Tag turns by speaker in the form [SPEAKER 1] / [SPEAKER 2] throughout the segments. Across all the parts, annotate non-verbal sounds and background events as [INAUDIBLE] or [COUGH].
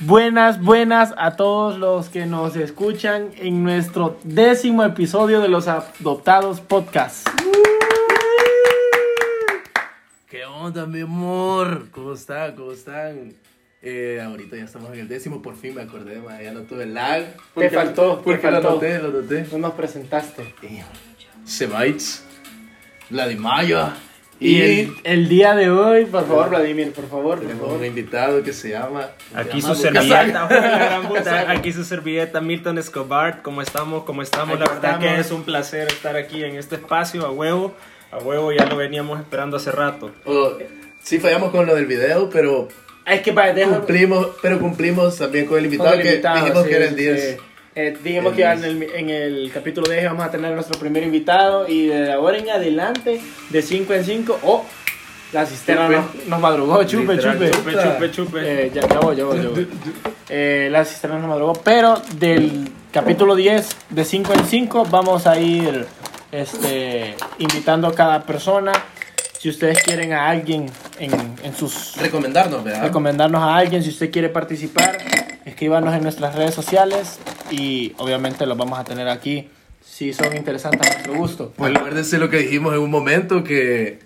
[SPEAKER 1] Buenas, buenas a todos los que nos escuchan en nuestro décimo episodio de los Adoptados Podcast.
[SPEAKER 2] ¿Qué onda, mi amor? ¿Cómo están? ¿Cómo están? Eh, ahorita ya estamos en el décimo, por fin me acordé, ma, ya no tuve lag.
[SPEAKER 1] Te faltó, te
[SPEAKER 2] Porque
[SPEAKER 1] faltó.
[SPEAKER 2] lo noté, lo noté.
[SPEAKER 1] No nos presentaste.
[SPEAKER 2] Sebaitz, Vladimaya
[SPEAKER 1] Y
[SPEAKER 2] y,
[SPEAKER 1] el, el día de hoy, por favor, Vladimir, por favor, por
[SPEAKER 2] tenemos un
[SPEAKER 1] favor.
[SPEAKER 2] invitado que se llama.
[SPEAKER 3] Aquí
[SPEAKER 2] se llama
[SPEAKER 3] su
[SPEAKER 2] Lucas
[SPEAKER 3] servilleta,
[SPEAKER 2] Saga.
[SPEAKER 3] hijo de la [LAUGHS] gran puta. aquí su servilleta Milton Escobar, ¿cómo estamos? ¿Cómo estamos? La
[SPEAKER 1] Aquí
[SPEAKER 3] verdad que
[SPEAKER 1] estamos.
[SPEAKER 3] es un placer estar aquí en este espacio, a huevo, a huevo, ya lo veníamos esperando hace rato.
[SPEAKER 2] Oh, sí, fallamos con lo del video, pero
[SPEAKER 1] Es que para dejar
[SPEAKER 2] cumplimos, pero cumplimos también con el invitado que dijimos que era el 10.
[SPEAKER 1] Eh, dijimos
[SPEAKER 2] El
[SPEAKER 1] que en
[SPEAKER 2] 10.
[SPEAKER 1] el, en el capítulo 10 vamos a tener a nuestro primer invitado y de ahora en adelante, de 5 en 5, oh, la cisterna
[SPEAKER 2] Chupe.
[SPEAKER 1] nos, nos madrugó, chupe,
[SPEAKER 2] Literal,
[SPEAKER 1] chupe.
[SPEAKER 3] Chupe, chupe, chupe.
[SPEAKER 1] Eh, ya, ya voy, ya voy, ya voy. Eh, la cisterna no madrugó, pero del capítulo 10, de 5 en 5, vamos a ir este, invitando a cada persona. Si ustedes quieren a alguien en, en sus...
[SPEAKER 2] Recomendarnos, ¿verdad?
[SPEAKER 1] Recomendarnos a alguien, si usted quiere participar, escríbanos en nuestras redes sociales y obviamente los vamos a tener aquí si son interesantes a nuestro gusto.
[SPEAKER 2] Pues acuérdense lo que dijimos en un momento que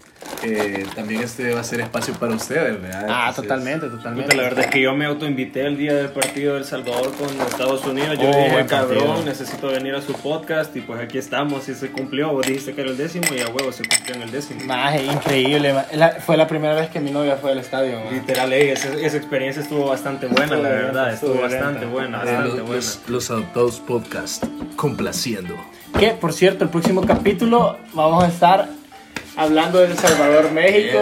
[SPEAKER 2] eh, también este va a ser espacio para ustedes, ¿verdad?
[SPEAKER 1] Ah,
[SPEAKER 2] Entonces,
[SPEAKER 1] totalmente,
[SPEAKER 3] Puta, la
[SPEAKER 1] totalmente.
[SPEAKER 3] verdad es que yo me autoinvité el día del partido del Salvador con Estados Unidos. Yo
[SPEAKER 1] Oh, buen
[SPEAKER 3] dije, cabrón,
[SPEAKER 1] partido.
[SPEAKER 3] necesito venir a su podcast y pues aquí estamos y se cumplió. Vos dijiste que era el décimo y a huevo se cumplió en el décimo.
[SPEAKER 1] Maje, increíble. ma- la- fue la primera vez que mi novia fue al estadio. ma.
[SPEAKER 3] Literal, ey, esa, esa experiencia estuvo bastante buena, la verdad, estuvo bastante buena,
[SPEAKER 2] eh,
[SPEAKER 3] bastante
[SPEAKER 2] los,
[SPEAKER 3] buena.
[SPEAKER 2] los- los adoptados podcast complaciendo.
[SPEAKER 1] Que, por cierto, el próximo capítulo vamos a estar hablando de El Salvador, México.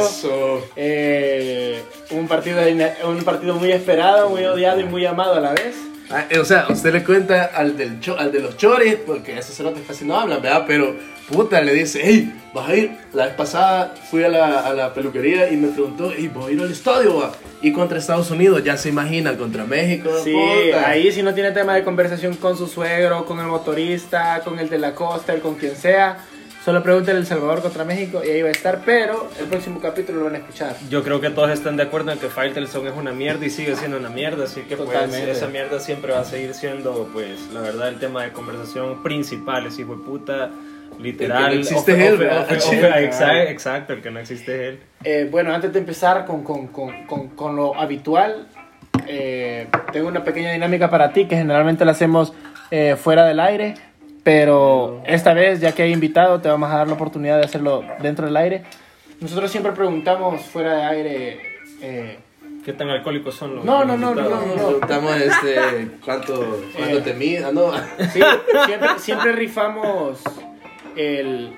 [SPEAKER 1] Eh, un, partido, de ine- un partido muy esperado, muy odiado y muy amado a la vez.
[SPEAKER 2] Ah, eh, o sea, usted le cuenta al, del cho- al de los chores, porque esos cerotes casi no hablan, ¿verdad? Pero puta, le dice, hey, vas a ir. La vez pasada fui a la, a la peluquería y me preguntó, hey, ¿voy a ir al estadio? va?" Y contra Estados Unidos, ya se imagina, contra México.
[SPEAKER 1] Sí,
[SPEAKER 2] puta.
[SPEAKER 1] ahí si no tiene tema de conversación con su suegro, con el motorista, con el de la costa, con quien sea, solo pregúntale El Salvador contra México y ahí va a estar, pero el próximo capítulo lo van a escuchar.
[SPEAKER 3] Yo creo que todos están de acuerdo en que Faitelson es una mierda y sigue siendo una mierda, así que pues,
[SPEAKER 1] Totalmente.
[SPEAKER 3] esa mierda siempre va a seguir siendo, pues, la verdad, el tema de conversación principal, ese hijo de puta, literal.
[SPEAKER 2] El que no existe
[SPEAKER 3] ofe-
[SPEAKER 2] es él,
[SPEAKER 3] ofe-
[SPEAKER 2] ¿verdad?
[SPEAKER 3] ofe-
[SPEAKER 2] Sí.
[SPEAKER 3] ofe- exact- Exacto, el que no existe es él.
[SPEAKER 1] Eh, bueno, antes de empezar con, con- con- con- con lo habitual, eh, tengo una pequeña dinámica para ti que generalmente la hacemos eh, fuera del aire, pero esta vez, ya que hay invitado, te vamos a dar la oportunidad de hacerlo dentro del aire. Nosotros siempre preguntamos fuera de aire. eh,
[SPEAKER 3] ¿Qué tan alcohólicos son los
[SPEAKER 1] No, no,
[SPEAKER 3] los
[SPEAKER 1] no, no,
[SPEAKER 3] invitados?
[SPEAKER 1] no, no.
[SPEAKER 2] Nos preguntamos este, cuánto, cuánto te mida, ¿no?
[SPEAKER 1] Sí, siempre, siempre rifamos el,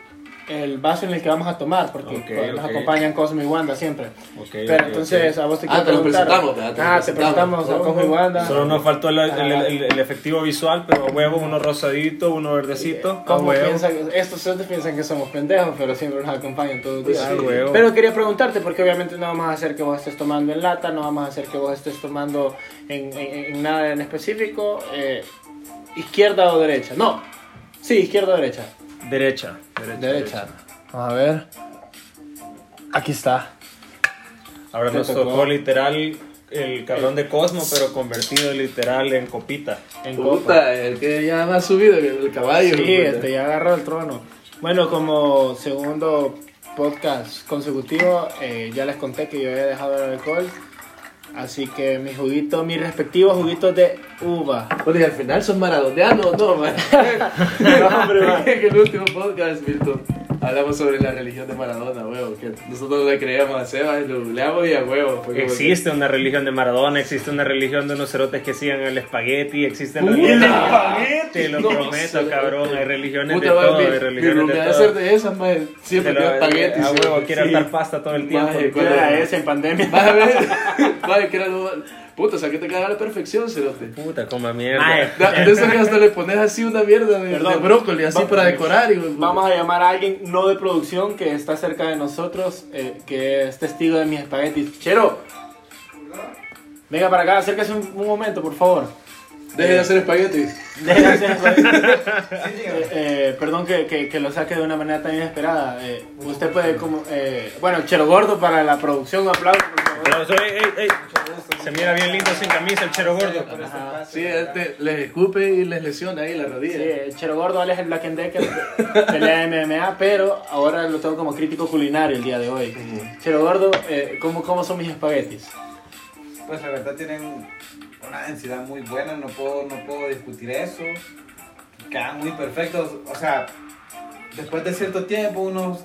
[SPEAKER 1] el vaso en el que vamos a tomar, porque
[SPEAKER 3] Ok,
[SPEAKER 1] pues, nos
[SPEAKER 3] ok.
[SPEAKER 1] acompañan Cosmo y Wanda siempre.
[SPEAKER 3] Ok,
[SPEAKER 1] Pero
[SPEAKER 3] ok,
[SPEAKER 1] entonces a vos te
[SPEAKER 2] Ah,
[SPEAKER 1] quiero
[SPEAKER 2] te lo
[SPEAKER 1] preguntar.
[SPEAKER 2] presentamos, ¿verdad? Te
[SPEAKER 1] ah,
[SPEAKER 2] lo
[SPEAKER 1] te
[SPEAKER 2] presentamos.
[SPEAKER 1] presentamos a Cosmo y Wanda.
[SPEAKER 3] Solo nos faltó el, el-
[SPEAKER 1] Ah.
[SPEAKER 3] el- el efectivo visual, pero a huevo, uno rosadito, uno verdecito. a
[SPEAKER 1] Como
[SPEAKER 3] huevo.
[SPEAKER 1] piensan, estos ustedes piensan que somos pendejos, pero siempre nos acompañan todos los
[SPEAKER 2] Pues
[SPEAKER 1] días.
[SPEAKER 2] sí.
[SPEAKER 3] Ah, huevo.
[SPEAKER 1] Pero quería preguntarte, porque obviamente no vamos a hacer que vos estés tomando en lata, no vamos a hacer que vos estés tomando en, en- en nada en específico, eh, izquierda o derecha. No, sí, izquierda o derecha.
[SPEAKER 3] Derecha, derecha.
[SPEAKER 1] Derecha. Vamos a ver. Aquí está.
[SPEAKER 3] Ahora
[SPEAKER 1] Te
[SPEAKER 3] nos
[SPEAKER 1] tocó.
[SPEAKER 3] tocó, literal el cabrón de Cosmo, pero convertido literal en copita.
[SPEAKER 1] En copa.
[SPEAKER 2] Puta, el que ya más subido, el el caballo. pues.
[SPEAKER 1] Sí,
[SPEAKER 2] puta.
[SPEAKER 1] este ya agarró el trono. Bueno, como segundo podcast consecutivo, eh, ya les conté que yo había dejado el alcohol. Así que mis juguitos, mis respectivos juguitos de uva.
[SPEAKER 2] Bueno, y al final son maradoneanos,
[SPEAKER 1] [LAUGHS]
[SPEAKER 2] no, man.
[SPEAKER 1] No, hombre, man.
[SPEAKER 2] [LAUGHS] en el último podcast, Milton, hablamos sobre la religión de Maradona, huevo. Que nosotros no le creíamos a Sebas, lo googleamos y a huevo. fue como que-
[SPEAKER 3] Existe una religión de Maradona, existe una religión de unos cerotes que sigan el espagueti, existe la
[SPEAKER 2] ¡Uh,
[SPEAKER 3] religión-
[SPEAKER 2] el espagueti!
[SPEAKER 3] Te lo
[SPEAKER 2] No,
[SPEAKER 3] prometo,
[SPEAKER 2] cerote.
[SPEAKER 3] cabrón, hay religiones
[SPEAKER 2] Puta,
[SPEAKER 3] de
[SPEAKER 2] man,
[SPEAKER 3] todo,
[SPEAKER 2] mi-
[SPEAKER 3] hay religiones
[SPEAKER 2] mi
[SPEAKER 3] de
[SPEAKER 2] rumbeada
[SPEAKER 3] todo.
[SPEAKER 2] hacer de esas, man. Siempre
[SPEAKER 3] Te lo-
[SPEAKER 2] tiene espaguetis.
[SPEAKER 3] a huevo,
[SPEAKER 2] siempre.
[SPEAKER 3] quiere
[SPEAKER 2] Sí.
[SPEAKER 3] hartar pasta todo el tiempo.
[SPEAKER 2] Maje,
[SPEAKER 1] ¿Cuál era ese en
[SPEAKER 3] [LAUGHS]
[SPEAKER 1] pandemia?
[SPEAKER 2] Vas a ver. Vale, que era lo. Puta, o sea, que te quedaba a la perfección, cerote.
[SPEAKER 3] Puta, coma mierda.
[SPEAKER 1] Ay,
[SPEAKER 2] De de eso que hasta le pones así una mierda de,
[SPEAKER 1] Perdón.
[SPEAKER 2] de brócoli, así
[SPEAKER 1] Va-
[SPEAKER 2] para decorar. Y,
[SPEAKER 1] Vamos a llamar a alguien no de producción que está cerca de nosotros, eh, que es testigo de mis espaguetis. Chero, venga para acá, acérquese un- un momento, por favor.
[SPEAKER 2] Deje de
[SPEAKER 1] [LAUGHS]
[SPEAKER 2] hacer espaguetis.
[SPEAKER 1] Deja de ser- Eh, eh, perdón que, que- que lo saque de una manera tan inesperada. Eh, usted puede como... eh, bueno, Chero Gordo para la producción, un aplauso. por favor.
[SPEAKER 3] Aplauso, ey, ey, ey. Se mira bien lindo sin camisa el chero gordo. Ah,
[SPEAKER 1] Ajá.
[SPEAKER 2] Sí, este, les escupe y les lesiona ahí la rodilla.
[SPEAKER 1] Sí, eh. el Chero Gordo, Alex el Black and Decker, pelea MMA, pero ahora lo tengo como crítico culinario el día de hoy. Chero Gordo, eh, ¿cómo, ¿cómo son mis espaguetis?
[SPEAKER 4] Pues la verdad tienen una densidad muy buena, no puedo, no puedo discutir eso. Quedan muy perfectos. O sea, después de cierto tiempo, unos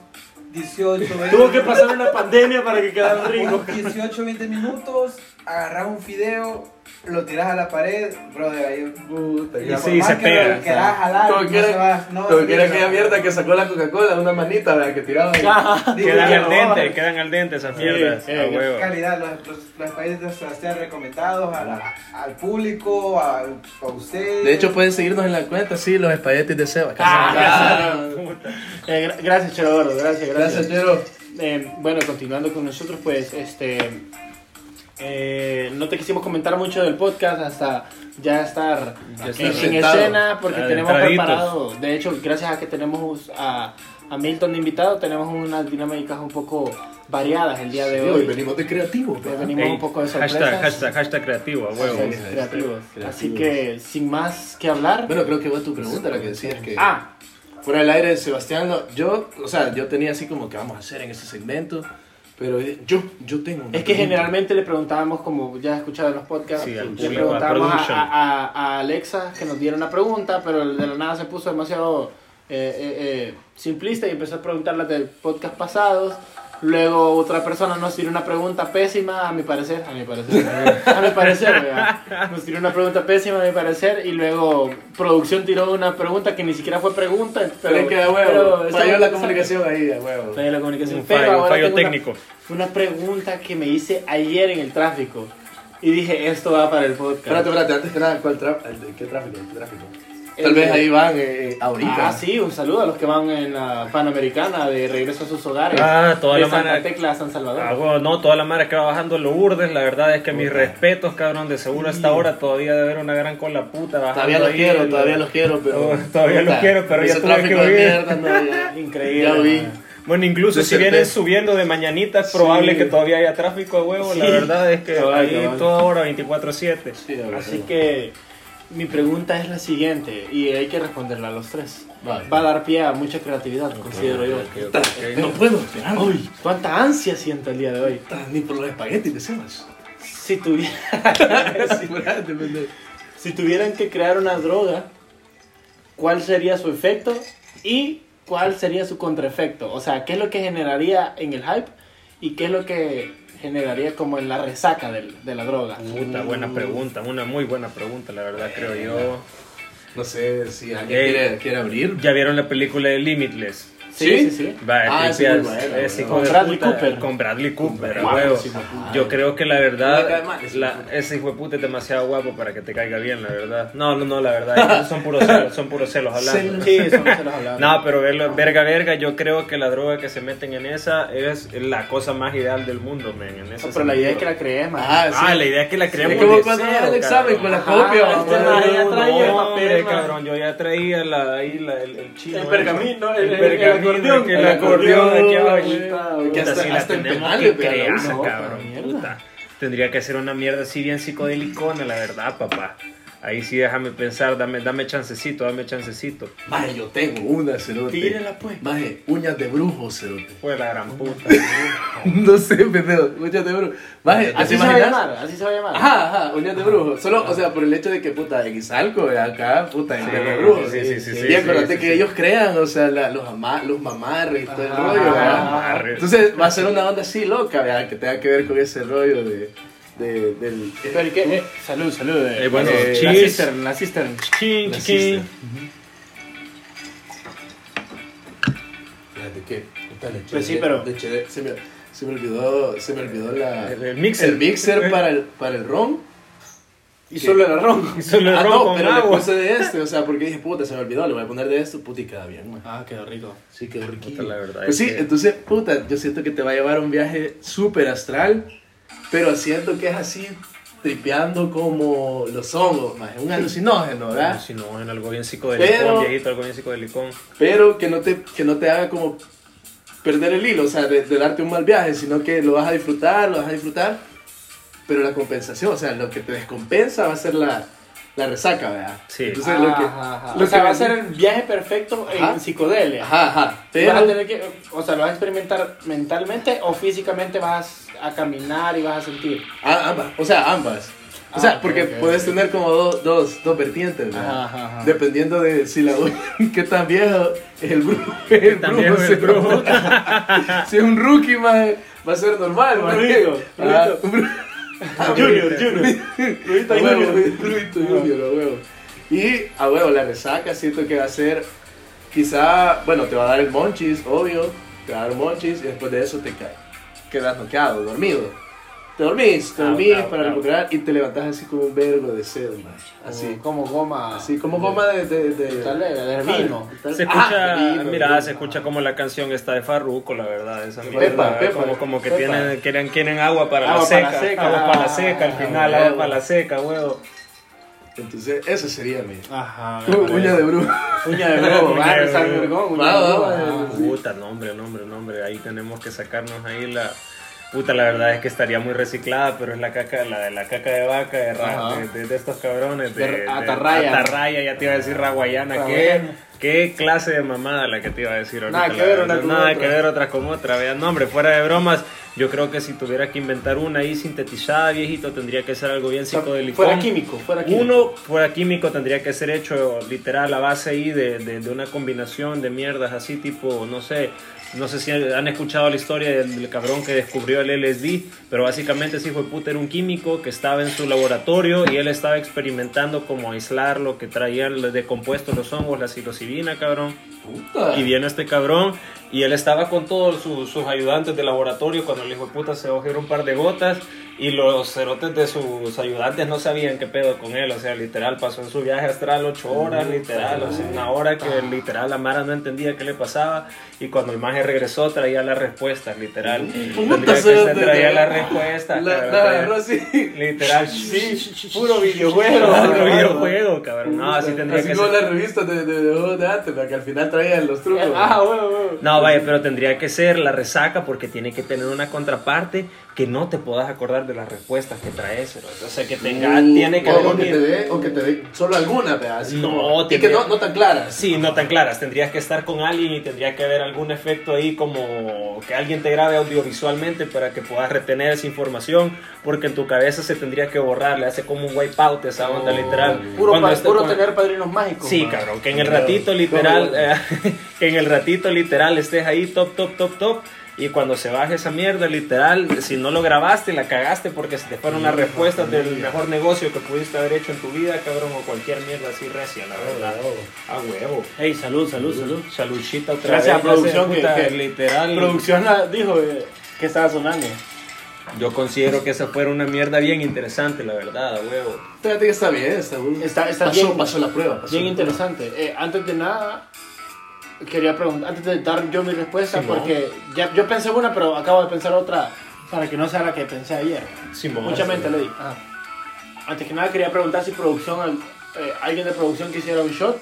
[SPEAKER 4] 18, 20
[SPEAKER 1] Tuvo que pasar una pandemia para que quedaran [LAUGHS] ricos.
[SPEAKER 4] unos 18, 20 minutos, agarras un fideo, lo tiras a la pared, brother, ahí puta,
[SPEAKER 3] Y
[SPEAKER 4] ya,
[SPEAKER 3] sí,
[SPEAKER 4] por
[SPEAKER 3] se
[SPEAKER 4] más que lo
[SPEAKER 3] pega.
[SPEAKER 4] querás jalar,
[SPEAKER 2] Como
[SPEAKER 4] no
[SPEAKER 2] que
[SPEAKER 4] se va,
[SPEAKER 2] era,
[SPEAKER 4] no,
[SPEAKER 2] como
[SPEAKER 4] sí,
[SPEAKER 2] que era
[SPEAKER 4] no.
[SPEAKER 2] aquella mierda que sacó la Coca-Cola, una manita, ¿verdad? Que tiraba ahí.
[SPEAKER 1] Ajá.
[SPEAKER 4] Digo,
[SPEAKER 3] Quedan
[SPEAKER 4] ya
[SPEAKER 3] al
[SPEAKER 4] no.
[SPEAKER 3] dente, quedan al dente esas
[SPEAKER 1] Sí,
[SPEAKER 3] mierdas.
[SPEAKER 1] sí,
[SPEAKER 3] a
[SPEAKER 1] qué
[SPEAKER 3] huevo.
[SPEAKER 4] calidad, los, los, los países de Sebastián recomendados a la- al público, al, a ustedes.
[SPEAKER 2] De hecho, pueden seguirnos en la cuenta, sí, los espaguetis de Seba.
[SPEAKER 1] [LAUGHS] Ah, [LAUGHS] Eh, gra- gracias, Chero Gordo, gracias, gracias.
[SPEAKER 2] Gracias, Chero.
[SPEAKER 1] Eh, bueno, continuando con nosotros, pues, este, eh, no te quisimos comentar mucho del podcast hasta ya estar
[SPEAKER 3] Ya
[SPEAKER 1] en-
[SPEAKER 3] estar
[SPEAKER 1] en,
[SPEAKER 2] sentado.
[SPEAKER 1] escena, porque tenemos
[SPEAKER 3] Adentraditos.
[SPEAKER 1] preparado, de hecho, gracias a que tenemos a, a Milton de invitado, tenemos unas dinámicas un poco variadas el día de
[SPEAKER 2] Sí,
[SPEAKER 1] hoy.
[SPEAKER 2] hoy venimos de creativos,
[SPEAKER 1] Hoy
[SPEAKER 2] ¿verdad?
[SPEAKER 1] venimos
[SPEAKER 3] Ey,
[SPEAKER 1] un poco de sorpresas.
[SPEAKER 3] hashtag, hashtag, hashtag creativo, a huevo.
[SPEAKER 1] Hashtag
[SPEAKER 2] Sí.
[SPEAKER 1] creativos.
[SPEAKER 2] Creativos.
[SPEAKER 1] Así que, sin más que hablar.
[SPEAKER 2] Bueno, creo que fue tu pregunta la que decías que.
[SPEAKER 1] ah,
[SPEAKER 2] Fuera del aire, Sebastián, no, yo, o sea, yo tenía así como que vamos a hacer en ese segmento, pero eh, yo, yo tengo. una
[SPEAKER 1] Es que
[SPEAKER 2] pregunta.
[SPEAKER 1] generalmente le preguntábamos, como ya has escuchado en los podcasts,
[SPEAKER 3] Sí, al
[SPEAKER 1] le
[SPEAKER 3] público,
[SPEAKER 1] preguntábamos
[SPEAKER 3] a
[SPEAKER 1] a,
[SPEAKER 3] production.
[SPEAKER 1] a- a- a Alexa que nos diera una pregunta, pero de la nada se puso demasiado eh, eh, eh, simplista y empezó a preguntar las del podcast pasados. Luego otra persona nos tiró una pregunta pésima, a mi parecer, a mi
[SPEAKER 3] [LAUGHS]
[SPEAKER 1] parecer, a mi parecer, ¿verdad? nos tiró una pregunta pésima a mi parecer y luego producción tiró una pregunta que ni siquiera fue pregunta,
[SPEAKER 2] Pero
[SPEAKER 1] pero,
[SPEAKER 2] es que de
[SPEAKER 1] pero-
[SPEAKER 2] huevo, falló
[SPEAKER 1] exacto,
[SPEAKER 2] la
[SPEAKER 1] exacto.
[SPEAKER 2] comunicación ahí, de huevo.
[SPEAKER 1] Falló la comunicación.
[SPEAKER 3] Un
[SPEAKER 1] Pero
[SPEAKER 3] fallo, un
[SPEAKER 1] ahora
[SPEAKER 3] fallo
[SPEAKER 1] tengo una-
[SPEAKER 3] técnico.
[SPEAKER 1] una pregunta que me hice ayer en el tráfico. Y dije, esto va para el podcast.
[SPEAKER 2] Espérate, espérate, antes que nada, ¿cuál tra- el de- ¿qué tráfico? ¿Qué tráfico?
[SPEAKER 1] El
[SPEAKER 2] Tal vez
[SPEAKER 1] de-
[SPEAKER 2] ahí van eh, ahorita.
[SPEAKER 1] Ah, sí, un saludo a los que van en la Panamericana de regreso a sus hogares.
[SPEAKER 3] Ah, toda
[SPEAKER 1] de
[SPEAKER 3] la
[SPEAKER 1] Santa
[SPEAKER 3] mara-
[SPEAKER 1] Tecla a San Salvador.
[SPEAKER 3] Ah, huevo, no, toda la madre que va bajando en Lourdes, la verdad es que mis respetos, cabrón, de seguro a esta hora todavía debe haber una gran cola puta bajando
[SPEAKER 2] Todavía los
[SPEAKER 3] ahí,
[SPEAKER 2] quiero,
[SPEAKER 3] la-
[SPEAKER 2] todavía los quiero, pero.
[SPEAKER 3] Oh, todavía los
[SPEAKER 2] Puta,
[SPEAKER 3] quiero, pero ya
[SPEAKER 2] ese
[SPEAKER 3] tuve que
[SPEAKER 2] tráfico de
[SPEAKER 3] huir.
[SPEAKER 2] mierda, no, ya.
[SPEAKER 1] [LAUGHS] Increíble,
[SPEAKER 2] Ya vi.
[SPEAKER 1] man.
[SPEAKER 3] Bueno, incluso
[SPEAKER 2] De
[SPEAKER 3] si vienen
[SPEAKER 2] certeza.
[SPEAKER 3] subiendo de mañanita, es probable que todavía haya tráfico a huevo, la
[SPEAKER 1] Sí.
[SPEAKER 3] verdad es que
[SPEAKER 1] Cabal,
[SPEAKER 3] ahí
[SPEAKER 1] cabal.
[SPEAKER 3] toda hora 24-7.
[SPEAKER 2] Sí, a ver,
[SPEAKER 1] Así
[SPEAKER 2] a ver.
[SPEAKER 1] que mi pregunta es la siguiente, y hay que responderla a los tres.
[SPEAKER 2] Vale.
[SPEAKER 1] Va a dar pie a mucha creatividad, considero yo.
[SPEAKER 2] No puedo esperar.
[SPEAKER 1] Uy, cuánta ansia siento el día de hoy.
[SPEAKER 2] Puta, Ni por los espaguetis, decimos.
[SPEAKER 1] Si, tuviera-
[SPEAKER 2] Espérate, pendejo.
[SPEAKER 1] si tuvieran que crear una droga, ¿cuál sería su efecto y cuál sería su contraefecto? O sea, ¿qué es lo que generaría en el hype y qué es lo que generaría como en la resaca del- de la droga?
[SPEAKER 3] Puta, buena pregunta, una muy buena pregunta, la verdad, creo yo.
[SPEAKER 2] No sé si alguien
[SPEAKER 3] Ey.
[SPEAKER 2] quiere, quiere abrir.
[SPEAKER 3] ¿Ya vieron la película de Limitless?
[SPEAKER 1] Sí, sí, sí.
[SPEAKER 3] Va,
[SPEAKER 2] Ah,
[SPEAKER 3] es
[SPEAKER 2] sí,
[SPEAKER 3] es-
[SPEAKER 2] muy buena,
[SPEAKER 3] es
[SPEAKER 2] muy
[SPEAKER 3] hijo
[SPEAKER 1] buena.
[SPEAKER 3] de
[SPEAKER 1] Con Bradley
[SPEAKER 3] puta,
[SPEAKER 1] Cooper.
[SPEAKER 3] Con Bradley Cooper, a
[SPEAKER 1] Guapo,
[SPEAKER 3] huevo.
[SPEAKER 1] sí, hijo de puta.
[SPEAKER 3] Yo creo que la
[SPEAKER 2] No le cae
[SPEAKER 3] verdad,
[SPEAKER 2] mal ese hijo
[SPEAKER 3] la,
[SPEAKER 2] de puta.
[SPEAKER 3] ese hijo de puta es demasiado guapo para que te caiga bien, la verdad. No, no, no, la verdad, son puros celos, son puros celos hablando.
[SPEAKER 1] Sí, eso no se los hablaba.
[SPEAKER 3] No, pero verlo, verga, verga, yo creo que la droga que se meten en esa es la cosa más ideal del mundo, men. En ese
[SPEAKER 1] No, pero la idea es que
[SPEAKER 3] sentido.
[SPEAKER 1] la crees, man.
[SPEAKER 2] Ah,
[SPEAKER 3] Ah, la idea es que la creemos
[SPEAKER 2] Es como
[SPEAKER 3] de
[SPEAKER 2] cuando
[SPEAKER 3] cero,
[SPEAKER 2] hagas el examen
[SPEAKER 3] cabrón.
[SPEAKER 2] con la
[SPEAKER 1] Ajá,
[SPEAKER 2] copia,
[SPEAKER 1] este
[SPEAKER 2] mamá.
[SPEAKER 1] man ya
[SPEAKER 3] No,
[SPEAKER 1] traía el
[SPEAKER 3] hombre,
[SPEAKER 1] papel, man.
[SPEAKER 3] cabrón, yo ya traía la, ahí la- el, el chino.
[SPEAKER 1] El
[SPEAKER 3] ¿eh?
[SPEAKER 1] pergamino, el-
[SPEAKER 3] el,
[SPEAKER 1] el- el
[SPEAKER 3] pergamino,
[SPEAKER 1] acordeón.
[SPEAKER 3] que
[SPEAKER 1] El
[SPEAKER 3] el acordeón aquí
[SPEAKER 2] acordeón,
[SPEAKER 3] abajo.
[SPEAKER 1] güey.
[SPEAKER 3] Puta,
[SPEAKER 2] Hasta-
[SPEAKER 3] si la
[SPEAKER 2] hasta en
[SPEAKER 3] tenemos
[SPEAKER 2] penales,
[SPEAKER 3] que
[SPEAKER 2] pero
[SPEAKER 3] crear,
[SPEAKER 1] no, puta
[SPEAKER 3] cabrón,
[SPEAKER 1] mierda.
[SPEAKER 3] puta. Tendría que ser una mierda así bien psicodélicona, la verdad, papá. Ahí sí déjame pensar, dame, dame chancecito, dame chancecito.
[SPEAKER 2] Maje, yo tengo una, cerote.
[SPEAKER 1] Tírala, pues.
[SPEAKER 2] Maje, uñas de brujo,
[SPEAKER 3] [LAUGHS]
[SPEAKER 2] cerote.
[SPEAKER 3] Fue la gran puta.
[SPEAKER 2] No sé, pendejo, uñas de brujo. Maje, ¿te
[SPEAKER 1] Así se va a
[SPEAKER 2] imaginas?
[SPEAKER 1] llamar, así se va a llamar.
[SPEAKER 2] Ajá, ajá, uñas de brujo. Solo, o sea, por el hecho de que, puta, en Izalco, acá, puta, en de brujo.
[SPEAKER 3] sí, sí, sí, sí,
[SPEAKER 2] Y
[SPEAKER 3] sí,
[SPEAKER 2] acuérdate
[SPEAKER 3] sí,
[SPEAKER 2] que
[SPEAKER 3] sí.
[SPEAKER 2] ellos crean, o sea, la- los, ama- los mamarres y todo el
[SPEAKER 1] Ajá.
[SPEAKER 2] rollo,
[SPEAKER 3] Ah,
[SPEAKER 2] ¿verdad?
[SPEAKER 3] Amarre.
[SPEAKER 2] Entonces va a ser una onda así loca, ¿verdad? Que tenga que ver con ese rollo de, de- del...
[SPEAKER 1] Pero, ¿y qué? Eh, salud, salud. eh.
[SPEAKER 3] Eh, bueno,
[SPEAKER 1] Eh, la
[SPEAKER 3] cheers.
[SPEAKER 1] cistern, la cistern.
[SPEAKER 3] Chiquín,
[SPEAKER 2] La
[SPEAKER 3] chiquín.
[SPEAKER 2] sister. Fíjate que. puta, le eché
[SPEAKER 1] Pues sí,
[SPEAKER 2] de-
[SPEAKER 1] pero-
[SPEAKER 2] le eché de- se, me, se me olvidó. Se me olvidó la.
[SPEAKER 3] El- el mixer.
[SPEAKER 2] El mixer [LAUGHS] para el, para el ron.
[SPEAKER 1] Y solo el ron.
[SPEAKER 3] Y solo el
[SPEAKER 2] ah,
[SPEAKER 3] ron
[SPEAKER 2] no,
[SPEAKER 3] con
[SPEAKER 2] pero le
[SPEAKER 3] agua.
[SPEAKER 2] puse de este, o sea, porque dije, puta, se me olvidó, le voy a poner de esto, puta, y queda bien, man.
[SPEAKER 1] Ah, quedó rico.
[SPEAKER 2] Sí, quedó riquito.
[SPEAKER 3] Puta, la verdad
[SPEAKER 2] Pues
[SPEAKER 3] es
[SPEAKER 2] sí,
[SPEAKER 3] que-
[SPEAKER 2] entonces, puta, yo siento que te va a llevar a un viaje súper astral, pero siento que es así, tripeando como los hongos, man. Es un alucinógeno, ¿verdad?
[SPEAKER 3] Si no, en algo bien psicodélicón,
[SPEAKER 2] Pero-
[SPEAKER 3] viejito, algo bien psicodélicón.
[SPEAKER 2] Pero que no te, que no te haga como perder el hilo, o sea, de, de darte un mal viaje, sino que lo vas a disfrutar, lo vas a disfrutar, pero la compensación, o sea, lo que te descompensa va a ser la, la resaca, ¿verdad?
[SPEAKER 3] Sí.
[SPEAKER 2] Entonces, lo que,
[SPEAKER 1] Ajá, ajá.
[SPEAKER 2] lo
[SPEAKER 1] o sea,
[SPEAKER 2] que
[SPEAKER 1] va a
[SPEAKER 2] ven-
[SPEAKER 1] ser el viaje perfecto
[SPEAKER 2] Ajá.
[SPEAKER 1] en psicodelia.
[SPEAKER 2] Ajá, ajá. Pero,
[SPEAKER 1] Vas a tener que, o sea, lo vas a experimentar mentalmente o físicamente vas a caminar y vas a sentir.
[SPEAKER 2] a- ambas, o sea, ambas. O sea,
[SPEAKER 1] Ah, ok,
[SPEAKER 2] porque
[SPEAKER 1] ok,
[SPEAKER 2] puedes
[SPEAKER 1] ok.
[SPEAKER 2] tener como do- dos, dos vertientes, ¿verdad?
[SPEAKER 1] Ajá, ajá, ajá.
[SPEAKER 2] Dependiendo de si la [LAUGHS] qué tan viejo es el brujo.
[SPEAKER 3] Qué tan viejo es el brujo.
[SPEAKER 2] [LAUGHS] si es un rookie, maje, va a ser normal,
[SPEAKER 1] Un
[SPEAKER 2] maje.
[SPEAKER 1] ruido,
[SPEAKER 2] Ah,
[SPEAKER 1] ruido.
[SPEAKER 2] un bru-
[SPEAKER 1] Ah, Junior, Junior.
[SPEAKER 2] Rubito Junior. Rubito Junior, a huevo. Y a huevo, la resaca siento que va a ser, quizá, bueno, te va a dar el monchis, obvio, te va a dar monchis y después de eso te caes. Quedas noqueado, dormido. Te dormís, te
[SPEAKER 3] Ah,
[SPEAKER 2] dormís
[SPEAKER 3] bravo,
[SPEAKER 2] para
[SPEAKER 3] bravo.
[SPEAKER 2] recuperar y te levantás así como un vergo de sed, man. Así,
[SPEAKER 1] Así como goma.
[SPEAKER 2] así como goma de... de, de-
[SPEAKER 1] Tal vez, de vino.
[SPEAKER 2] Tal-
[SPEAKER 3] Se
[SPEAKER 2] Ah,
[SPEAKER 3] escucha,
[SPEAKER 2] vino,
[SPEAKER 3] mira,
[SPEAKER 2] vino.
[SPEAKER 3] se escucha como la canción está de Farruko, la verdad, esa
[SPEAKER 2] Pepa,
[SPEAKER 3] mierda,
[SPEAKER 2] Pepa,
[SPEAKER 3] como, como que
[SPEAKER 1] Pepa.
[SPEAKER 3] tienen, quieren, quieren agua para la
[SPEAKER 1] Agua para
[SPEAKER 3] seca,
[SPEAKER 1] la seca,
[SPEAKER 3] agua para la seca,
[SPEAKER 1] ah,
[SPEAKER 3] al final,
[SPEAKER 2] huevo.
[SPEAKER 3] agua para la seca, huevo.
[SPEAKER 2] Entonces, eso sería mi...
[SPEAKER 1] Ajá. me parece.
[SPEAKER 2] Uña de brujo.
[SPEAKER 1] Uña
[SPEAKER 3] [LAUGHS]
[SPEAKER 1] de brujo,
[SPEAKER 3] Uña
[SPEAKER 1] va,
[SPEAKER 3] de
[SPEAKER 1] San
[SPEAKER 3] brujo.
[SPEAKER 1] Vergón, uña
[SPEAKER 2] Va,
[SPEAKER 1] de
[SPEAKER 2] va,
[SPEAKER 1] brujo,
[SPEAKER 2] va,
[SPEAKER 1] ajá.
[SPEAKER 2] va.
[SPEAKER 3] Puta, nombre, nombre, nombre, ahí tenemos que sacarnos ahí la... Puta, la verdad es que estaría muy reciclada, pero es la caca, la de la caca de vaca, de, ra-
[SPEAKER 1] Ajá.
[SPEAKER 3] de, de- de estos cabrones, de,
[SPEAKER 1] De
[SPEAKER 3] de-
[SPEAKER 1] atarraya. Ah,
[SPEAKER 3] atarraya, ya te iba a decir raguayana, ¿qué,
[SPEAKER 1] Raguayana.
[SPEAKER 3] qué clase de mamada la que te iba a decir ahorita.
[SPEAKER 1] Nada
[SPEAKER 3] la
[SPEAKER 1] que ver
[SPEAKER 3] verdad.
[SPEAKER 1] una con
[SPEAKER 3] Nada
[SPEAKER 1] otra.
[SPEAKER 3] que ver otra con otra, vean, no hombre, fuera de bromas, yo creo que si tuviera que inventar una ahí sintetizada, viejito, tendría que ser algo bien psicodélico.
[SPEAKER 1] Fuera químico, fuera químico.
[SPEAKER 3] Uno fuera químico tendría que ser hecho literal a base ahí de, de- de una combinación de mierdas así tipo, no sé, no sé si han escuchado la historia del, del cabrón que descubrió el LSD, pero básicamente ese hijo de puta era un químico que estaba en su laboratorio y él estaba experimentando cómo aislar lo que traían los decompuestos los hongos, la psilocibina, cabrón.
[SPEAKER 2] Puta.
[SPEAKER 3] Y viene este cabrón y él estaba con todos sus, sus ayudantes de laboratorio cuando el hijo de puta se ojeó un par de gotas y los cerotes de sus ayudantes no sabían qué pedo con él, o sea, literal, pasó en su viaje astral ocho horas, literal, o sea, una hora que literal la Mara no entendía qué le pasaba y cuando el maje regresó traía las respuestas, literal. Tendría
[SPEAKER 2] Puta,
[SPEAKER 3] que
[SPEAKER 2] cerote,
[SPEAKER 3] ser, traía
[SPEAKER 2] ¿no?
[SPEAKER 3] las respuestas,
[SPEAKER 2] La,
[SPEAKER 3] cabrón,
[SPEAKER 2] la
[SPEAKER 3] traía-
[SPEAKER 2] agarró así.
[SPEAKER 3] literal, [LAUGHS]
[SPEAKER 1] Sí, puro videojuego.
[SPEAKER 3] puro
[SPEAKER 2] claro,
[SPEAKER 3] videojuego, cabrón, no, así tendría
[SPEAKER 2] Así
[SPEAKER 3] que
[SPEAKER 2] como
[SPEAKER 3] ser.
[SPEAKER 2] las revistas de, de, de juegos de antes, ¿verdad? que al final traían los trucos.
[SPEAKER 1] Ah, huevo, huevo.
[SPEAKER 3] No, vaya, pero tendría que ser la resaca porque tiene que tener una contraparte que no te puedas acordar de las respuestas que traes. pero, O sea, que tenga,
[SPEAKER 2] Mm,
[SPEAKER 3] tiene que
[SPEAKER 2] o,
[SPEAKER 3] haber
[SPEAKER 2] o
[SPEAKER 3] un...
[SPEAKER 2] que te dé, o que te dé solo alguna, ¿verdad? Así
[SPEAKER 3] No,
[SPEAKER 2] como- y que
[SPEAKER 3] tendría-
[SPEAKER 2] no, no tan claras.
[SPEAKER 3] Sí, no tan claras. Tendrías que estar con alguien y tendría que haber algún efecto ahí como que alguien te grabe audiovisualmente para que puedas retener esa información porque en tu cabeza se tendría que borrar, le hace como un wipeout esa onda literal.
[SPEAKER 1] Puro,
[SPEAKER 3] Cuando
[SPEAKER 1] pa-
[SPEAKER 3] esté-
[SPEAKER 1] puro
[SPEAKER 3] cuando-
[SPEAKER 1] tener padrinos mágicos.
[SPEAKER 3] Sí,
[SPEAKER 1] man.
[SPEAKER 3] cabrón, que en el ratito literal, eh, [LAUGHS] que en el ratito literal estés ahí top, top, top, top. Y cuando se baje esa mierda, literal, si no lo grabaste, la cagaste porque se te fueron las respuestas del mejor negocio que pudiste haber hecho en tu vida, cabrón, o cualquier mierda así recia, la verdad.
[SPEAKER 1] eh.
[SPEAKER 3] A huevo.
[SPEAKER 5] Hey, salud, salud, salud.
[SPEAKER 3] Saluchita otra
[SPEAKER 1] Gracias a
[SPEAKER 3] vez. ya sé,
[SPEAKER 1] producción que-
[SPEAKER 3] puta,
[SPEAKER 1] que-
[SPEAKER 3] literal.
[SPEAKER 1] Producción la- dijo eh, que estaba sonando.
[SPEAKER 3] Yo considero que esa fuera una mierda bien interesante, la verdad, a huevo.
[SPEAKER 2] Fíjate que está bien, está bien.
[SPEAKER 1] Está- está
[SPEAKER 2] pasó,
[SPEAKER 1] bien.
[SPEAKER 2] pasó la prueba. pasó
[SPEAKER 1] Bien
[SPEAKER 2] la prueba.
[SPEAKER 1] interesante. Eh, antes de nada, quería preguntar, antes de dar yo mi respuesta,
[SPEAKER 3] Simón.
[SPEAKER 1] porque ya, yo pensé una, pero acabo de pensar otra para que no sea la que pensé ayer.
[SPEAKER 3] Simón,
[SPEAKER 1] Mucha mente
[SPEAKER 3] sí.
[SPEAKER 1] le di. Antes que nada, quería preguntar si producción, eh, alguien de producción quisiera un shot.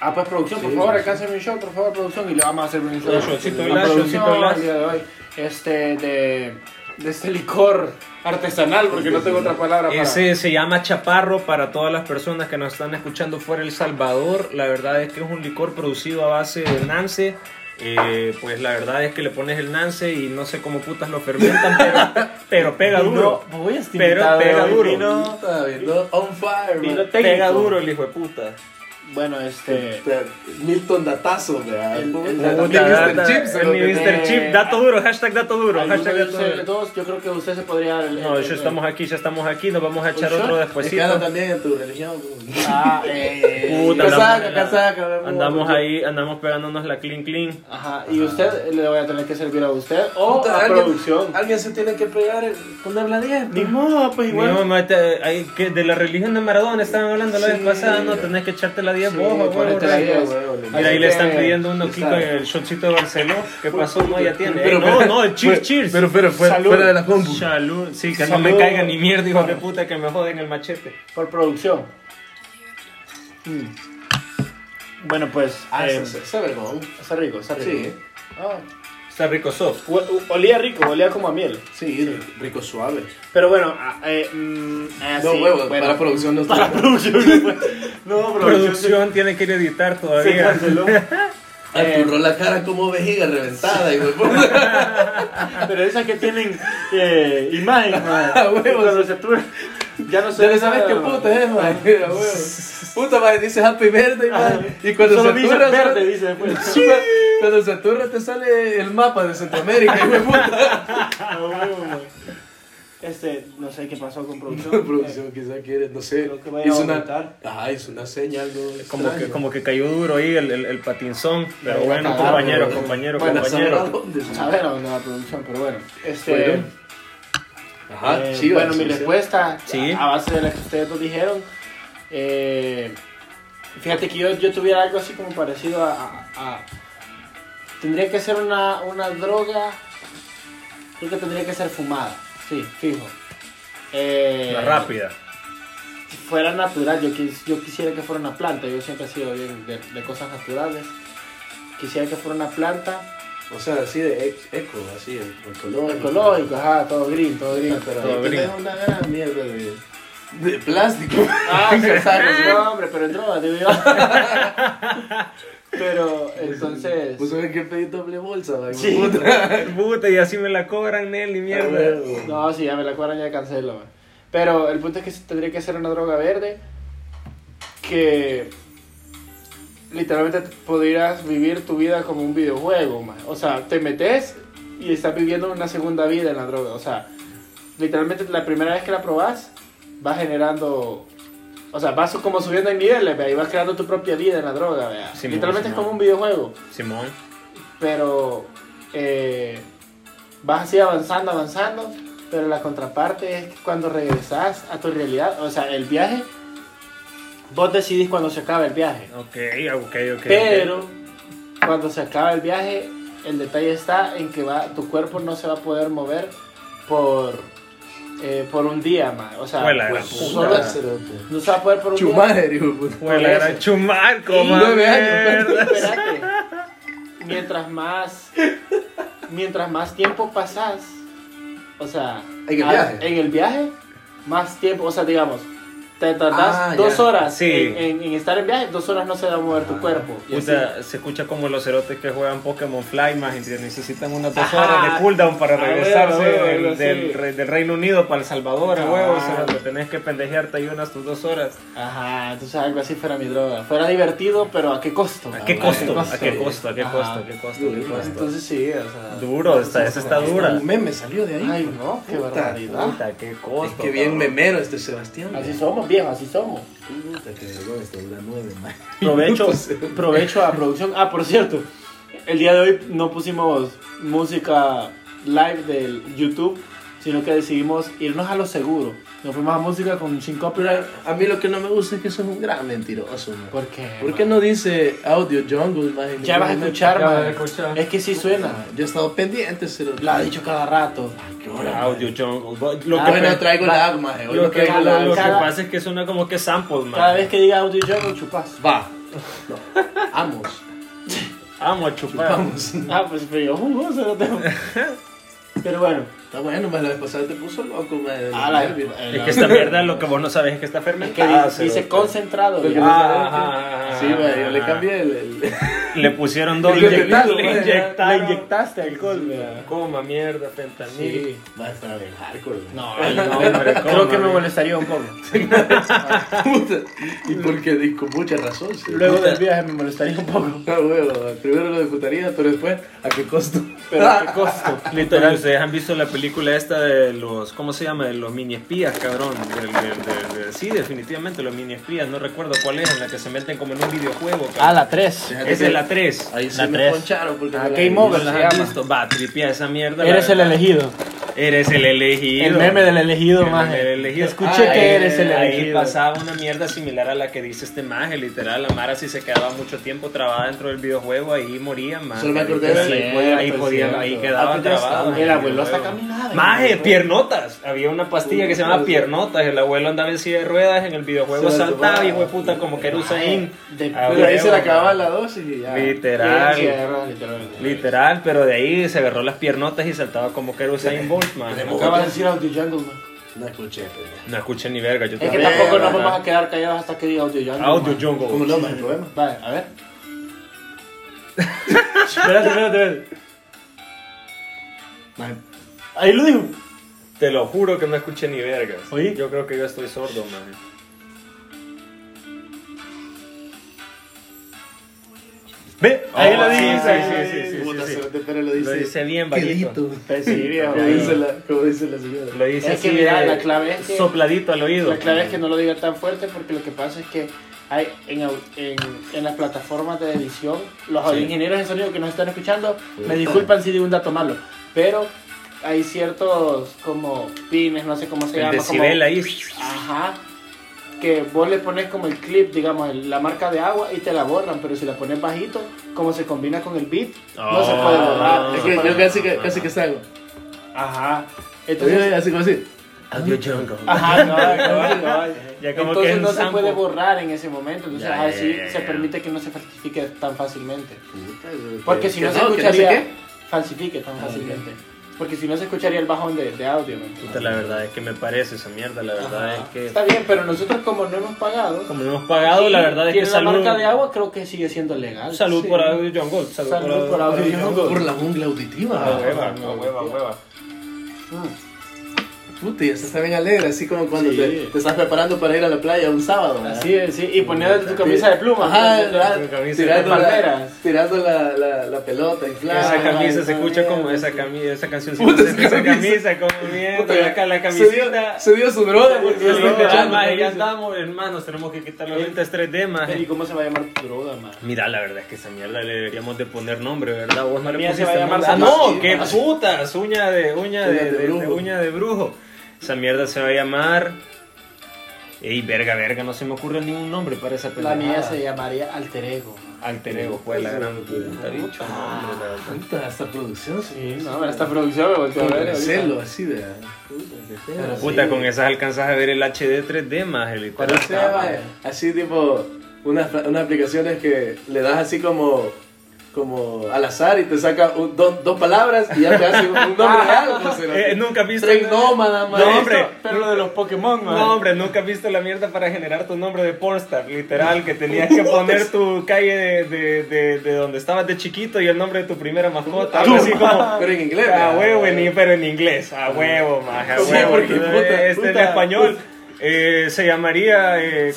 [SPEAKER 1] Ah, pues producción, por
[SPEAKER 2] Sí,
[SPEAKER 1] favor,
[SPEAKER 2] sí.
[SPEAKER 1] alcánceme un shot, por favor, producción, y le vamos a hacer un shot.
[SPEAKER 3] Un shotcito de
[SPEAKER 1] A
[SPEAKER 3] la,
[SPEAKER 1] producción
[SPEAKER 3] shotcito de la.
[SPEAKER 1] el día de hoy, Este, de, de este licor artesanal, porque no tengo otra palabra para...
[SPEAKER 3] Ese se llama Chaparro para todas las personas que nos están escuchando fuera El Salvador. La verdad es que es un licor producido a base de nance. Eh, pues la verdad es que le pones el nance y no sé cómo putas lo fermentan, pero, pero pega duro.
[SPEAKER 1] Bro, voy a estar
[SPEAKER 3] Pero
[SPEAKER 1] invitado
[SPEAKER 3] pega
[SPEAKER 1] hoy,
[SPEAKER 3] duro.
[SPEAKER 1] vino-
[SPEAKER 2] Está bien, ¿no? On fire,
[SPEAKER 1] Vino
[SPEAKER 2] man.
[SPEAKER 1] técnico.
[SPEAKER 3] Pega duro el hijo de puta.
[SPEAKER 1] Bueno, este.
[SPEAKER 2] Puta, Milton Datazo, ¿verdad?
[SPEAKER 1] El-
[SPEAKER 2] Puta,
[SPEAKER 1] el-
[SPEAKER 2] mi
[SPEAKER 1] el-
[SPEAKER 2] Mr.
[SPEAKER 3] Data-
[SPEAKER 2] Chips,
[SPEAKER 3] el
[SPEAKER 2] ¿no?
[SPEAKER 3] mi Mr. Chip, dato duro, hashtag dato duro,
[SPEAKER 1] alguno
[SPEAKER 3] hashtag
[SPEAKER 1] de
[SPEAKER 3] dato
[SPEAKER 1] ustedes
[SPEAKER 3] duro.
[SPEAKER 1] dos, yo creo que usted se podría. dar el-
[SPEAKER 3] No,
[SPEAKER 1] el-
[SPEAKER 3] ya
[SPEAKER 1] el-
[SPEAKER 3] estamos aquí, ya estamos aquí, nos vamos a echar
[SPEAKER 1] ¿Un
[SPEAKER 3] otro
[SPEAKER 1] shot?
[SPEAKER 2] Es que anda
[SPEAKER 3] despuesito.
[SPEAKER 2] también en tu religión. güey.
[SPEAKER 1] [LAUGHS] Ah, eh.
[SPEAKER 3] Puta,
[SPEAKER 2] Casaca,
[SPEAKER 3] andamos-
[SPEAKER 2] casaca, vemos.
[SPEAKER 3] Andamos ahí, andamos pegándonos la clean clean.
[SPEAKER 1] Ajá, y usted le voy a tener que servir a usted o Oh,
[SPEAKER 2] Puta,
[SPEAKER 1] a
[SPEAKER 2] alguien-
[SPEAKER 1] producción.
[SPEAKER 2] Alguien se tiene que pegar, eh, poner la 10.
[SPEAKER 1] Ni modo, pues
[SPEAKER 3] Mi mamá te- ay, que de la religión de Maradona estaban hablando la vez
[SPEAKER 2] Sí.
[SPEAKER 3] pasada, no tenés que echarte la 10
[SPEAKER 1] Sí,
[SPEAKER 3] vos, huevo,
[SPEAKER 1] ponete la
[SPEAKER 3] rey.
[SPEAKER 1] 10.
[SPEAKER 3] Mira,
[SPEAKER 1] Así
[SPEAKER 3] ahí le
[SPEAKER 1] que-
[SPEAKER 3] están pidiendo uno
[SPEAKER 2] ya
[SPEAKER 3] Kiko
[SPEAKER 2] está.
[SPEAKER 3] el shotcito de Barcelona. ¿Qué pasó? No, ya tiene.
[SPEAKER 2] Pero-
[SPEAKER 3] Ey,
[SPEAKER 2] pero-
[SPEAKER 3] no, no, el cheers, cheers.
[SPEAKER 2] Pero, pero, fuera,
[SPEAKER 1] Salud.
[SPEAKER 2] fuera de la compu.
[SPEAKER 3] Salud. Sí, que no
[SPEAKER 1] Salud.
[SPEAKER 3] me caiga ni mierda, hijo de puta, que me joden el machete.
[SPEAKER 1] Mm. Por producción. Mm. Bueno, pues.
[SPEAKER 2] Ah,
[SPEAKER 1] eh,
[SPEAKER 2] está- está vergón.
[SPEAKER 1] está rico, está rico.
[SPEAKER 2] Sí,
[SPEAKER 1] Ah.
[SPEAKER 3] Está rico soft.
[SPEAKER 1] Hue- u- Olía rico, olía como a miel.
[SPEAKER 2] sí, rico suave.
[SPEAKER 1] Pero bueno, a- eh, mm, ah,
[SPEAKER 2] No,
[SPEAKER 1] sí,
[SPEAKER 2] huevo,
[SPEAKER 1] bueno.
[SPEAKER 2] para
[SPEAKER 1] [LAUGHS]
[SPEAKER 2] producción no
[SPEAKER 1] Para
[SPEAKER 2] está.
[SPEAKER 1] producción. no fue. no, producción.
[SPEAKER 3] Producción tiene que ir a editar
[SPEAKER 1] se- Se
[SPEAKER 3] todavía.
[SPEAKER 1] canceló.
[SPEAKER 2] Arturo la cara como vejiga reventada y huevo.
[SPEAKER 1] Ah, Pero esas que tienen eh,
[SPEAKER 2] [LAUGHS]
[SPEAKER 1] imagen, man.
[SPEAKER 2] huevo.
[SPEAKER 1] Cuando se tuve- Ya no sé.
[SPEAKER 2] Ya le sabes qué puta eh, es, man. Mira, huevo. Puta, man, dices happy verde, man. Y cuando
[SPEAKER 1] Ah, Solo
[SPEAKER 2] se
[SPEAKER 1] dice
[SPEAKER 2] aturra,
[SPEAKER 1] verde,
[SPEAKER 2] solo-
[SPEAKER 1] dice pues.
[SPEAKER 2] [LAUGHS]
[SPEAKER 1] después.
[SPEAKER 2] Cuando se aturra te sale el mapa de Centroamérica, hijo de puta.
[SPEAKER 1] [LAUGHS] Ah, huevo, man. Este, no sé qué pasó con producción.
[SPEAKER 2] [LAUGHS] producción quizá quiere, no sé.
[SPEAKER 1] Creo que vaya a
[SPEAKER 2] Hizo una,
[SPEAKER 1] aumentar.
[SPEAKER 2] ajá, hizo una seña, algo
[SPEAKER 3] Como que,
[SPEAKER 2] extraño.
[SPEAKER 3] como que cayó duro ahí el, el, el patinzón. Pero
[SPEAKER 1] Ya, ya
[SPEAKER 3] bueno,
[SPEAKER 1] cagaron,
[SPEAKER 3] compañero,
[SPEAKER 1] bro.
[SPEAKER 3] compañero,
[SPEAKER 2] Bueno, ¿sabrá
[SPEAKER 3] compañero.
[SPEAKER 2] dónde?
[SPEAKER 1] Eh, A ver, o no la producción, pero bueno. Este,
[SPEAKER 2] Bueno.
[SPEAKER 1] eh,
[SPEAKER 2] Ajá, Chivas.
[SPEAKER 1] bueno, mi
[SPEAKER 2] Ah, sí, sí.
[SPEAKER 1] respuesta,
[SPEAKER 3] Sí.
[SPEAKER 1] a a base de la que ustedes dos dijeron, eh, fíjate que yo, yo tuviera algo así como parecido a... a- a- tendría que ser una, una droga, creo que tendría que ser fumada, sí, fijo. Eh,
[SPEAKER 3] La
[SPEAKER 2] [LAUGHS]
[SPEAKER 3] rápida.
[SPEAKER 1] si fuera natural, yo, quis- yo quisiera que fuera una planta, yo siempre he sido bien de, de cosas naturales. Quisiera que fuera una planta
[SPEAKER 2] O sea, así de ec- eco, así, ecológico.
[SPEAKER 1] ecológica, ajá, todo green, todo
[SPEAKER 2] [LAUGHS]
[SPEAKER 1] green.
[SPEAKER 2] Pero
[SPEAKER 3] Todo
[SPEAKER 2] ahí tenés
[SPEAKER 3] gringo.
[SPEAKER 2] una gran mierda de, de plástico. [LAUGHS]
[SPEAKER 1] Ah, pero no, hombre, pero en droga, digo [LAUGHS] yo. pero entonces.
[SPEAKER 2] Pues sabés qué pedí doble bolsa, va, hijo
[SPEAKER 1] Ah. Sí. [LAUGHS]
[SPEAKER 2] de puta.
[SPEAKER 3] Puta, y así me la cobran, Nelly, mierda.
[SPEAKER 1] No, sí, ya me la cuadran ya cancelo, man. Pero el punto es que tendría que ser una droga verde que literalmente podrías vivir tu vida como un videojuego, man. O sea, te metes y estás viviendo una segunda vida en la droga. O sea, literalmente la primera vez que la probás, vas generando. O sea, vas como subiendo en niveles, vea, y vas creando tu propia vida en la droga, vea.
[SPEAKER 3] Sí,
[SPEAKER 1] Literalmente
[SPEAKER 3] sí,
[SPEAKER 1] es como
[SPEAKER 3] man.
[SPEAKER 1] un videojuego
[SPEAKER 3] Simón.
[SPEAKER 1] pero eh, vas así avanzando, avanzando, pero la contraparte es que cuando regresas a tu realidad, o sea, el viaje, vos decidís cuando se acaba el viaje,
[SPEAKER 3] Ok, ok, ok. ok.
[SPEAKER 1] pero cuando se acaba el viaje, el detalle está en que va, tu cuerpo no se va a poder mover por, eh, por un día más, o sea,
[SPEAKER 3] Huela,
[SPEAKER 2] Pues,
[SPEAKER 1] solo-
[SPEAKER 2] puta, cerote.
[SPEAKER 1] no se va a poder por un día.
[SPEAKER 2] Chumare, hijo de puta.
[SPEAKER 3] Fue la gran chumar, como
[SPEAKER 2] Nueve
[SPEAKER 3] mierda. [LAUGHS]
[SPEAKER 1] Espérate. Mientras más. Mientras más tiempo pasas. O sea.
[SPEAKER 2] En el
[SPEAKER 1] a-
[SPEAKER 2] viaje.
[SPEAKER 1] en el viaje, Más tiempo. O sea, digamos. Te tardás
[SPEAKER 2] Ah,
[SPEAKER 1] dos
[SPEAKER 2] ya. Ah,
[SPEAKER 1] horas
[SPEAKER 3] Sí.
[SPEAKER 1] en, en- en estar en viaje, dos horas no se va a mover tu cuerpo. Y así.
[SPEAKER 3] Puta, se escucha como los cerotes que juegan Pokémon Fly, más y necesitan unas dos
[SPEAKER 1] Ajá.
[SPEAKER 3] horas de cooldown para
[SPEAKER 1] A ver,
[SPEAKER 3] regresarse
[SPEAKER 1] a ver, a ver,
[SPEAKER 3] del,
[SPEAKER 1] sí.
[SPEAKER 3] del re- del Reino Unido para El Salvador, a
[SPEAKER 1] Ah.
[SPEAKER 3] huevo, cerote. Tenés que pendejearte ahí unas tus dos horas.
[SPEAKER 1] Ajá, entonces algo así fuera mi droga. Fuera divertido, pero ¿a qué costo?
[SPEAKER 3] ¿A
[SPEAKER 2] Ah,
[SPEAKER 3] qué
[SPEAKER 2] vale,
[SPEAKER 3] costo?
[SPEAKER 2] costo,
[SPEAKER 3] ¿A qué
[SPEAKER 2] sí.
[SPEAKER 3] costo? ¿A qué
[SPEAKER 1] Ajá.
[SPEAKER 3] costo? ¿A qué costo? ¿A qué costo?
[SPEAKER 1] Entonces sí, o sea.
[SPEAKER 3] Duro, esta, esa está dura.
[SPEAKER 2] Un meme salió de ahí.
[SPEAKER 1] Ay, no, qué
[SPEAKER 2] Puta,
[SPEAKER 1] barbaridad.
[SPEAKER 3] Puta, qué
[SPEAKER 2] Es
[SPEAKER 3] costo.
[SPEAKER 2] que bien
[SPEAKER 3] cabrón.
[SPEAKER 2] memero este Sebastián.
[SPEAKER 1] Así somos, viejo, así somos.
[SPEAKER 2] Puta, que vergüenza,
[SPEAKER 1] este,
[SPEAKER 2] esta dura nueve, man.
[SPEAKER 1] Provecho, provecho a producción. Ah, por cierto, el día de hoy no pusimos música live del YouTube, sino que decidimos irnos a lo seguro. Nos fuimos a música con sin copyright.
[SPEAKER 2] A mí lo que no me gusta es que sos un gran mentiroso, man.
[SPEAKER 1] ¿Por qué?
[SPEAKER 2] ¿Por qué no dice Audio Jungle, man? en
[SPEAKER 1] Ya vas a
[SPEAKER 2] ningún
[SPEAKER 1] escuchar,
[SPEAKER 3] Ya vas a
[SPEAKER 1] man.
[SPEAKER 3] escuchar.
[SPEAKER 1] Es que sí suena.
[SPEAKER 2] momento? Yo he estado pendiente, cerote.
[SPEAKER 1] La ha dicho cada rato.
[SPEAKER 2] ¿Qué hora,
[SPEAKER 3] Audio Jungle. Lo
[SPEAKER 1] Ah,
[SPEAKER 3] que
[SPEAKER 2] Hoy
[SPEAKER 3] me-
[SPEAKER 2] no traigo
[SPEAKER 1] va.
[SPEAKER 2] lag, man. Hoy
[SPEAKER 3] Lo
[SPEAKER 2] no
[SPEAKER 3] que,
[SPEAKER 2] traigo
[SPEAKER 3] lo, lo
[SPEAKER 2] lag.
[SPEAKER 3] que
[SPEAKER 1] Cada-
[SPEAKER 3] pasa es que suena como que samples, man.
[SPEAKER 1] Cada vez que diga audio yo no
[SPEAKER 3] [LAUGHS]
[SPEAKER 1] chupas.
[SPEAKER 2] Va. No. [LAUGHS] Vamos.
[SPEAKER 3] Amo a chupar.
[SPEAKER 2] Vamos.
[SPEAKER 1] Ah, pues pero yo, uh, uh, se lo tengo. Pero
[SPEAKER 3] [LAUGHS]
[SPEAKER 1] bueno,
[SPEAKER 2] Está bueno, man. La vez pasada te puso loco, man. de los
[SPEAKER 1] Ah, la-
[SPEAKER 2] nervios.
[SPEAKER 1] eh,
[SPEAKER 3] Es que esta mierda Ah, lo que vos no sabes es que está
[SPEAKER 1] es
[SPEAKER 3] fermentada.
[SPEAKER 1] que di-
[SPEAKER 3] cerote.
[SPEAKER 1] dice concentrado.
[SPEAKER 2] Lo que
[SPEAKER 1] ya.
[SPEAKER 2] no sabes
[SPEAKER 3] Ajá,
[SPEAKER 2] es que-
[SPEAKER 1] ah,
[SPEAKER 3] ajá, ajá,
[SPEAKER 2] Sí, man. Yo le
[SPEAKER 3] ajá.
[SPEAKER 2] cambié el- el...
[SPEAKER 3] Le pusieron dos.
[SPEAKER 2] Le
[SPEAKER 3] Le
[SPEAKER 2] inyectaron,
[SPEAKER 3] inyectaron.
[SPEAKER 2] güey, ya.
[SPEAKER 3] Le
[SPEAKER 1] Le
[SPEAKER 3] inyectaron.
[SPEAKER 1] inyectaste alcohol, ¿verdad?
[SPEAKER 3] Coma, mierda, fentanil.
[SPEAKER 1] Sí.
[SPEAKER 2] [LAUGHS] Va a estar bien hardcore, man.
[SPEAKER 1] No,
[SPEAKER 3] Ay,
[SPEAKER 1] no,
[SPEAKER 3] no,
[SPEAKER 1] [LAUGHS]
[SPEAKER 3] hombre,
[SPEAKER 1] creo
[SPEAKER 3] ¿cómo,
[SPEAKER 1] que me
[SPEAKER 3] man?
[SPEAKER 1] molestaría un poco.
[SPEAKER 2] [LAUGHS] Puta. Y porque di- con mucha razón, sí.
[SPEAKER 1] Luego del viaje me molestaría un poco.
[SPEAKER 2] Ah, huevo, primero lo disfrutaría, pero después, ¿a qué costo?
[SPEAKER 1] Pero a qué [LAUGHS] costo.
[SPEAKER 3] Literal, ustedes han visto la película esta de los, ¿cómo se llama? De los mini espías, cabrón. Del- del- del- del- sí, definitivamente, los mini espías. No recuerdo cuál es, en la que se meten como en un videojuego. cabrón.
[SPEAKER 1] Ah, la 3.
[SPEAKER 2] Fíjate
[SPEAKER 3] Esa
[SPEAKER 2] que
[SPEAKER 3] es la 3.
[SPEAKER 2] Ahí sí
[SPEAKER 1] La
[SPEAKER 2] me
[SPEAKER 1] tres.
[SPEAKER 2] poncharon porque
[SPEAKER 1] Ah,
[SPEAKER 2] me la-
[SPEAKER 1] Game Over.
[SPEAKER 3] ¿Las
[SPEAKER 1] se
[SPEAKER 3] han
[SPEAKER 1] llama.
[SPEAKER 3] visto? Va, tripia esa mierda.
[SPEAKER 1] Eres
[SPEAKER 3] la-
[SPEAKER 1] el elegido.
[SPEAKER 3] Eres el elegido.
[SPEAKER 1] El meme del elegido,
[SPEAKER 3] El
[SPEAKER 1] maje.
[SPEAKER 3] meme del elegido.
[SPEAKER 1] Escuché
[SPEAKER 3] Ah,
[SPEAKER 1] que
[SPEAKER 3] ahí-
[SPEAKER 1] eres el
[SPEAKER 3] Ahí
[SPEAKER 1] elegido.
[SPEAKER 3] pasaba una mierda similar a la que dice este maje, literal. La Mara si se quedaba mucho tiempo trabada dentro del videojuego, ahí moría, maje.
[SPEAKER 2] Solo me acordé de
[SPEAKER 3] Literal,
[SPEAKER 2] la
[SPEAKER 3] ahí,
[SPEAKER 2] encuesta,
[SPEAKER 3] ahí podía,
[SPEAKER 2] cierto.
[SPEAKER 3] ahí
[SPEAKER 2] pues,
[SPEAKER 3] quedaba trabada.
[SPEAKER 1] El
[SPEAKER 3] maje,
[SPEAKER 1] abuelo hasta
[SPEAKER 3] videojuego.
[SPEAKER 1] caminaba.
[SPEAKER 3] Maje, piernotas. Había una pastilla que se llamaba
[SPEAKER 2] Uy,
[SPEAKER 3] piernotas. El abuelo andaba en silla de ruedas, en el videojuego
[SPEAKER 2] Pues, Se la
[SPEAKER 3] saltaba,
[SPEAKER 2] tomaba.
[SPEAKER 3] hijo de puta, como que era Usain.
[SPEAKER 1] De-
[SPEAKER 3] Ah,
[SPEAKER 2] Pero ahí
[SPEAKER 3] huevo,
[SPEAKER 2] se le acababa
[SPEAKER 3] maje.
[SPEAKER 2] la dosis y ya.
[SPEAKER 1] Sí, sí,
[SPEAKER 3] Literal.
[SPEAKER 1] agarraba literalmente.
[SPEAKER 3] Literal, pero de ahí se agarró las piernotas y saltaba como que era Usain Bolt, man.
[SPEAKER 2] Tenemos
[SPEAKER 1] Acabas de
[SPEAKER 2] otra.
[SPEAKER 1] decir Audio Jungle, man.
[SPEAKER 2] No escuché, pero.
[SPEAKER 3] No escuché ni verga, yo
[SPEAKER 1] Es que
[SPEAKER 2] Bien,
[SPEAKER 1] tampoco nos
[SPEAKER 2] ¿verdad?
[SPEAKER 1] vamos a quedar callados hasta que diga Audio Jungle.
[SPEAKER 3] Audio
[SPEAKER 1] man.
[SPEAKER 3] Jungle.
[SPEAKER 2] ¿Cómo no, más el problema?
[SPEAKER 1] Vale, a ver.
[SPEAKER 3] Espérate, espérate, espérate.
[SPEAKER 2] Maje,
[SPEAKER 1] Ahí lo digo.
[SPEAKER 3] Te lo juro que no escuché ni vergas.
[SPEAKER 1] ¿Oí?
[SPEAKER 3] Yo creo que yo estoy sordo, man. ¿Ve? Ahí
[SPEAKER 1] Oh,
[SPEAKER 3] lo
[SPEAKER 1] sí,
[SPEAKER 3] dice.
[SPEAKER 1] sí, sí,
[SPEAKER 2] puta,
[SPEAKER 3] sí, sí.
[SPEAKER 2] cerote, Pero lo
[SPEAKER 3] Lo
[SPEAKER 2] dice.
[SPEAKER 3] dice bien, bajito.
[SPEAKER 2] Quedito.
[SPEAKER 1] Pues sí, viejo.
[SPEAKER 2] Como dice la- como dice la señora.
[SPEAKER 3] Lo dice
[SPEAKER 1] Es que
[SPEAKER 3] así
[SPEAKER 1] mira,
[SPEAKER 3] de-
[SPEAKER 1] la clave es que-
[SPEAKER 3] sopladito al oído.
[SPEAKER 1] La clave es que no lo diga tan fuerte porque lo que pasa es que hay en, au- en, en las plataformas de edición, los
[SPEAKER 3] Sí.
[SPEAKER 1] ingenieros de sonido que nos están escuchando, me disculpan si digo un dato malo, pero hay ciertos como pines, no sé cómo se
[SPEAKER 3] El
[SPEAKER 1] llama. como-
[SPEAKER 3] decibel ahí.
[SPEAKER 1] Ajá. Que vos le pones como el clip, digamos, el- la marca de agua y te la borran, pero si la pones bajito, como se combina con el beat, no se puede borrar.
[SPEAKER 3] Ah,
[SPEAKER 2] Es que yo casi que, casi que salgo.
[SPEAKER 1] Ajá. Entonces,
[SPEAKER 2] Entonces, así como así.
[SPEAKER 3] Audio Jungle.
[SPEAKER 1] [LAUGHS] ajá, cabal, cabal, cabal.
[SPEAKER 3] Ya como que
[SPEAKER 1] Entonces
[SPEAKER 3] es un
[SPEAKER 1] no se
[SPEAKER 3] sample.
[SPEAKER 1] puede borrar en ese momento, entonces
[SPEAKER 3] Ya,
[SPEAKER 1] así
[SPEAKER 3] ya, ya, ya,
[SPEAKER 1] se
[SPEAKER 3] ya.
[SPEAKER 1] permite que no se falsifique tan fácilmente.
[SPEAKER 2] Puta, cerote.
[SPEAKER 1] Porque si
[SPEAKER 2] Que
[SPEAKER 1] no se ¿eh?
[SPEAKER 2] que sé
[SPEAKER 1] escucharía,
[SPEAKER 2] qué.
[SPEAKER 1] falsifique
[SPEAKER 3] Ah,
[SPEAKER 1] tan fácilmente. Porque si no se escucharía el bajón de, de audio. ¿me entiendes?
[SPEAKER 3] Puta, la verdad es que me parece esa mierda. La verdad
[SPEAKER 1] Ajá.
[SPEAKER 3] es que.
[SPEAKER 1] Está bien, pero nosotros como no hemos pagado,
[SPEAKER 3] Como no hemos pagado, la verdad es que
[SPEAKER 1] tiene la
[SPEAKER 3] salud.
[SPEAKER 1] marca de agua creo que sigue siendo legal.
[SPEAKER 3] Salud
[SPEAKER 1] Sí.
[SPEAKER 3] por Audio Jungle. Salud,
[SPEAKER 1] Salud por
[SPEAKER 3] Audio
[SPEAKER 1] Audio
[SPEAKER 2] Pero yo
[SPEAKER 1] Jungle.
[SPEAKER 2] Por la jungla auditiva.
[SPEAKER 3] Ah, hueva,
[SPEAKER 1] no,
[SPEAKER 3] hueva,
[SPEAKER 1] no.
[SPEAKER 3] hueva.
[SPEAKER 1] Mm.
[SPEAKER 2] Puta, ya se está bien alegre, así como cuando
[SPEAKER 1] Sí.
[SPEAKER 2] te, te estás preparando para ir a la playa un sábado. ¿verdad?
[SPEAKER 1] Así es, sí. Y poniendo tu camisa de pluma.
[SPEAKER 2] Ajá,
[SPEAKER 1] ¿no?
[SPEAKER 2] ¿verdad?
[SPEAKER 3] Con camisa
[SPEAKER 2] tirando,
[SPEAKER 1] de
[SPEAKER 2] la,
[SPEAKER 1] palmeras.
[SPEAKER 2] tirando la, la, la pelota inflada.
[SPEAKER 3] Esa camisa se
[SPEAKER 2] Ay,
[SPEAKER 3] escucha
[SPEAKER 2] mierda.
[SPEAKER 3] como esa camisa, esa canción
[SPEAKER 2] Puta,
[SPEAKER 3] esa,
[SPEAKER 2] esa camisa.
[SPEAKER 3] camisa como mierda,
[SPEAKER 2] Puta,
[SPEAKER 3] la, la
[SPEAKER 2] Se dio,
[SPEAKER 3] camisita.
[SPEAKER 2] se dio su droga porque ya
[SPEAKER 3] Sí,
[SPEAKER 2] está
[SPEAKER 3] literal,
[SPEAKER 2] escuchando
[SPEAKER 3] maje, ya
[SPEAKER 2] camisa.
[SPEAKER 3] andamos, hermanos, tenemos que quitar los lentes 3D, más.
[SPEAKER 1] ¿Y cómo se va a llamar tu droga, man?
[SPEAKER 3] Mira, la verdad es que esa mierda le deberíamos de poner nombre, ¿verdad? Vos no le
[SPEAKER 1] Mía se
[SPEAKER 3] pusiste
[SPEAKER 1] va a llamar
[SPEAKER 3] nombre.
[SPEAKER 1] Salud.
[SPEAKER 3] Ah, no, qué putas, uña de
[SPEAKER 2] Uña
[SPEAKER 3] uña de,
[SPEAKER 2] de
[SPEAKER 3] de- de-
[SPEAKER 2] brujo.
[SPEAKER 3] uña de brujo. Esa mierda se va a llamar Ey, verga, verga, no se me ocurre ningún nombre para esa
[SPEAKER 1] La
[SPEAKER 3] película.
[SPEAKER 1] mía se llamaría Alter Ego. man.
[SPEAKER 3] Alter Ego, pues la gran puta, bicho, nombre, la verdad.
[SPEAKER 2] Puta, esta producción se
[SPEAKER 1] Sí, no, pero esta producción me volteó a
[SPEAKER 2] con
[SPEAKER 1] ver. ahorita.
[SPEAKER 2] recelo, así de. Puta, qué feo.
[SPEAKER 1] Pero
[SPEAKER 3] Puta,
[SPEAKER 1] Sí.
[SPEAKER 3] con esas alcanzas a ver el HD 3D más el
[SPEAKER 2] Pero se llama, eh, así tipo unas unas aplicaciones que le das así como como al azar y te saca un- dos- dos palabras y ya te hace un, un
[SPEAKER 3] [LAUGHS]
[SPEAKER 2] nombre real. pues, pero-
[SPEAKER 3] Eh, nunca viste
[SPEAKER 2] Tren nómada, man.
[SPEAKER 3] No, hombre.
[SPEAKER 1] Pero lo de los Pokémon, man.
[SPEAKER 3] No, hombre, nunca has visto la mierda para generar tu nombre de pornstar, literal, que tenías que [LAUGHS] poner tu calle de, de, de, de donde estabas de chiquito y el nombre de tu primera mascota, algo así [LAUGHS] como...
[SPEAKER 2] Pero en inglés.
[SPEAKER 1] "Ah,
[SPEAKER 3] A
[SPEAKER 2] ¿verdad?
[SPEAKER 3] huevo, en- pero en inglés, a huevo, maja, a
[SPEAKER 2] Sí,
[SPEAKER 3] huevo.
[SPEAKER 2] porque
[SPEAKER 3] Eh,
[SPEAKER 2] puta,
[SPEAKER 3] este
[SPEAKER 2] puta,
[SPEAKER 3] en español eh, se llamaría... Eh, ¿cómo se llama?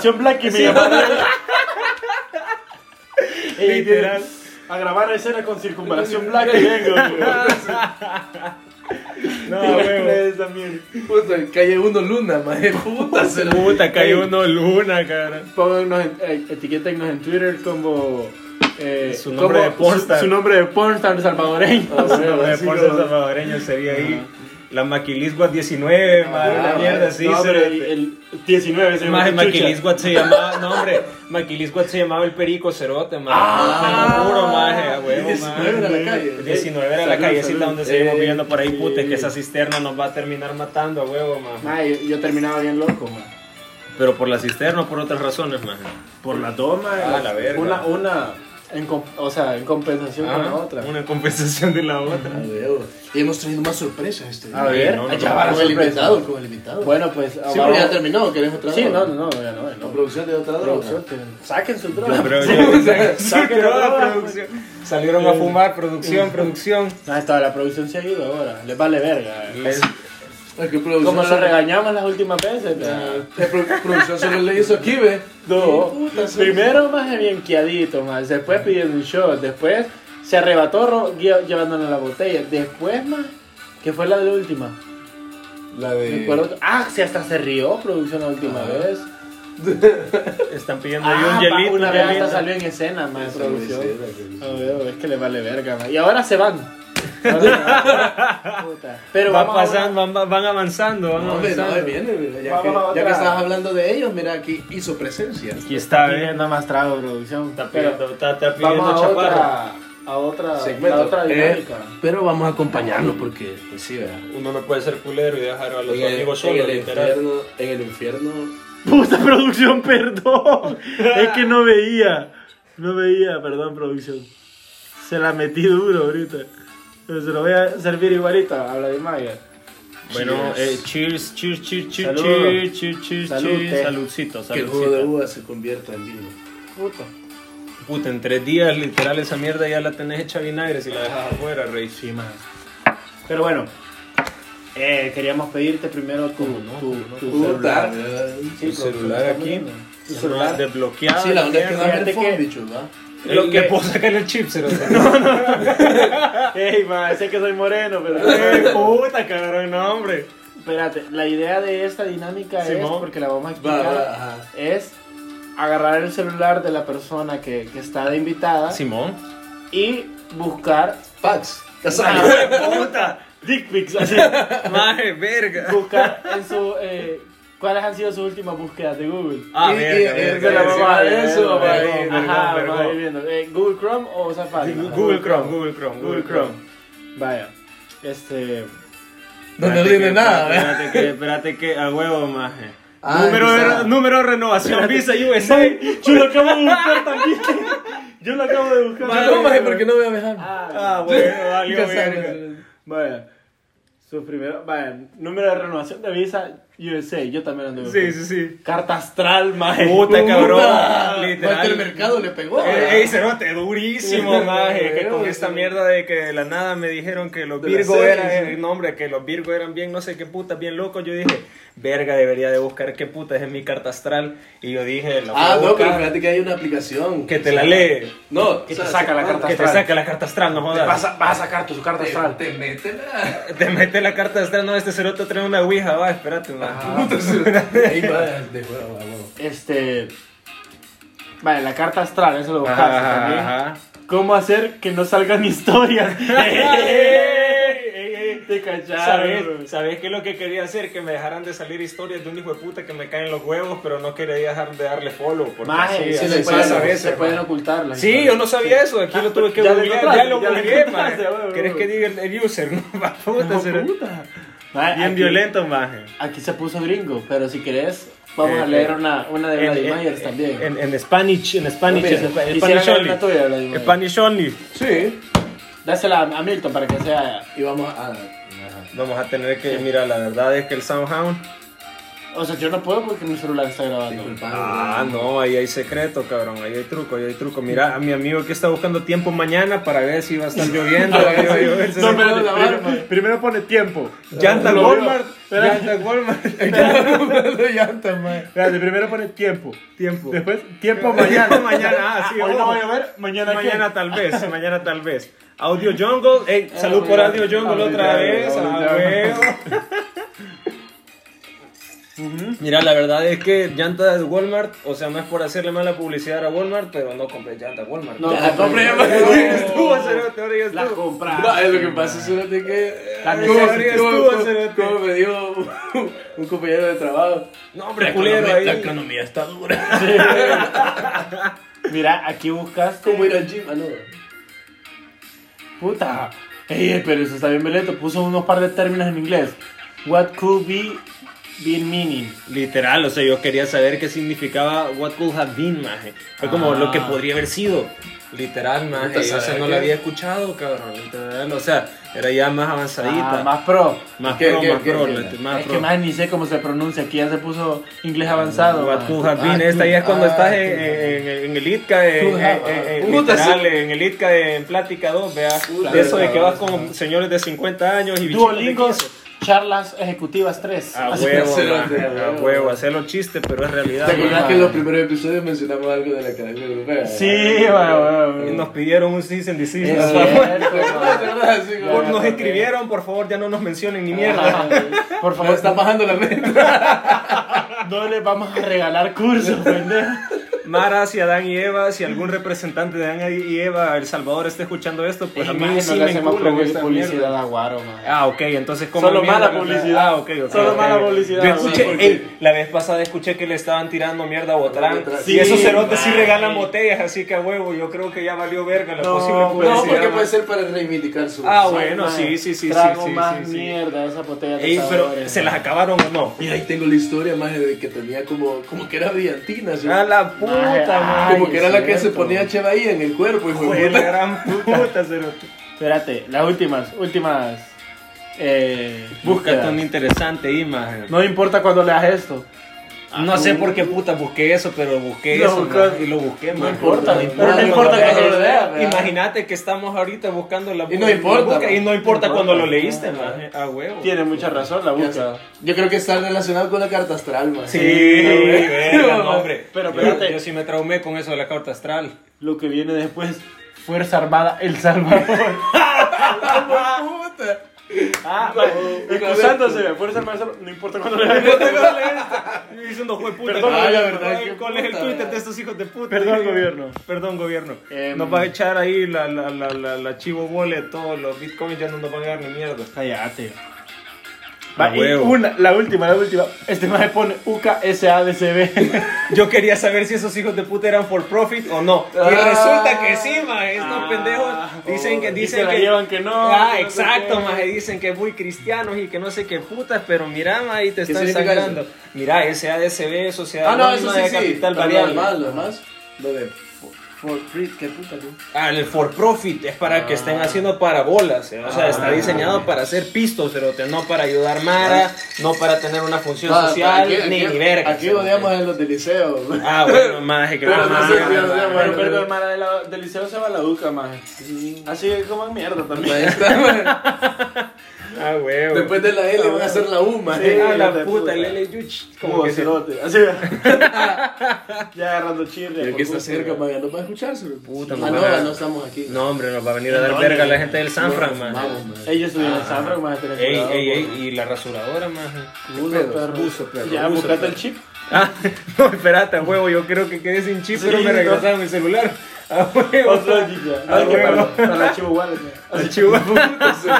[SPEAKER 1] Circunvalación Black y me
[SPEAKER 3] Sí.
[SPEAKER 1] llamaría. Ey,
[SPEAKER 3] Literal.
[SPEAKER 1] A grabar escena con Circunvalación Black y vengo, [LAUGHS] Ah,
[SPEAKER 3] No, a huevo.
[SPEAKER 1] también.
[SPEAKER 2] Puta, calle 1 Luna, madre. Puta, se lo-
[SPEAKER 3] Puta, cayó uno luna, cara.
[SPEAKER 1] Pónganos, en- eh, etiquétennos en Twitter como... eh,
[SPEAKER 3] Su nombre de pornstar.
[SPEAKER 1] Su, su nombre de pornstar salvadoreño.
[SPEAKER 2] Ah, bueno,
[SPEAKER 3] Los
[SPEAKER 2] así
[SPEAKER 3] deportes
[SPEAKER 2] como-
[SPEAKER 3] salvadoreños sería ahí. La Maquilisguat 19, madre, una
[SPEAKER 2] ah,
[SPEAKER 3] mierda así.
[SPEAKER 1] No, hombre,
[SPEAKER 3] cerote.
[SPEAKER 1] el 19 se
[SPEAKER 3] Más
[SPEAKER 1] llama
[SPEAKER 3] el Maquilisguat se llamaba, no hombre, Maquilisguat se llamaba el Perico Cerote, maje.
[SPEAKER 1] Ah.
[SPEAKER 3] Te lo juro, maje, a
[SPEAKER 1] [LAUGHS]
[SPEAKER 3] huevo,
[SPEAKER 2] 19
[SPEAKER 3] maje.
[SPEAKER 2] era la calle.
[SPEAKER 3] 19 era la
[SPEAKER 1] Salud,
[SPEAKER 3] callecita
[SPEAKER 1] salud.
[SPEAKER 3] donde seguimos
[SPEAKER 1] Eh,
[SPEAKER 3] viviendo por ahí,
[SPEAKER 1] sí.
[SPEAKER 3] pute, que esa cisterna nos va a terminar matando, a huevo, maje.
[SPEAKER 1] Ma, yo, yo terminaba bien loco, man.
[SPEAKER 3] Pero por la cisterna o por otras razones, maje.
[SPEAKER 1] Por la toma,
[SPEAKER 3] Ah, la verga. Ah.
[SPEAKER 1] una, una en com- o sea, en compensación con la
[SPEAKER 3] Ajá,
[SPEAKER 1] otra.
[SPEAKER 3] Una compensación de la otra.
[SPEAKER 2] A Ah, huevo. Y hemos traído más sorpresas este día.
[SPEAKER 1] A ver,
[SPEAKER 3] no, no,
[SPEAKER 1] allá
[SPEAKER 3] no,
[SPEAKER 1] va la
[SPEAKER 2] con el
[SPEAKER 1] sorpresa.
[SPEAKER 2] invitado, con el invitado.
[SPEAKER 1] Bueno, pues
[SPEAKER 2] sí,
[SPEAKER 1] vamos-
[SPEAKER 2] pero ya terminó, ¿querés otra
[SPEAKER 1] Sí, no,
[SPEAKER 2] droga?
[SPEAKER 1] no, no, ya no, ya no.
[SPEAKER 2] La producción de otra droga.
[SPEAKER 1] Producción, te- Saquen su droga.
[SPEAKER 3] Yo creo
[SPEAKER 1] Sí,
[SPEAKER 3] yo-
[SPEAKER 1] [LAUGHS] saquen su
[SPEAKER 3] Saquen
[SPEAKER 1] droga.
[SPEAKER 3] toda la producción. Eh, Salieron a fumar, producción, producción.
[SPEAKER 1] Ah, está, la producción se ha ido ahora. Les vale verga.
[SPEAKER 3] Les-
[SPEAKER 2] Ay, qué producción
[SPEAKER 1] Como lo
[SPEAKER 2] solo-
[SPEAKER 1] regañamos las últimas veces.
[SPEAKER 2] Ah,
[SPEAKER 1] pero-
[SPEAKER 2] qué pro- producción solo le hizo aquí, ve.
[SPEAKER 1] No.
[SPEAKER 2] Qué puta, son-
[SPEAKER 1] Primero más bien quiadito, más. Después pidiendo un shot. Después se arrebató ro- guía- llevándole la botella. Después más, que fue la de última.
[SPEAKER 2] La de.
[SPEAKER 1] Me acuerdo- Ah, sí, hasta se rió producción la última
[SPEAKER 2] Ajá.
[SPEAKER 1] vez.
[SPEAKER 3] Están pidiendo ahí
[SPEAKER 1] Ah,
[SPEAKER 3] un
[SPEAKER 1] pa,
[SPEAKER 3] hielito.
[SPEAKER 1] una
[SPEAKER 3] un
[SPEAKER 1] vez hasta
[SPEAKER 3] hielito.
[SPEAKER 1] salió en escena, más
[SPEAKER 2] Esa
[SPEAKER 1] producción.
[SPEAKER 2] escena, que-
[SPEAKER 1] Ah, veo, es que le vale verga, ma. Y ahora se van. Puta. Pero
[SPEAKER 3] Va
[SPEAKER 1] vamos a una-
[SPEAKER 3] pasando, van- van, van avanzando, van
[SPEAKER 2] No, hombre, no,
[SPEAKER 3] avanzando.
[SPEAKER 2] ahí viene, mira, ya, que,
[SPEAKER 1] Ah, Vamos a
[SPEAKER 2] ya
[SPEAKER 1] otra.
[SPEAKER 2] que estabas hablando de ellos, mira, aquí hizo presencia.
[SPEAKER 3] Aquí está,
[SPEAKER 1] Aquí
[SPEAKER 3] ¿eh?
[SPEAKER 1] nada más trago producción.
[SPEAKER 3] Está
[SPEAKER 1] Pero
[SPEAKER 3] pidiendo, está, está pidiendo
[SPEAKER 1] vamos a
[SPEAKER 3] chaparro.
[SPEAKER 1] otra, a otra,
[SPEAKER 2] Segmento.
[SPEAKER 1] Ah, la otra
[SPEAKER 2] Eh,
[SPEAKER 1] dinámica.
[SPEAKER 2] pero vamos a acompañarnos porque, pues sí, ¿verdad?
[SPEAKER 3] Uno no puede ser culero y dejar a los
[SPEAKER 2] En el,
[SPEAKER 3] amigos
[SPEAKER 2] en
[SPEAKER 3] solos,
[SPEAKER 2] el
[SPEAKER 3] literal.
[SPEAKER 2] infierno, en el infierno
[SPEAKER 1] Puta producción, perdón. es que no veía. No veía, perdón producción. Se la metí duro ahorita. Pero se lo voy a servir igualito a la de Maya.
[SPEAKER 3] Bueno, eh, cheers, cheers, cheers, cheers,
[SPEAKER 1] Salud.
[SPEAKER 3] cheers, cheers, cheers,
[SPEAKER 1] Salud,
[SPEAKER 3] cheers.
[SPEAKER 1] té.
[SPEAKER 3] Saludcito,
[SPEAKER 2] que el jugo de
[SPEAKER 3] saludcito.
[SPEAKER 2] uva se convierta en vino.
[SPEAKER 1] Puta.
[SPEAKER 3] Puta, en tres días, literal, esa mierda ya la tenés hecha vinagre si la dejas afuera, rey.
[SPEAKER 1] Sí, man. Pero bueno, eh, queríamos pedirte primero tu,
[SPEAKER 3] no?
[SPEAKER 1] tu,
[SPEAKER 3] ¿Cómo no?
[SPEAKER 1] tu celular.
[SPEAKER 2] Puta, ¿verdad?
[SPEAKER 1] Sí,
[SPEAKER 3] eh, Tu
[SPEAKER 1] producción,
[SPEAKER 3] celular
[SPEAKER 1] está
[SPEAKER 3] aquí.
[SPEAKER 1] viendo. Tu
[SPEAKER 3] Celular
[SPEAKER 1] celular.
[SPEAKER 3] desbloqueado.
[SPEAKER 2] Sí, la onda es que no abre
[SPEAKER 1] Fíjate
[SPEAKER 2] el phone,
[SPEAKER 1] que-
[SPEAKER 2] bicho, ¿verdad?
[SPEAKER 3] Lo que
[SPEAKER 1] Eh,
[SPEAKER 3] puedo sacar el chip, se
[SPEAKER 2] [LAUGHS]
[SPEAKER 3] [LAUGHS] lo saco.
[SPEAKER 1] Ah, Ey, man, sé que soy moreno,
[SPEAKER 3] Eh,
[SPEAKER 1] pero.
[SPEAKER 3] Puta, cabrón, no, hombre.
[SPEAKER 1] Espérate, la idea de esta dinámica es,
[SPEAKER 3] Simón.
[SPEAKER 1] porque la vamos a
[SPEAKER 2] Va,
[SPEAKER 1] explicar,
[SPEAKER 2] va, ajá.
[SPEAKER 1] es agarrar el celular de la persona que, que está de
[SPEAKER 2] ¿Ah?
[SPEAKER 1] invitada
[SPEAKER 3] Simón. [LAUGHS]
[SPEAKER 1] y buscar.
[SPEAKER 2] Pax, ya
[SPEAKER 1] Ah,
[SPEAKER 3] [LAUGHS]
[SPEAKER 2] sabes.
[SPEAKER 3] Puta.
[SPEAKER 1] Dick [LAUGHS] pics, así.
[SPEAKER 3] Maje, verga.
[SPEAKER 1] buscar en su. eh, ¿Cuáles han sido sus últimas búsquedas de Google?
[SPEAKER 3] Ah,
[SPEAKER 2] Y- y-
[SPEAKER 3] verga,
[SPEAKER 2] y-
[SPEAKER 3] verga.
[SPEAKER 2] se la
[SPEAKER 3] verga,
[SPEAKER 2] mamá de
[SPEAKER 3] verga,
[SPEAKER 2] eso,
[SPEAKER 3] verga,
[SPEAKER 2] va ahí,
[SPEAKER 3] verga,
[SPEAKER 1] Ajá,
[SPEAKER 3] verga.
[SPEAKER 1] va ahí viendo. Eh, ¿Google Chrome o Safari?
[SPEAKER 3] Google Chrome, Google Chrome,
[SPEAKER 1] Google Chrome. Vaya. Este.
[SPEAKER 2] No te
[SPEAKER 3] Espérate
[SPEAKER 2] rinde
[SPEAKER 3] que-
[SPEAKER 2] nada, ¿verdad?
[SPEAKER 3] Espérate que, espérate que, a huevo, maje.
[SPEAKER 2] Ah,
[SPEAKER 3] número,
[SPEAKER 2] quizá.
[SPEAKER 3] de, número de renovación, Visa USA.
[SPEAKER 1] Yo lo acabo de buscar también. Yo lo acabo de buscar.
[SPEAKER 2] Yo no, maje, porque no voy a dejar.
[SPEAKER 1] Ah,
[SPEAKER 3] Ah, bueno, valió
[SPEAKER 2] Ya
[SPEAKER 3] verga.
[SPEAKER 2] sabes.
[SPEAKER 1] vaya. Su primero. Vaya, número de renovación de visa USA. Yo también ando
[SPEAKER 3] Sí, sí, sí.
[SPEAKER 1] Carta astral, maje.
[SPEAKER 3] Puta,
[SPEAKER 2] Puta,
[SPEAKER 3] cabrón.
[SPEAKER 2] Walter
[SPEAKER 3] Literal.
[SPEAKER 2] Mercado le pegó. ¿verdad?
[SPEAKER 3] Eh, Ey, cerote, durísimo,
[SPEAKER 2] Sí,
[SPEAKER 3] maje. Que
[SPEAKER 2] güey,
[SPEAKER 3] con
[SPEAKER 2] güey.
[SPEAKER 3] esta mierda de que de la nada me dijeron que los
[SPEAKER 2] De la
[SPEAKER 3] Virgo
[SPEAKER 2] serie,
[SPEAKER 3] eran.
[SPEAKER 2] sí.
[SPEAKER 3] el nombre, que los Virgo eran bien, no sé qué putas, bien locos. Yo dije, verga, debería de buscar qué putas es mi carta astral. Y yo dije, la
[SPEAKER 2] Ah,
[SPEAKER 3] voy a
[SPEAKER 2] no,
[SPEAKER 3] buscar,
[SPEAKER 2] pero fíjate que hay una aplicación.
[SPEAKER 3] Que te la lee.
[SPEAKER 2] No,
[SPEAKER 1] Que te
[SPEAKER 2] o sea,
[SPEAKER 1] saca
[SPEAKER 2] [LAUGHS]
[SPEAKER 1] la carta
[SPEAKER 3] Que te
[SPEAKER 1] astral.
[SPEAKER 3] saca la carta astral, no jodas.
[SPEAKER 1] Vas a, vas a sacar tu su carta astral.
[SPEAKER 2] Te mete la.
[SPEAKER 3] Te mete la carta astral, no, este cerote trae una ouija, va, espérate,
[SPEAKER 1] [LAUGHS]
[SPEAKER 3] maje.
[SPEAKER 2] Ahí va, de huevo, a huevo.
[SPEAKER 1] Este. Vale, la carta astral, eso lo buscaste
[SPEAKER 3] Ajá,
[SPEAKER 1] también.
[SPEAKER 3] ajá.
[SPEAKER 1] ¿Cómo hacer que no salgan [LAUGHS]
[SPEAKER 3] [LAUGHS]
[SPEAKER 1] historias? Te cacharon.
[SPEAKER 3] ¿Sabes, ¿Sabes qué es lo que quería hacer? Que me dejaran de salir historias de un hijo de puta que me caen los huevos, pero no quería dejar de darle follow. Porque
[SPEAKER 1] Maje,
[SPEAKER 3] así-
[SPEAKER 1] se,
[SPEAKER 2] sí,
[SPEAKER 3] así
[SPEAKER 1] le
[SPEAKER 2] le
[SPEAKER 1] pueden,
[SPEAKER 3] pasa a
[SPEAKER 2] puede-
[SPEAKER 3] veces,
[SPEAKER 1] se pueden
[SPEAKER 3] maje.
[SPEAKER 1] ocultar las
[SPEAKER 3] Sí,
[SPEAKER 1] historias.
[SPEAKER 3] yo no sabía eso, aquí
[SPEAKER 1] [LAUGHS]
[SPEAKER 3] lo tuve que
[SPEAKER 1] Ya lo
[SPEAKER 3] googlear,
[SPEAKER 1] encontraste,
[SPEAKER 3] ya lo
[SPEAKER 1] ya lo
[SPEAKER 3] googleé,
[SPEAKER 1] encontraste,
[SPEAKER 3] maje.
[SPEAKER 1] huevo,
[SPEAKER 3] ¿Querés
[SPEAKER 1] huevo.
[SPEAKER 3] que diga el- el user? No, [LAUGHS] va, puta,
[SPEAKER 1] No,
[SPEAKER 3] será-
[SPEAKER 1] puta. Maje,
[SPEAKER 3] Bien
[SPEAKER 1] aquí-
[SPEAKER 3] violento, maje.
[SPEAKER 1] Aquí se puso gringo, pero si querés, vamos
[SPEAKER 3] Eh,
[SPEAKER 1] a leer
[SPEAKER 3] eh,
[SPEAKER 1] una, una de Vladi Myers también.
[SPEAKER 3] En, en Spanish, en Spanish,
[SPEAKER 1] Mira,
[SPEAKER 3] en spa- en
[SPEAKER 1] quisiera
[SPEAKER 3] Spanish
[SPEAKER 1] leer
[SPEAKER 3] only.
[SPEAKER 1] una tuya, Vladi Myers.
[SPEAKER 3] Spanish only.
[SPEAKER 2] Sí.
[SPEAKER 1] Dásela a a Milton para que sea.
[SPEAKER 2] Y vamos a. ajá.
[SPEAKER 3] Vamos a tener que, mira, la verdad es que el Soundhound.
[SPEAKER 1] O sea, yo no puedo porque mi celular está grabando.
[SPEAKER 2] Disculpa.
[SPEAKER 3] Ah, no, ahí hay secreto, cabrón, ahí hay truco, ahí hay truco. Mira, a mi amigo que está buscando tiempo mañana para ver si va
[SPEAKER 1] [LAUGHS]
[SPEAKER 3] a estar lloviendo. va a llover, se-
[SPEAKER 1] No,
[SPEAKER 2] puede
[SPEAKER 1] espérate,
[SPEAKER 2] grabar,
[SPEAKER 1] primero-
[SPEAKER 2] maje.
[SPEAKER 1] primero pone tiempo.
[SPEAKER 3] Llanta
[SPEAKER 1] Lo veo.
[SPEAKER 3] Walmart, llanta Walmart.
[SPEAKER 1] [LAUGHS]
[SPEAKER 3] [LAUGHS]
[SPEAKER 2] Llantas, man.
[SPEAKER 1] Espérate, primero pone tiempo.
[SPEAKER 3] Tiempo.
[SPEAKER 1] Después, tiempo
[SPEAKER 3] Mañana,
[SPEAKER 1] mañana.
[SPEAKER 3] mañana, ah, sí,
[SPEAKER 1] Hoy no
[SPEAKER 3] ojo.
[SPEAKER 1] voy a ver, mañana qué.
[SPEAKER 3] Mañana tal [LAUGHS] vez, mañana tal vez. Audio Jungle, ey, salud por
[SPEAKER 1] mira,
[SPEAKER 3] Ah, Audio Jungle
[SPEAKER 1] Audio
[SPEAKER 3] otra
[SPEAKER 1] Jungle,
[SPEAKER 3] vez, ah,
[SPEAKER 1] Audio
[SPEAKER 3] a
[SPEAKER 1] Jungle.
[SPEAKER 3] huevo. [LAUGHS] Ujú. Mira, la verdad es que llantas Walmart, o sea, no es por hacerle mala publicidad a Walmart, pero no compré llantas Walmart.
[SPEAKER 1] No,
[SPEAKER 2] Ya, compré,
[SPEAKER 1] no,
[SPEAKER 2] man.
[SPEAKER 1] no.
[SPEAKER 3] [LAUGHS] Estuvo, cerote, ahora ya
[SPEAKER 1] La
[SPEAKER 3] estuvo.
[SPEAKER 1] compraste.
[SPEAKER 2] No, es lo que pasa es cerote, que.
[SPEAKER 1] La
[SPEAKER 2] ¿Cómo-
[SPEAKER 3] necesidad
[SPEAKER 2] cómo-
[SPEAKER 3] estuvo,
[SPEAKER 2] cómo-
[SPEAKER 3] cerote.
[SPEAKER 2] cómo me dijo un, un compañero de trabajo?
[SPEAKER 3] No, hombre, culero
[SPEAKER 2] la
[SPEAKER 3] ahí.
[SPEAKER 2] economía está dura.
[SPEAKER 1] Mira, aquí buscaste.
[SPEAKER 2] ¿Cómo ir al gym? Ah, no.
[SPEAKER 1] Puta. Ey, pero eso está bien violento. Puso unos par de términos en inglés. What could be been meaning.
[SPEAKER 3] Literal, o sea, yo quería saber qué significaba what could have been, maje. Fue como
[SPEAKER 1] Ah.
[SPEAKER 3] lo que podría haber sido. Literal, maje.
[SPEAKER 2] Puta,
[SPEAKER 3] o sea,
[SPEAKER 2] ¿sabes
[SPEAKER 3] no
[SPEAKER 2] qué?
[SPEAKER 3] lo había escuchado, cabrón. Literal, o sea, era ya más avanzadita.
[SPEAKER 1] Ah,
[SPEAKER 3] más,
[SPEAKER 1] más pro.
[SPEAKER 2] ¿Qué,
[SPEAKER 3] pro,
[SPEAKER 2] qué,
[SPEAKER 3] más
[SPEAKER 2] qué,
[SPEAKER 3] pro.
[SPEAKER 2] qué?
[SPEAKER 3] lite- más
[SPEAKER 1] es
[SPEAKER 3] pro.
[SPEAKER 1] que más ni sé cómo se pronuncia. Aquí ya se puso inglés avanzado.
[SPEAKER 3] What
[SPEAKER 1] man.
[SPEAKER 3] could have been.
[SPEAKER 2] Ah,
[SPEAKER 3] Esta ya es cuando
[SPEAKER 2] ah,
[SPEAKER 3] estás en,
[SPEAKER 2] could have.
[SPEAKER 3] en- en- en el ITCA, en,
[SPEAKER 2] Could have,
[SPEAKER 3] en- en-
[SPEAKER 2] ah. Puta,
[SPEAKER 3] literal,
[SPEAKER 2] sí.
[SPEAKER 3] en el ITCA de- en Plática 2, vea.
[SPEAKER 2] Puta,
[SPEAKER 3] de eso de
[SPEAKER 2] sí.
[SPEAKER 3] que vas con señores de 50 años y bichitos de
[SPEAKER 1] Duolingo,
[SPEAKER 3] 15.
[SPEAKER 1] charlas ejecutivas 3.
[SPEAKER 3] A
[SPEAKER 1] Así
[SPEAKER 3] huevo,
[SPEAKER 2] hacerlo,
[SPEAKER 3] maje,
[SPEAKER 2] a
[SPEAKER 3] a
[SPEAKER 2] huevo.
[SPEAKER 3] huevo, hacer los chistes, pero es realidad.
[SPEAKER 2] ¿Te
[SPEAKER 3] maje.
[SPEAKER 2] acuerdas que en los primeros episodios mencionamos algo de la academia europea? Eh,
[SPEAKER 1] Sí, va, va, va.
[SPEAKER 3] Y nos pidieron un cease and desist.
[SPEAKER 1] Es
[SPEAKER 3] Por favor.
[SPEAKER 1] cierto,
[SPEAKER 2] ¿Te
[SPEAKER 1] man.
[SPEAKER 2] acuerdas? Así como-
[SPEAKER 3] [LAUGHS] Por-
[SPEAKER 1] eh,
[SPEAKER 3] nos escribieron, por favor, ya no nos mencionen ni mierda.
[SPEAKER 1] Ah, Por
[SPEAKER 2] Nos
[SPEAKER 1] favor,
[SPEAKER 2] está bajando la renta.
[SPEAKER 1] no les vamos a regalar cursos, pendejo.
[SPEAKER 3] Mara, si Adán y Eva, si algún representante de Adán y Eva El Salvador está escuchando esto, pues a mí sí
[SPEAKER 1] le
[SPEAKER 3] me
[SPEAKER 1] hacemos
[SPEAKER 3] encula
[SPEAKER 1] public-
[SPEAKER 3] esta
[SPEAKER 1] publicidad
[SPEAKER 3] mierda.
[SPEAKER 1] a Guaro, man.
[SPEAKER 3] Ah, ok, entonces como
[SPEAKER 1] Solo mala publicidad.
[SPEAKER 3] Ah, ok, ok,
[SPEAKER 1] Solo
[SPEAKER 3] ok.
[SPEAKER 1] mala publicidad,
[SPEAKER 3] Yo
[SPEAKER 1] sí,
[SPEAKER 3] escuché,
[SPEAKER 2] porque-
[SPEAKER 3] ey, la vez pasada escuché que le estaban tirando mierda a Botrán.
[SPEAKER 2] Sí,
[SPEAKER 3] y esos cerotes sí
[SPEAKER 1] man.
[SPEAKER 3] regalan botellas, así que a huevo, yo creo que ya valió verga la
[SPEAKER 1] No,
[SPEAKER 3] posible
[SPEAKER 1] no,
[SPEAKER 3] publicidad.
[SPEAKER 2] No, porque
[SPEAKER 3] man.
[SPEAKER 2] puede ser para reivindicar su.
[SPEAKER 3] Ah,
[SPEAKER 2] su-
[SPEAKER 3] bueno,
[SPEAKER 1] Man,
[SPEAKER 3] sí, sí, sí,
[SPEAKER 1] Trago
[SPEAKER 3] sí, sí,
[SPEAKER 1] más
[SPEAKER 3] sí, sí.
[SPEAKER 1] mierda esa botella de
[SPEAKER 3] Ey, pero
[SPEAKER 1] sabores,
[SPEAKER 3] se
[SPEAKER 1] man.
[SPEAKER 3] las acabaron o no.
[SPEAKER 2] Y ahí tengo la historia más de que tenía como, como que era brillantina, ¿sí?
[SPEAKER 3] A la puta,
[SPEAKER 1] Ah,
[SPEAKER 3] man.
[SPEAKER 2] como
[SPEAKER 1] ay,
[SPEAKER 2] que
[SPEAKER 1] es
[SPEAKER 2] era la que se
[SPEAKER 1] cierto.
[SPEAKER 2] ponía Cheva ahí en el cuerpo, hijo de
[SPEAKER 3] Fue la
[SPEAKER 2] puta.
[SPEAKER 3] gran puta, cerote.
[SPEAKER 1] Espérate, las últimas, últimas. Eh,
[SPEAKER 3] Búscate
[SPEAKER 1] búsquedas.
[SPEAKER 3] una interesante imagen.
[SPEAKER 1] No importa cuando leas esto.
[SPEAKER 3] No sé por qué puta busqué eso, pero busqué
[SPEAKER 1] Lo
[SPEAKER 3] eso
[SPEAKER 1] buscas.
[SPEAKER 3] man, y lo busqué, man.
[SPEAKER 2] importa,
[SPEAKER 3] Puta,
[SPEAKER 2] no importa,
[SPEAKER 1] no importa
[SPEAKER 3] veas
[SPEAKER 1] cuando lo
[SPEAKER 3] eso.
[SPEAKER 2] veas, ¿verdad?
[SPEAKER 3] Imagínate que estamos ahorita buscando la
[SPEAKER 2] Y no importa,
[SPEAKER 3] la busca,
[SPEAKER 2] man.
[SPEAKER 3] Y no importa
[SPEAKER 1] No
[SPEAKER 3] cuando lo
[SPEAKER 1] importa.
[SPEAKER 3] leíste,
[SPEAKER 1] Ah,
[SPEAKER 3] man. A huevo.
[SPEAKER 1] Tiene mucha razón la búsqueda.
[SPEAKER 2] Yo creo que está relacionado con la carta astral, man.
[SPEAKER 3] Sí,
[SPEAKER 1] Sí,
[SPEAKER 3] verga, no,
[SPEAKER 1] man.
[SPEAKER 3] hombre.
[SPEAKER 1] Pero
[SPEAKER 3] Yo-
[SPEAKER 1] espérate.
[SPEAKER 3] Yo sí me traumé con eso de la carta astral.
[SPEAKER 1] Lo que viene después, Fuerza Armada El Salvador.
[SPEAKER 2] [LAUGHS] puta.
[SPEAKER 1] [LAUGHS] Ah, excusándose, Fuerza Armada El Salvador. No importa cuando leas esto.
[SPEAKER 3] Yo diciendo, "Jue puta,
[SPEAKER 1] Perdón,
[SPEAKER 3] ¿cuál-
[SPEAKER 1] Ah, la
[SPEAKER 2] verdad,
[SPEAKER 3] cuál-
[SPEAKER 2] qué
[SPEAKER 3] ¿Cuál es el
[SPEAKER 2] puta,
[SPEAKER 3] Twitter
[SPEAKER 2] verdad.
[SPEAKER 3] de estos hijos de puta?
[SPEAKER 1] Perdón,
[SPEAKER 3] Digo,
[SPEAKER 1] gobierno.
[SPEAKER 3] Perdón, gobierno.
[SPEAKER 1] Em.
[SPEAKER 3] nos va a echar ahí la, la, la, la, la chivo wallet, todos los bitcoins ya no nos van a dar ni mierda.
[SPEAKER 1] [LAUGHS] Cállate.
[SPEAKER 3] A
[SPEAKER 1] Va, y
[SPEAKER 3] huevo.
[SPEAKER 1] una, la última, la última. Este más pone UKSADCB.
[SPEAKER 3] Yo quería saber si esos hijos de puta eran for profit o no. Y
[SPEAKER 2] Ah.
[SPEAKER 3] resulta que sí, maje. Estos
[SPEAKER 1] Ah.
[SPEAKER 3] pendejos dicen que
[SPEAKER 1] Y
[SPEAKER 3] dicen
[SPEAKER 1] se la
[SPEAKER 3] que
[SPEAKER 1] llevan que no,
[SPEAKER 3] Ah,
[SPEAKER 1] que no sé
[SPEAKER 3] exacto,
[SPEAKER 1] qué.
[SPEAKER 3] maje. Dicen que muy cristianos y que no sé qué putas, pero mira, maje, te
[SPEAKER 2] ¿Qué
[SPEAKER 3] están
[SPEAKER 2] significa
[SPEAKER 3] sacando. Mira, SADCB, Sociedad
[SPEAKER 2] Ah, no, eso
[SPEAKER 3] Anónima
[SPEAKER 2] sí,
[SPEAKER 3] de
[SPEAKER 2] sí.
[SPEAKER 3] Capital
[SPEAKER 2] pero
[SPEAKER 3] Variable.
[SPEAKER 2] Lo demás, lo demás, lo de for- For free, qué puta, tú.
[SPEAKER 3] Ah, el for profit es para que
[SPEAKER 2] Ah.
[SPEAKER 3] estén haciendo parabolas. eh, O sea, está diseñado para hacer pistos, pero no para ayudar Mara, no para tener una función
[SPEAKER 2] Ah,
[SPEAKER 3] social,
[SPEAKER 2] aquí-
[SPEAKER 3] ni,
[SPEAKER 2] aquí-
[SPEAKER 3] ni verga.
[SPEAKER 2] Aquí
[SPEAKER 3] cerote.
[SPEAKER 2] odiamos a los del liceo.
[SPEAKER 3] [LAUGHS] Ah, bueno, maje, que
[SPEAKER 2] Pero
[SPEAKER 3] la
[SPEAKER 2] no
[SPEAKER 3] madre,
[SPEAKER 2] sé si
[SPEAKER 3] maje.
[SPEAKER 2] odiamos a
[SPEAKER 1] Pero,
[SPEAKER 2] los del-
[SPEAKER 1] perdón, hermana, de la- del liceo se va a la UCA, más. Así que coman mierda
[SPEAKER 2] [LAUGHS] Ahí
[SPEAKER 1] también.
[SPEAKER 2] está, man.
[SPEAKER 3] Ah, huevo.
[SPEAKER 2] Después de la L van a hacer la U, man.
[SPEAKER 1] Sí.
[SPEAKER 3] Ah,
[SPEAKER 1] de
[SPEAKER 3] la puta,
[SPEAKER 1] puta.
[SPEAKER 3] el LLUch.
[SPEAKER 1] Como
[SPEAKER 3] Como que se
[SPEAKER 1] cerote. Así va. [LAUGHS] Ya agarrando chirre.
[SPEAKER 2] El
[SPEAKER 1] por
[SPEAKER 2] que está
[SPEAKER 1] gusto,
[SPEAKER 2] cerca,
[SPEAKER 1] güey.
[SPEAKER 2] man, nos va a escuchar, solo.
[SPEAKER 3] Puta,
[SPEAKER 2] Ah,
[SPEAKER 3] man.
[SPEAKER 2] no, man, no estamos aquí.
[SPEAKER 3] No, hombre, nos va a venir a dar
[SPEAKER 1] No,
[SPEAKER 3] verga
[SPEAKER 1] no,
[SPEAKER 3] la
[SPEAKER 1] no.
[SPEAKER 3] gente del Sanfran,
[SPEAKER 2] No,
[SPEAKER 3] maje.
[SPEAKER 2] vamos, man.
[SPEAKER 1] Ellos estuvieron en San Francisco, más tener
[SPEAKER 3] Ah. Ey,
[SPEAKER 1] cuidado,
[SPEAKER 3] ey,
[SPEAKER 1] güey.
[SPEAKER 3] ey, y la rasuradora, maje.
[SPEAKER 1] Buzo, perro.
[SPEAKER 3] Buzo, perro,
[SPEAKER 1] Ya,
[SPEAKER 3] buzo,
[SPEAKER 1] buscate
[SPEAKER 3] perro.
[SPEAKER 1] el chip.
[SPEAKER 3] Ah, [LAUGHS] no, espérate, a huevo, yo creo que quedé sin chip,
[SPEAKER 1] Sí,
[SPEAKER 3] pero me
[SPEAKER 1] no.
[SPEAKER 3] regresaron el celular. A huevo.
[SPEAKER 1] Otro chip ya.
[SPEAKER 3] A
[SPEAKER 1] Hay que
[SPEAKER 3] huevo.
[SPEAKER 1] para- Para la chivo wallet, güey.
[SPEAKER 3] Al chihuahua. [LAUGHS]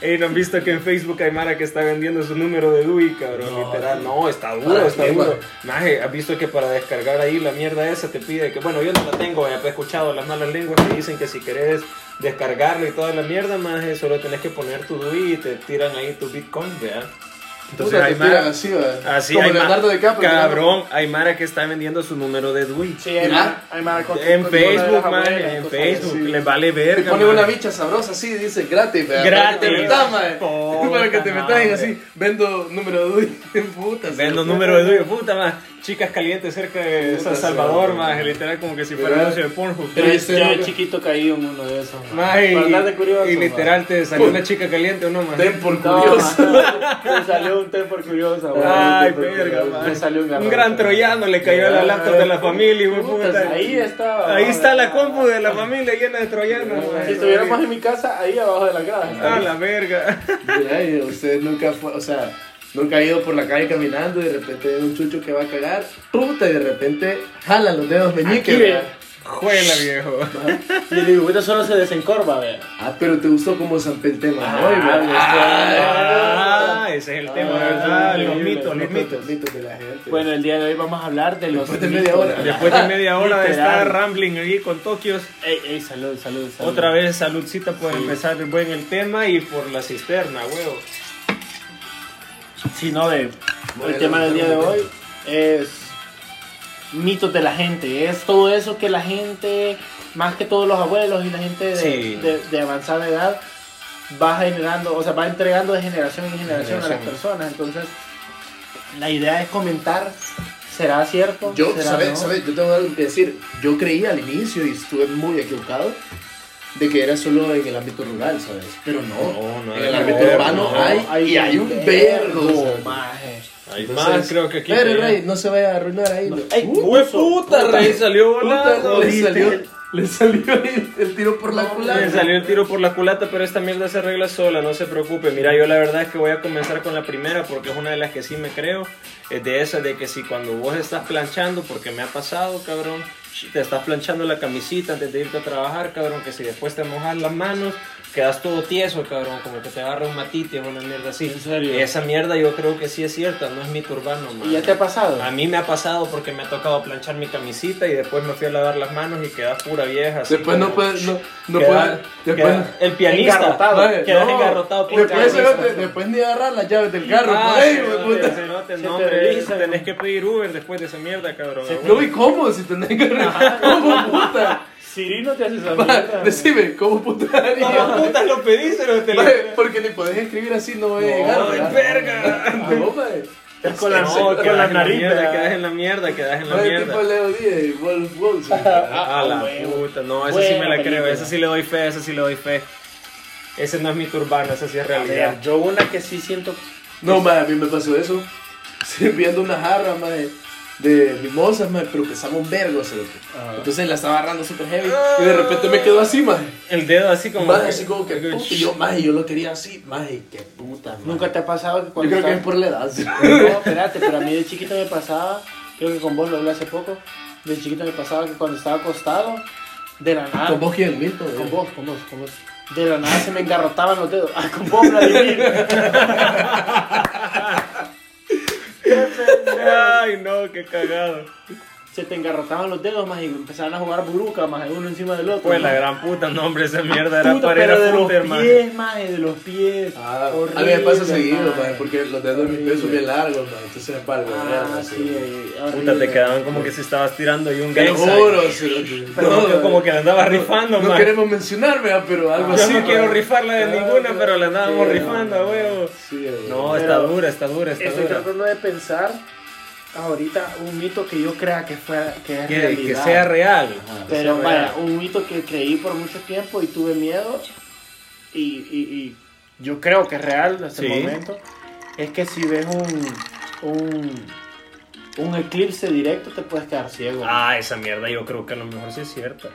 [SPEAKER 3] Ey, ¿no han visto que en Facebook hay Mara que está vendiendo su número de DUI, cabrón? literal, no, está duro,
[SPEAKER 2] Para
[SPEAKER 3] está
[SPEAKER 2] qué,
[SPEAKER 3] duro.
[SPEAKER 2] man.
[SPEAKER 3] Maje, ¿has visto que para descargar ahí la mierda esa te pide que, bueno, yo no la tengo, eh, pero he escuchado las malas lenguas que dicen que si querés descargarlo y toda la mierda, maje, solo tenés que poner tu DUI y te tiran ahí tu Bitcoin, ¿verdad?
[SPEAKER 2] Puta, te tiran así, man.
[SPEAKER 3] Así
[SPEAKER 2] Como
[SPEAKER 3] hay ma-
[SPEAKER 2] Leonardo DiCaprio.
[SPEAKER 3] Cabrón, hay Mara que está vendiendo su número de DUI.
[SPEAKER 1] Sí, hay
[SPEAKER 2] Mira.
[SPEAKER 1] Mara- hay Mara con-
[SPEAKER 3] En
[SPEAKER 1] con
[SPEAKER 3] Facebook,
[SPEAKER 1] con-
[SPEAKER 3] man,
[SPEAKER 1] con-
[SPEAKER 3] en
[SPEAKER 1] con-
[SPEAKER 3] Facebook,
[SPEAKER 1] sí.
[SPEAKER 3] les vale
[SPEAKER 2] Te
[SPEAKER 3] verga.
[SPEAKER 2] pone
[SPEAKER 3] man.
[SPEAKER 2] una bicha sabrosa así, dice gratis, man. Para que
[SPEAKER 3] Gratis.
[SPEAKER 2] te metas, man.
[SPEAKER 3] Puta
[SPEAKER 2] Para que te metas y
[SPEAKER 3] madre.
[SPEAKER 2] así, vendo número de Dui. Puta,
[SPEAKER 3] Vendo
[SPEAKER 2] sí.
[SPEAKER 3] número de DUI, puta más. Chicas calientes cerca de
[SPEAKER 2] Puta
[SPEAKER 3] San Salvador,
[SPEAKER 2] sea,
[SPEAKER 3] más. Literal, como que si fuera un
[SPEAKER 2] ¿Verdad?
[SPEAKER 3] anuncio de Pornhub.
[SPEAKER 1] Yo
[SPEAKER 2] Pero-
[SPEAKER 1] yo de chiquito caí en uno de esos. man.
[SPEAKER 3] Maje,
[SPEAKER 1] Para andar de curioso,
[SPEAKER 3] y, y
[SPEAKER 1] man.
[SPEAKER 3] literal te salió una chica caliente o no, más.
[SPEAKER 2] Ten por
[SPEAKER 1] No,
[SPEAKER 2] curioso.
[SPEAKER 1] man, no, me salió un té por
[SPEAKER 3] [LAUGHS]
[SPEAKER 1] curioso, güey.
[SPEAKER 3] Ay,
[SPEAKER 1] Un té por
[SPEAKER 3] verga,
[SPEAKER 1] curioso.
[SPEAKER 3] man.
[SPEAKER 1] Me salió un,
[SPEAKER 3] Un
[SPEAKER 1] garrote.
[SPEAKER 3] gran troyano le cayó a la laptop de la familia, hijo de puta.
[SPEAKER 1] Ahí estaba.
[SPEAKER 3] Ahí
[SPEAKER 1] man.
[SPEAKER 3] está la compu de la familia llena de troyanos,
[SPEAKER 1] Si
[SPEAKER 3] maje.
[SPEAKER 1] estuviéramos en mi casa, ahí abajo de la grada.
[SPEAKER 3] A la verga. [LAUGHS]
[SPEAKER 2] Ay, usted nunca fue, o sea, nunca ha ido por la calle caminando y de repente hay un chucho que va a cagar, puta, y de repente jala los dedos meñique,
[SPEAKER 1] Aquí, ve.
[SPEAKER 2] ¿verdad?
[SPEAKER 3] Juela, viejo.
[SPEAKER 1] Y el dibujito solo se desencorva, vea.
[SPEAKER 2] Ah, pero te gustó como zampé el tema, ¿no?
[SPEAKER 1] Ah,
[SPEAKER 2] Y, ¿verdad?
[SPEAKER 1] listo.
[SPEAKER 3] Ah, ese es el tema, ¿verdad? Los
[SPEAKER 1] increíble,
[SPEAKER 3] mitos, los
[SPEAKER 2] los
[SPEAKER 3] mitos.
[SPEAKER 2] mitos, mitos de la gente.
[SPEAKER 1] Bueno, el día de hoy vamos a hablar de los.
[SPEAKER 2] Después de
[SPEAKER 1] mitos.
[SPEAKER 2] media hora.
[SPEAKER 3] Después de media hora de
[SPEAKER 1] Literal.
[SPEAKER 3] estar rambling ahí con Tokios.
[SPEAKER 1] Ey, ey, salud, salud, salud.
[SPEAKER 3] Otra vez, saludcita por empezar buen el tema y por la cisterna, huevo.
[SPEAKER 1] Sí, no, de, el tema del día de hoy es mitos de la gente. Es todo eso que la gente, más que todos los abuelos y la gente de,
[SPEAKER 3] Sí.
[SPEAKER 1] de- de avanzada edad, va generando, o sea, va entregando de generación en generación, a las
[SPEAKER 3] Generación.
[SPEAKER 1] personas. Entonces, la idea es comentar, ¿será cierto?
[SPEAKER 2] Yo,
[SPEAKER 1] ¿Será
[SPEAKER 2] ¿sabes?
[SPEAKER 1] no?
[SPEAKER 2] ¿sabes? Yo tengo algo que decir. Yo creía al inicio y estuve muy equivocado de que era solo en el ámbito rural, ¿sabes? Pero no.
[SPEAKER 3] No, no
[SPEAKER 2] en
[SPEAKER 3] hay
[SPEAKER 2] el ámbito
[SPEAKER 3] vergo,
[SPEAKER 2] urbano
[SPEAKER 3] no.
[SPEAKER 2] hay, y hay un vergo. ¿sabes?
[SPEAKER 1] maje.
[SPEAKER 3] Hay
[SPEAKER 2] Entonces,
[SPEAKER 3] más, creo que aquí.
[SPEAKER 2] Pero,
[SPEAKER 3] también.
[SPEAKER 2] Rey, no se vaya a arruinar ahí.
[SPEAKER 1] Ey,
[SPEAKER 2] Puta,
[SPEAKER 1] hueputa,
[SPEAKER 3] Rey, salió
[SPEAKER 2] puta,
[SPEAKER 3] volando.
[SPEAKER 2] Rey, salió. Le salió el, el tiro por la culata.
[SPEAKER 3] Le salió el tiro por la culata, pero esta mierda se arregla sola, no se preocupe. Mira, yo la verdad es que voy a comenzar con la primera porque es una de las que sí me creo. Es de esa de que si cuando vos estás planchando, porque me ha pasado, cabrón, te estás planchando la camisita antes de irte a trabajar, cabrón, que si después te mojas las manos, quedas todo tieso, cabrón, como que te agarra un matite o una mierda así.
[SPEAKER 1] ¿En serio?
[SPEAKER 3] Esa mierda yo creo que sí es cierta, no es mi turbano, man.
[SPEAKER 1] ¿Y ya te ha pasado?
[SPEAKER 3] A mí me ha pasado porque me ha tocado planchar mi camisita y después me fui a lavar las manos y quedas pura vieja. así
[SPEAKER 2] Después no
[SPEAKER 3] como-
[SPEAKER 2] puedes. No, no
[SPEAKER 3] Queda-
[SPEAKER 2] puedes. Después.
[SPEAKER 3] queda- el pianista
[SPEAKER 1] Engarrotado.
[SPEAKER 2] Vaya,
[SPEAKER 3] quedas
[SPEAKER 2] no,
[SPEAKER 3] engarrotado por
[SPEAKER 2] después,
[SPEAKER 3] camisa.
[SPEAKER 2] cerote, después ni agarrar las llaves del carro.
[SPEAKER 3] Ah,
[SPEAKER 2] por ahí,
[SPEAKER 3] cerote,
[SPEAKER 2] hijo de puta.
[SPEAKER 3] cerote,
[SPEAKER 1] Se
[SPEAKER 3] no,
[SPEAKER 1] te
[SPEAKER 3] hombre,
[SPEAKER 1] desliza,
[SPEAKER 3] tenés que pedir Uber después de esa mierda, cabrón.
[SPEAKER 1] Se-
[SPEAKER 3] Ah, bueno.
[SPEAKER 2] No, ¿y cómo? Si tenés que agarrar. ¿Cómo, puta?
[SPEAKER 1] Cirino te hace
[SPEAKER 2] [LAUGHS]
[SPEAKER 1] esa
[SPEAKER 2] Va,
[SPEAKER 1] mierda.
[SPEAKER 2] decime, ¿cómo puta haría?
[SPEAKER 3] ¿Cómo putas lo pedí, cerote?
[SPEAKER 2] Va,
[SPEAKER 3] Le-
[SPEAKER 2] Porque ni podés escribir así, no voy a llegar.
[SPEAKER 3] No,
[SPEAKER 2] ¿verdad?
[SPEAKER 3] verga.
[SPEAKER 2] Ah, no, va.
[SPEAKER 1] Es con la,
[SPEAKER 3] No,
[SPEAKER 1] con
[SPEAKER 3] quedas
[SPEAKER 1] la
[SPEAKER 3] en la
[SPEAKER 1] nariz.
[SPEAKER 3] mierda,
[SPEAKER 1] ¿verdad?
[SPEAKER 3] quedas en la mierda, quedas en la
[SPEAKER 2] Va, el tipo
[SPEAKER 3] mierda.
[SPEAKER 2] Leo Díaz y Wolf Wolf.
[SPEAKER 3] A la
[SPEAKER 1] Huevo.
[SPEAKER 3] puta, no, esa
[SPEAKER 1] Buena
[SPEAKER 3] sí me la creo,
[SPEAKER 1] película.
[SPEAKER 3] esa sí le doy fe, esa sí le doy fe. Ese no es mi turbano, esa sí es
[SPEAKER 1] A ver,
[SPEAKER 3] realidad.
[SPEAKER 1] yo una que sí siento.
[SPEAKER 2] No, madre, a mí me pasó eso. Sirviendo una jarra, madre, de mimosas, madre, pero que estaba un vergo, cerote.
[SPEAKER 3] Ah.
[SPEAKER 2] Entonces la estaba agarrando super heavy y de repente me quedó así, madre.
[SPEAKER 3] El dedo así como.
[SPEAKER 2] Madre, así como que puta, y yo, madre, yo lo quería así, madre, qué puta, madre.
[SPEAKER 1] Nunca te ha pasado que
[SPEAKER 2] Yo
[SPEAKER 1] cuando.
[SPEAKER 2] creo que es
[SPEAKER 1] estás-
[SPEAKER 2] por la edad, sí.
[SPEAKER 1] No, espérate, pero a mí de chiquito me pasaba. Creo que con vos lo hablé hace poco. De chiquito me pasaba que cuando estaba acostado, de la
[SPEAKER 3] Ah.
[SPEAKER 1] nada.
[SPEAKER 2] ¿Con vos quién, Milton?
[SPEAKER 1] Con vos, con vos, con vos. De la nada se me engarrotaban los dedos. [LAUGHS] Ah, con vos, Vladimir.
[SPEAKER 3] Ay, no, qué cagado.
[SPEAKER 1] se te engarrotaban los dedos más y empezaban a jugar buruca más uno encima del otro.
[SPEAKER 3] Pues la
[SPEAKER 1] maje.
[SPEAKER 3] gran puta, no, hombre, esa mierda era
[SPEAKER 1] Puta,
[SPEAKER 3] para ir
[SPEAKER 1] pero
[SPEAKER 3] a
[SPEAKER 1] de los
[SPEAKER 3] fútbol, hermano.
[SPEAKER 1] pies, más de los pies.
[SPEAKER 2] Ah, a mí
[SPEAKER 1] Horrible,
[SPEAKER 2] me pasa seguido,
[SPEAKER 1] maje.
[SPEAKER 2] madre, porque los dedos de mis pies son bien largos, madre, entonces me palgo,
[SPEAKER 1] Ah, sí,
[SPEAKER 3] Puta, te
[SPEAKER 1] horrible.
[SPEAKER 3] quedaban como que si estabas tirando y un
[SPEAKER 2] Te
[SPEAKER 3] gay.
[SPEAKER 2] lo juro, cerote.
[SPEAKER 3] Pero
[SPEAKER 2] No,
[SPEAKER 3] yo como que la andaba rifando,
[SPEAKER 2] no
[SPEAKER 3] man.
[SPEAKER 2] queremos mencionar, ¿verdad? pero algo
[SPEAKER 3] Yo
[SPEAKER 2] así.
[SPEAKER 3] no quiero
[SPEAKER 2] madre.
[SPEAKER 3] rifarla de ninguna, pero la andábamos
[SPEAKER 2] Sí,
[SPEAKER 3] rifando, a huevo.
[SPEAKER 2] Sí, eh.
[SPEAKER 3] No,
[SPEAKER 1] Pero-
[SPEAKER 3] está dura, está dura, está
[SPEAKER 1] Estoy
[SPEAKER 3] dura.
[SPEAKER 1] tratando de pensar ahorita un mito que yo crea que fuera que es
[SPEAKER 3] Que,
[SPEAKER 1] realidad.
[SPEAKER 3] que sea real. que sea
[SPEAKER 1] Pero vaya,
[SPEAKER 3] real.
[SPEAKER 1] un mito que creí por mucho tiempo y tuve miedo y, y- y yo creo que es real en este
[SPEAKER 3] Sí.
[SPEAKER 1] momento es que si ves un, un un eclipse directo te puedes quedar ciego.
[SPEAKER 3] Ah, esa mierda yo creo que a lo mejor sí es cierta.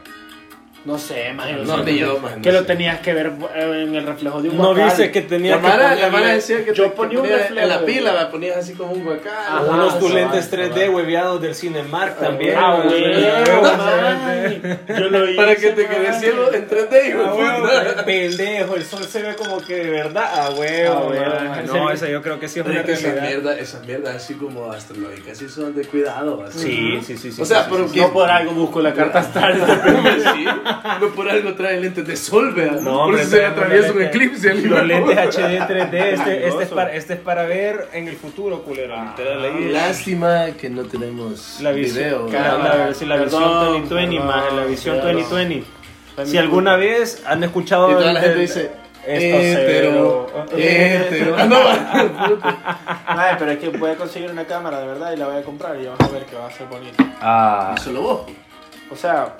[SPEAKER 1] No sé, imagino.
[SPEAKER 2] No, ni yo, man,
[SPEAKER 1] que
[SPEAKER 2] no
[SPEAKER 1] lo
[SPEAKER 2] sé.
[SPEAKER 1] tenías que ver eh, en el reflejo de un
[SPEAKER 3] No
[SPEAKER 1] guacal.
[SPEAKER 3] dice que tenía
[SPEAKER 2] La
[SPEAKER 3] que
[SPEAKER 2] mala, la
[SPEAKER 3] ponerle
[SPEAKER 2] mala decía que
[SPEAKER 1] Yo
[SPEAKER 2] te-
[SPEAKER 1] ponía
[SPEAKER 2] que
[SPEAKER 1] un
[SPEAKER 2] ponías en la
[SPEAKER 1] reflejo,
[SPEAKER 2] pila,
[SPEAKER 1] güey.
[SPEAKER 2] la ponías así como un huacal.
[SPEAKER 1] Ajá,
[SPEAKER 3] unos
[SPEAKER 1] cabal,
[SPEAKER 3] tu lentes
[SPEAKER 2] cabal.
[SPEAKER 3] 3D hueveados del Cinemark también.
[SPEAKER 1] Ah, [LAUGHS]
[SPEAKER 3] güey. [LAUGHS]
[SPEAKER 1] güey. Yo lo hice.
[SPEAKER 2] [LAUGHS] Para que te
[SPEAKER 1] man.
[SPEAKER 2] quedes ciego en 3D, hijo de
[SPEAKER 3] Ah, huevo,
[SPEAKER 2] puta.
[SPEAKER 3] pendejo, el sol se ve como que de verdad. Ah, huevo,
[SPEAKER 1] Ah,
[SPEAKER 3] huevo.
[SPEAKER 1] huevo.
[SPEAKER 3] No, esa yo creo que sí es una
[SPEAKER 2] Es que esas
[SPEAKER 3] realidad.
[SPEAKER 2] mierdas, esas mierdas así como astrológicas, sí son de cuidado. así.
[SPEAKER 3] Sí, sí, sí, sí.
[SPEAKER 2] O sea,
[SPEAKER 3] sí,
[SPEAKER 2] pero
[SPEAKER 3] sí,
[SPEAKER 2] que-
[SPEAKER 1] No por algo busco la carta astral.
[SPEAKER 3] este
[SPEAKER 2] [LAUGHS] Sí, no por algo trae lentes de sol, vea.
[SPEAKER 3] No,
[SPEAKER 2] por
[SPEAKER 3] hombre,
[SPEAKER 2] eso se le
[SPEAKER 3] pero
[SPEAKER 2] atraviesa
[SPEAKER 3] los
[SPEAKER 2] un
[SPEAKER 3] lentes-
[SPEAKER 2] eclipse. al hijo
[SPEAKER 3] Los
[SPEAKER 2] de [LAUGHS]
[SPEAKER 3] lentes
[SPEAKER 2] puta.
[SPEAKER 3] HD 3D, este, este, es
[SPEAKER 4] Maravilloso.
[SPEAKER 3] para, este es para ver en el futuro, culero.
[SPEAKER 2] Ah,
[SPEAKER 3] literal, ahí.
[SPEAKER 2] Lástima que no tenemos
[SPEAKER 3] la
[SPEAKER 2] video.
[SPEAKER 3] visión,
[SPEAKER 2] ¿verdad?
[SPEAKER 3] la, la- sí, la visión
[SPEAKER 1] Perdón,
[SPEAKER 3] 2020,
[SPEAKER 1] perdón,
[SPEAKER 3] maje, la visión
[SPEAKER 1] perdón.
[SPEAKER 3] 2020.
[SPEAKER 1] Fue mi
[SPEAKER 3] Si alguna vez han escuchado.
[SPEAKER 2] Y toda la
[SPEAKER 3] el-
[SPEAKER 2] gente dice,
[SPEAKER 3] esto
[SPEAKER 2] hétero,
[SPEAKER 3] cero, [LAUGHS]
[SPEAKER 2] hétero. Ah, no, [LAUGHS] va, puta.
[SPEAKER 1] Ay, ah, pero es que voy a conseguir una cámara de verdad y la voy a comprar y vas a ver que va a ser bonito.
[SPEAKER 4] Ah.
[SPEAKER 2] Solo vos.
[SPEAKER 1] O sea,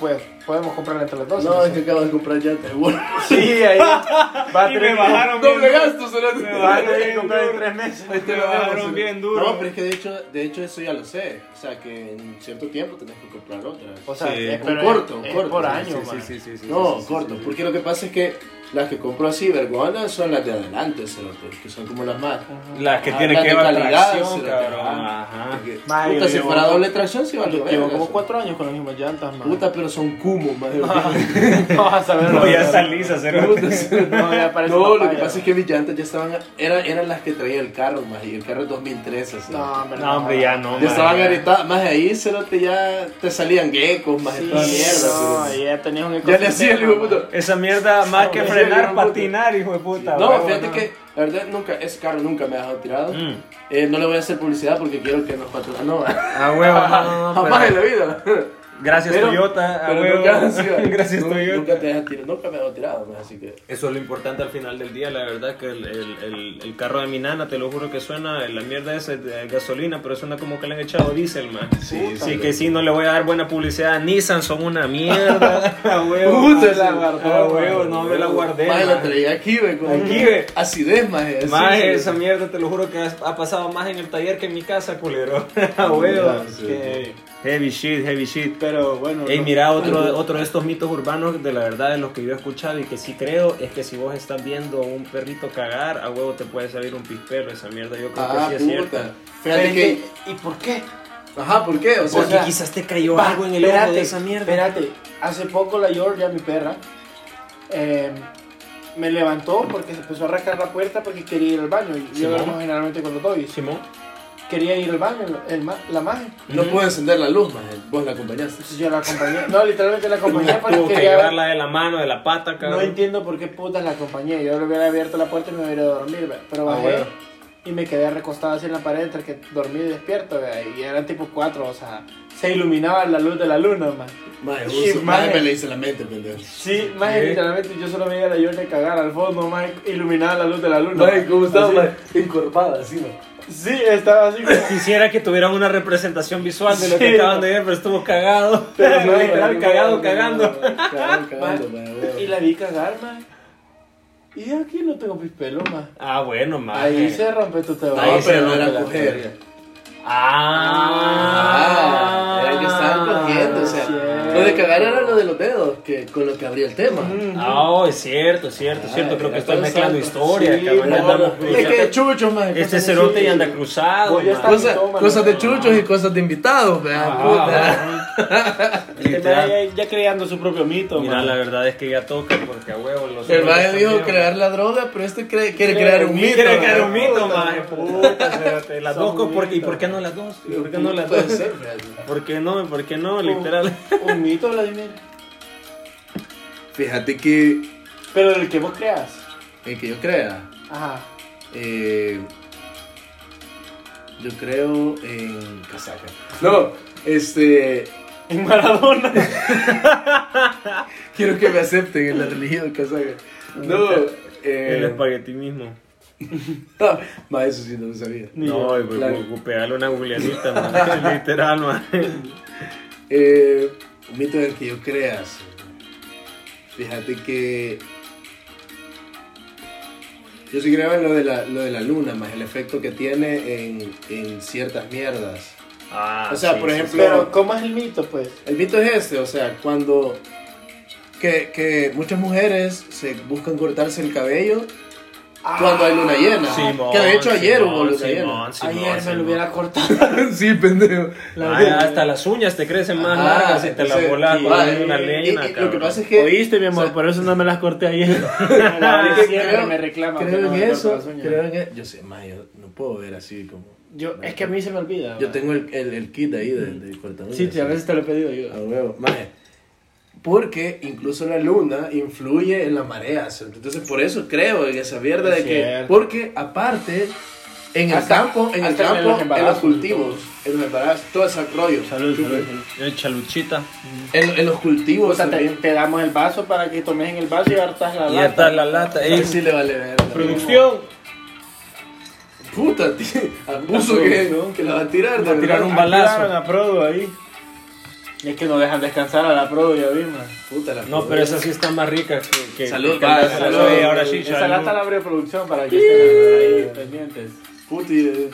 [SPEAKER 1] pues podemos comprarla entre los dos.
[SPEAKER 2] No, es que
[SPEAKER 1] sé.
[SPEAKER 2] acabas de comprar ya te vuelvo.
[SPEAKER 1] [LAUGHS] Sí, ahí va a
[SPEAKER 3] Y me
[SPEAKER 1] tener que,
[SPEAKER 2] [LAUGHS]
[SPEAKER 3] bajaron
[SPEAKER 2] "Ah, Doble
[SPEAKER 3] bien,
[SPEAKER 2] gasto, se lo
[SPEAKER 1] va a tener que comprar en tres meses.
[SPEAKER 2] [LAUGHS] Ahí te
[SPEAKER 3] Me
[SPEAKER 2] lo
[SPEAKER 3] bajaron
[SPEAKER 2] debo, sí.
[SPEAKER 3] bien duro.
[SPEAKER 2] No, pero es que de hecho, de hecho eso ya lo sé. O sea, que en cierto tiempo tenés que comprar otra.
[SPEAKER 1] O sea,
[SPEAKER 3] Sí,
[SPEAKER 1] es,
[SPEAKER 2] un
[SPEAKER 1] pero
[SPEAKER 2] corto,
[SPEAKER 1] es,
[SPEAKER 2] un
[SPEAKER 1] es
[SPEAKER 2] corto,
[SPEAKER 1] por
[SPEAKER 2] sí,
[SPEAKER 1] año,
[SPEAKER 3] Sí,
[SPEAKER 1] man.
[SPEAKER 3] sí, sí, sí,
[SPEAKER 2] no,
[SPEAKER 3] sí, sí,
[SPEAKER 2] corto.
[SPEAKER 3] sí.
[SPEAKER 2] Porque lo que pasa es que las que compro así, vergonas, son las de adelante, cerote, que son como las más.
[SPEAKER 3] Las que
[SPEAKER 2] Ah,
[SPEAKER 3] tienen
[SPEAKER 2] las
[SPEAKER 3] que
[SPEAKER 2] de
[SPEAKER 3] llevar
[SPEAKER 2] calidad,
[SPEAKER 3] tracción,
[SPEAKER 2] cerote,
[SPEAKER 3] cabrón.
[SPEAKER 2] ah.
[SPEAKER 3] Ajá.
[SPEAKER 2] Porque,
[SPEAKER 1] Madre,
[SPEAKER 2] puta,
[SPEAKER 1] yo
[SPEAKER 2] si
[SPEAKER 1] llevo-
[SPEAKER 2] fuera doble tracción, sí vale.
[SPEAKER 1] Yo
[SPEAKER 2] verga,
[SPEAKER 1] llevo como
[SPEAKER 2] cerote.
[SPEAKER 1] cuatro Ah, años con las mismas llantas, man.
[SPEAKER 2] Puta, pero son cumos, madre.
[SPEAKER 1] [LAUGHS] no vas a saber.
[SPEAKER 3] [LAUGHS] No,
[SPEAKER 1] la
[SPEAKER 3] ya
[SPEAKER 1] verdad.
[SPEAKER 3] salís a hacer
[SPEAKER 2] Puta, cerote.
[SPEAKER 1] No, ya parece
[SPEAKER 2] No, lo
[SPEAKER 1] papaya,
[SPEAKER 2] que pasa es
[SPEAKER 1] man.
[SPEAKER 2] que mis llantas ya estaban. Era, eran las que traía el carro, más y el carro es 2013. cerote.
[SPEAKER 1] No, hombre,
[SPEAKER 3] [LAUGHS] No, hombre, ya no.
[SPEAKER 2] Ya
[SPEAKER 3] maje.
[SPEAKER 2] estaban ahorita, más ahí, cerote, ya te salían geckos, más
[SPEAKER 1] Sí,
[SPEAKER 2] toda mierda.
[SPEAKER 1] no,
[SPEAKER 2] cerote.
[SPEAKER 1] ya tenías un
[SPEAKER 2] Ya le hacía el hijo de
[SPEAKER 1] ecosistema,
[SPEAKER 2] puta.
[SPEAKER 1] man.
[SPEAKER 3] Esa mierda, más que
[SPEAKER 2] sí,
[SPEAKER 3] frenar,
[SPEAKER 2] hijo de puta.
[SPEAKER 3] patinar, hijo de puta.
[SPEAKER 2] No,
[SPEAKER 3] huevo,
[SPEAKER 2] fíjate
[SPEAKER 3] no.
[SPEAKER 2] que la verdad nunca, ese carro nunca me ha dejado tirado.
[SPEAKER 3] Mm.
[SPEAKER 2] Eh, no le voy a hacer publicidad porque quiero que nos patrocinen. No,
[SPEAKER 3] A huevo, no, no, no,
[SPEAKER 2] jamás
[SPEAKER 3] pero-
[SPEAKER 2] en la vida.
[SPEAKER 3] Gracias,
[SPEAKER 2] Pero-
[SPEAKER 3] Toyota. A
[SPEAKER 2] pero
[SPEAKER 3] huevo.
[SPEAKER 2] nunca ha sido-
[SPEAKER 3] [LAUGHS] Gracias,
[SPEAKER 2] nunca-
[SPEAKER 3] Toyota.
[SPEAKER 2] Nunca me ha dejado tirado, nunca me ha dejado tirado, más, así que.
[SPEAKER 3] Eso es lo importante al final del día, la verdad que el, el- el- el carro de mi nana, te lo juro que suena, la mierda esa es de gasolina, pero suena como que le han echado diésel, man.
[SPEAKER 2] Sí,
[SPEAKER 3] Así que sí, no le voy a dar buena publicidad a Nissan, son una mierda. [LAUGHS] a huevo.
[SPEAKER 2] Puta,
[SPEAKER 3] a
[SPEAKER 2] se la
[SPEAKER 1] guardó,
[SPEAKER 3] a huevo,
[SPEAKER 1] man.
[SPEAKER 3] no me la guardé.
[SPEAKER 2] Más la
[SPEAKER 3] man.
[SPEAKER 2] traía aquí, ve, con
[SPEAKER 3] Aquí, ve.
[SPEAKER 2] acidez, más. así,
[SPEAKER 3] Maje,
[SPEAKER 2] cerote.
[SPEAKER 3] esa [LAUGHS] mierda, te lo juro que ha, ha pasado más en el taller que en mi casa, culero. a huevo.
[SPEAKER 2] Ya, sí.
[SPEAKER 3] Que- Heavy shit, heavy shit.
[SPEAKER 1] Pero bueno.
[SPEAKER 3] Ey,
[SPEAKER 1] no-
[SPEAKER 3] mira, otro, otro de estos mitos urbanos, de la verdad, de los que yo he escuchado y que sí creo, es que si vos estás viendo a un perrito cagar, a huevo te puede salir un pispero. Esa mierda yo creo
[SPEAKER 2] Ah,
[SPEAKER 3] que Pues sí es
[SPEAKER 2] puta.
[SPEAKER 3] cierta.
[SPEAKER 2] Fíjate que.
[SPEAKER 1] ¿Y por qué?
[SPEAKER 2] Ajá, ¿por qué? O sea,
[SPEAKER 3] Porque quizás te cayó
[SPEAKER 1] Va,
[SPEAKER 3] algo en el ojo de esa mierda.
[SPEAKER 1] Espérate, hace poco la Georgia, mi perra, eh, me levantó porque se empezó a rascar la puerta porque quería ir al baño. Y yo
[SPEAKER 3] Simón.
[SPEAKER 1] duermo generalmente con los doggies.
[SPEAKER 3] Simón.
[SPEAKER 1] Quería ir al baño, el, ma- la magia.
[SPEAKER 2] no puedo encender la luz, maje. Vos la acompañaste.
[SPEAKER 1] Entonces yo la acompañé. No, literalmente la acompañé porque
[SPEAKER 3] Tuvo que
[SPEAKER 1] quería ver.
[SPEAKER 3] llevarla de la mano, de la pata,
[SPEAKER 1] No
[SPEAKER 3] cabrón.
[SPEAKER 1] entiendo por qué putas la acompañé. Yo le hubiera abierto la puerta y me hubiera ido a dormir, vea. Pero
[SPEAKER 2] Ah,
[SPEAKER 1] bajé
[SPEAKER 2] bueno.
[SPEAKER 1] y me quedé recostado así en la pared entre que dormí y despierto, vea. Y era tipo 4, o sea, se iluminaba la luz de la luna, man.
[SPEAKER 2] Maje,
[SPEAKER 1] Sí,
[SPEAKER 2] vos-
[SPEAKER 1] maje.
[SPEAKER 2] maje, me le hice la mente, pendejo.
[SPEAKER 1] Sí, más
[SPEAKER 3] Sí.
[SPEAKER 1] literalmente yo solo veía a la Jordan cagar al fondo, más iluminada la luz de la luna.
[SPEAKER 2] Maje, ¿cómo estaba,
[SPEAKER 1] Así.
[SPEAKER 2] maje? Encorvada, así,
[SPEAKER 3] [LAUGHS]
[SPEAKER 2] maje.
[SPEAKER 1] Sí, estaba así.
[SPEAKER 2] [LAUGHS]
[SPEAKER 1] como-
[SPEAKER 3] Quisiera que tuvieran una representación visual de lo
[SPEAKER 1] Sí,
[SPEAKER 3] que acaban
[SPEAKER 1] no.
[SPEAKER 3] de ver, pero estuvo cagado.
[SPEAKER 1] Pero no,
[SPEAKER 3] [LAUGHS] literal,
[SPEAKER 1] no,
[SPEAKER 3] cagado,
[SPEAKER 1] no,
[SPEAKER 3] cagando.
[SPEAKER 2] Cagando, cagando, maje, huevo.
[SPEAKER 1] y la vi cagar, más. Y aquí no tengo mis pelos, más.
[SPEAKER 3] Ah, bueno, maje.
[SPEAKER 1] Ahí se rompe tu teoría.
[SPEAKER 2] No,
[SPEAKER 3] Ahí se
[SPEAKER 2] pero no
[SPEAKER 3] rompe
[SPEAKER 2] era
[SPEAKER 1] la
[SPEAKER 2] coger.
[SPEAKER 1] teoría.
[SPEAKER 3] Ah,
[SPEAKER 2] Ah, era que estaban cogiendo, o sea,
[SPEAKER 1] cierto.
[SPEAKER 2] lo de cagar era lo de los dedos, que con lo que abría el tema.
[SPEAKER 3] Ah, oh, es cierto, es cierto, es cierto. Creo
[SPEAKER 2] Ah,
[SPEAKER 3] que estoy
[SPEAKER 2] ya
[SPEAKER 3] mezclando
[SPEAKER 2] está.
[SPEAKER 3] historias,
[SPEAKER 1] Sí,
[SPEAKER 3] cabrón. Ya
[SPEAKER 1] no,
[SPEAKER 3] andamos-
[SPEAKER 2] Es que chuchos, man.
[SPEAKER 3] Este cerote y anda cruzado.
[SPEAKER 1] Voy a
[SPEAKER 3] man.
[SPEAKER 1] estar-
[SPEAKER 2] Cosas,
[SPEAKER 1] Toma,
[SPEAKER 2] cosas de
[SPEAKER 1] no.
[SPEAKER 2] chuchos y cosas de invitados, vea, puta.
[SPEAKER 3] Ah,
[SPEAKER 1] Este
[SPEAKER 3] Literal.
[SPEAKER 1] mae ya, ya creando su propio mito,
[SPEAKER 3] Mira,
[SPEAKER 1] man.
[SPEAKER 3] la verdad es que ya toca porque a huevo los.
[SPEAKER 2] El
[SPEAKER 3] hombres
[SPEAKER 2] maje dijo
[SPEAKER 3] también,
[SPEAKER 2] crear la droga, pero este cree- quiere crear un mito.
[SPEAKER 3] Quiere crear
[SPEAKER 2] man.
[SPEAKER 3] un mito,
[SPEAKER 1] Puta,
[SPEAKER 3] maje.
[SPEAKER 1] puta.
[SPEAKER 3] Puta, espérate, las
[SPEAKER 1] Son
[SPEAKER 3] dos. ¿con- por qué- ¿Y
[SPEAKER 1] mitos.
[SPEAKER 3] por qué no las dos? ¿Y ¿Por qué no las
[SPEAKER 2] Puede
[SPEAKER 3] dos?
[SPEAKER 2] ser, fíjate.
[SPEAKER 3] ¿Por qué no? ¿Por qué no?
[SPEAKER 1] Un-
[SPEAKER 2] Eh,
[SPEAKER 3] Literal.
[SPEAKER 1] Un mito, Vladimir.
[SPEAKER 2] Fíjate que
[SPEAKER 1] Pero el que vos creas.
[SPEAKER 2] el que yo crea,
[SPEAKER 1] Ajá.
[SPEAKER 2] eh, yo creo en casaca. No, este,
[SPEAKER 1] En Maradona.
[SPEAKER 2] quiero que me acepten en la religión casaca. No,
[SPEAKER 3] El
[SPEAKER 2] eh,
[SPEAKER 3] espagueti mismo.
[SPEAKER 2] no, ma, eso sí no lo sabía.
[SPEAKER 1] Ni
[SPEAKER 3] No,
[SPEAKER 1] yo.
[SPEAKER 3] y pues,
[SPEAKER 2] La-
[SPEAKER 3] gu- pegarle una
[SPEAKER 2] [LAUGHS]
[SPEAKER 3] googleadita, man. Literal, man.
[SPEAKER 2] Eh, un mito en el que yo creas. Fíjate que. Yo sí creo en lo de la, lo de la luna, más el efecto que tiene en, en ciertas mierdas.
[SPEAKER 3] Ah,
[SPEAKER 2] O sea,
[SPEAKER 3] sí,
[SPEAKER 2] por
[SPEAKER 3] sí,
[SPEAKER 2] ejemplo-
[SPEAKER 1] Pero, ¿cómo es el mito, pues?
[SPEAKER 2] El mito es este, o sea, cuando. Que, que muchas mujeres se buscan cortarse el cabello cuando hay luna llena.
[SPEAKER 3] sí. Ah, Simón,
[SPEAKER 2] que de hecho ayer
[SPEAKER 3] Simón,
[SPEAKER 2] hubo luna
[SPEAKER 3] Simón,
[SPEAKER 2] llena.
[SPEAKER 3] Simón,
[SPEAKER 1] Ayer me
[SPEAKER 3] Simón.
[SPEAKER 1] lo hubiera cortado.
[SPEAKER 2] sí, pendejo.
[SPEAKER 1] La
[SPEAKER 3] Ay,
[SPEAKER 1] vida.
[SPEAKER 3] Ah, hasta las uñas te crecen más
[SPEAKER 2] Ajá,
[SPEAKER 3] largas si te las
[SPEAKER 2] entonces,
[SPEAKER 3] volas
[SPEAKER 2] sí,
[SPEAKER 3] con
[SPEAKER 2] va,
[SPEAKER 3] una
[SPEAKER 2] Ah, y- y-
[SPEAKER 3] leña.
[SPEAKER 2] y Lo que
[SPEAKER 3] cabrón.
[SPEAKER 2] pasa es que.
[SPEAKER 1] Oíste, mi amor,
[SPEAKER 2] o sea,
[SPEAKER 1] por eso no me las corté [LAUGHS] ayer. siempre me reclama. que
[SPEAKER 2] Creo
[SPEAKER 1] no
[SPEAKER 2] en
[SPEAKER 1] me corto
[SPEAKER 2] eso,
[SPEAKER 1] las uñas.
[SPEAKER 2] creo en eso. Yo sé, ma, yo no puedo ver así como.
[SPEAKER 1] Yo, es que a mí se me olvida.
[SPEAKER 2] Yo
[SPEAKER 1] ma.
[SPEAKER 2] tengo el, el, el kit ahí de, de cortaduras.
[SPEAKER 1] Sí, sí, a veces te lo he pedido yo.
[SPEAKER 2] A huevo, maje. Porque incluso la luna influye en la marea. ¿sí? Entonces, por eso creo en esa mierda de
[SPEAKER 1] Es
[SPEAKER 2] que.
[SPEAKER 1] cierto.
[SPEAKER 2] Porque, aparte, en el
[SPEAKER 1] Hasta-
[SPEAKER 2] campo, en el
[SPEAKER 1] hasta en
[SPEAKER 2] campo,
[SPEAKER 1] los
[SPEAKER 2] en los,
[SPEAKER 1] embarazos,
[SPEAKER 2] cultivos, en los embarazos, todo ese rollo.
[SPEAKER 1] Salud, salud.
[SPEAKER 3] El Eh, chaluchita.
[SPEAKER 2] En, en los cultivos.
[SPEAKER 1] O sea, te,
[SPEAKER 2] también.
[SPEAKER 1] te damos el vaso para que tomes en el vaso y hartas la
[SPEAKER 3] Y
[SPEAKER 1] lata.
[SPEAKER 3] hasta la lata.
[SPEAKER 2] Ahí
[SPEAKER 3] Ey,
[SPEAKER 2] sí le vale verga.
[SPEAKER 3] producción.
[SPEAKER 2] Puta, tío. Abuso que, que la va a tirar. de
[SPEAKER 3] Va a tirar
[SPEAKER 2] verdad.
[SPEAKER 3] un balazo.
[SPEAKER 1] Tiraron a Prodo ahí. Y es que no dejan descansar a la Prodo, ya vimos.
[SPEAKER 2] Puta, la
[SPEAKER 3] No, pero esa sí está más rica que. que-
[SPEAKER 2] Salud,
[SPEAKER 3] que
[SPEAKER 2] va,
[SPEAKER 3] la-
[SPEAKER 2] salud.
[SPEAKER 3] Ey, Ahora sí,
[SPEAKER 1] Esa
[SPEAKER 3] salud.
[SPEAKER 1] lata la abrió producción para que estén ahí pendientes.
[SPEAKER 2] Puti, eh,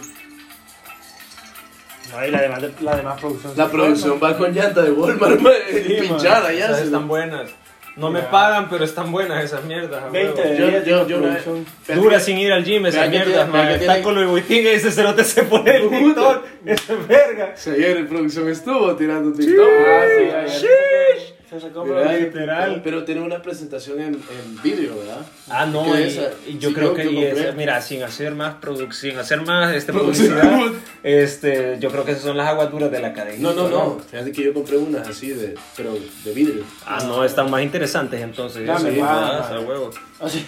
[SPEAKER 1] No, y la demás, la demás producción.
[SPEAKER 2] la
[SPEAKER 1] se
[SPEAKER 2] producción va con llanta de Walmart, [LAUGHS] mae,
[SPEAKER 1] Sí,
[SPEAKER 2] pinchada ya.
[SPEAKER 3] Esas
[SPEAKER 2] se-
[SPEAKER 3] están buenas. No me
[SPEAKER 1] Ya.
[SPEAKER 3] pagan, pero están buenas esas mierdas. a
[SPEAKER 1] forma.
[SPEAKER 3] huevo.
[SPEAKER 1] 20 de
[SPEAKER 2] Yo-
[SPEAKER 1] 10
[SPEAKER 2] yo-
[SPEAKER 1] de
[SPEAKER 2] yo una-
[SPEAKER 1] producción.
[SPEAKER 3] Dura sin ir al gym
[SPEAKER 2] Vea
[SPEAKER 3] esas
[SPEAKER 2] que tiene-
[SPEAKER 3] mierdas,
[SPEAKER 2] vea que
[SPEAKER 3] man.
[SPEAKER 2] tiene-
[SPEAKER 3] Está con lo de Wiking, ese cerote se pone el
[SPEAKER 2] Puta.
[SPEAKER 3] TikTok. Esa verga.
[SPEAKER 2] Si ayer el producción estuvo tirando TikTok.
[SPEAKER 1] Ah, sí, ayer.
[SPEAKER 3] Sheesh.
[SPEAKER 1] Se sacó
[SPEAKER 2] Mira,
[SPEAKER 1] Prodo.
[SPEAKER 3] literal.
[SPEAKER 2] Pero, pero tiene una presentación en, en vídeo, ¿verdad?
[SPEAKER 3] Ah, no,
[SPEAKER 2] ¿Qué
[SPEAKER 3] y,
[SPEAKER 2] es esa?
[SPEAKER 3] y yo
[SPEAKER 2] Sí,
[SPEAKER 3] creo que, y
[SPEAKER 2] compré.
[SPEAKER 3] esa- mira, sin hacer más producción, sin hacer más este,
[SPEAKER 2] Producción.
[SPEAKER 3] publicidad, este, yo creo que esas son las aguas duras de la cadena.
[SPEAKER 2] No, no, no. Fíjate que yo compré unas así de, pero de vidrio.
[SPEAKER 3] Ah, no, están más interesantes entonces. pues,
[SPEAKER 1] Dame
[SPEAKER 3] esas,
[SPEAKER 1] más, man.
[SPEAKER 3] ¿verdad? Esas huevos.
[SPEAKER 2] [LAUGHS]
[SPEAKER 1] Así.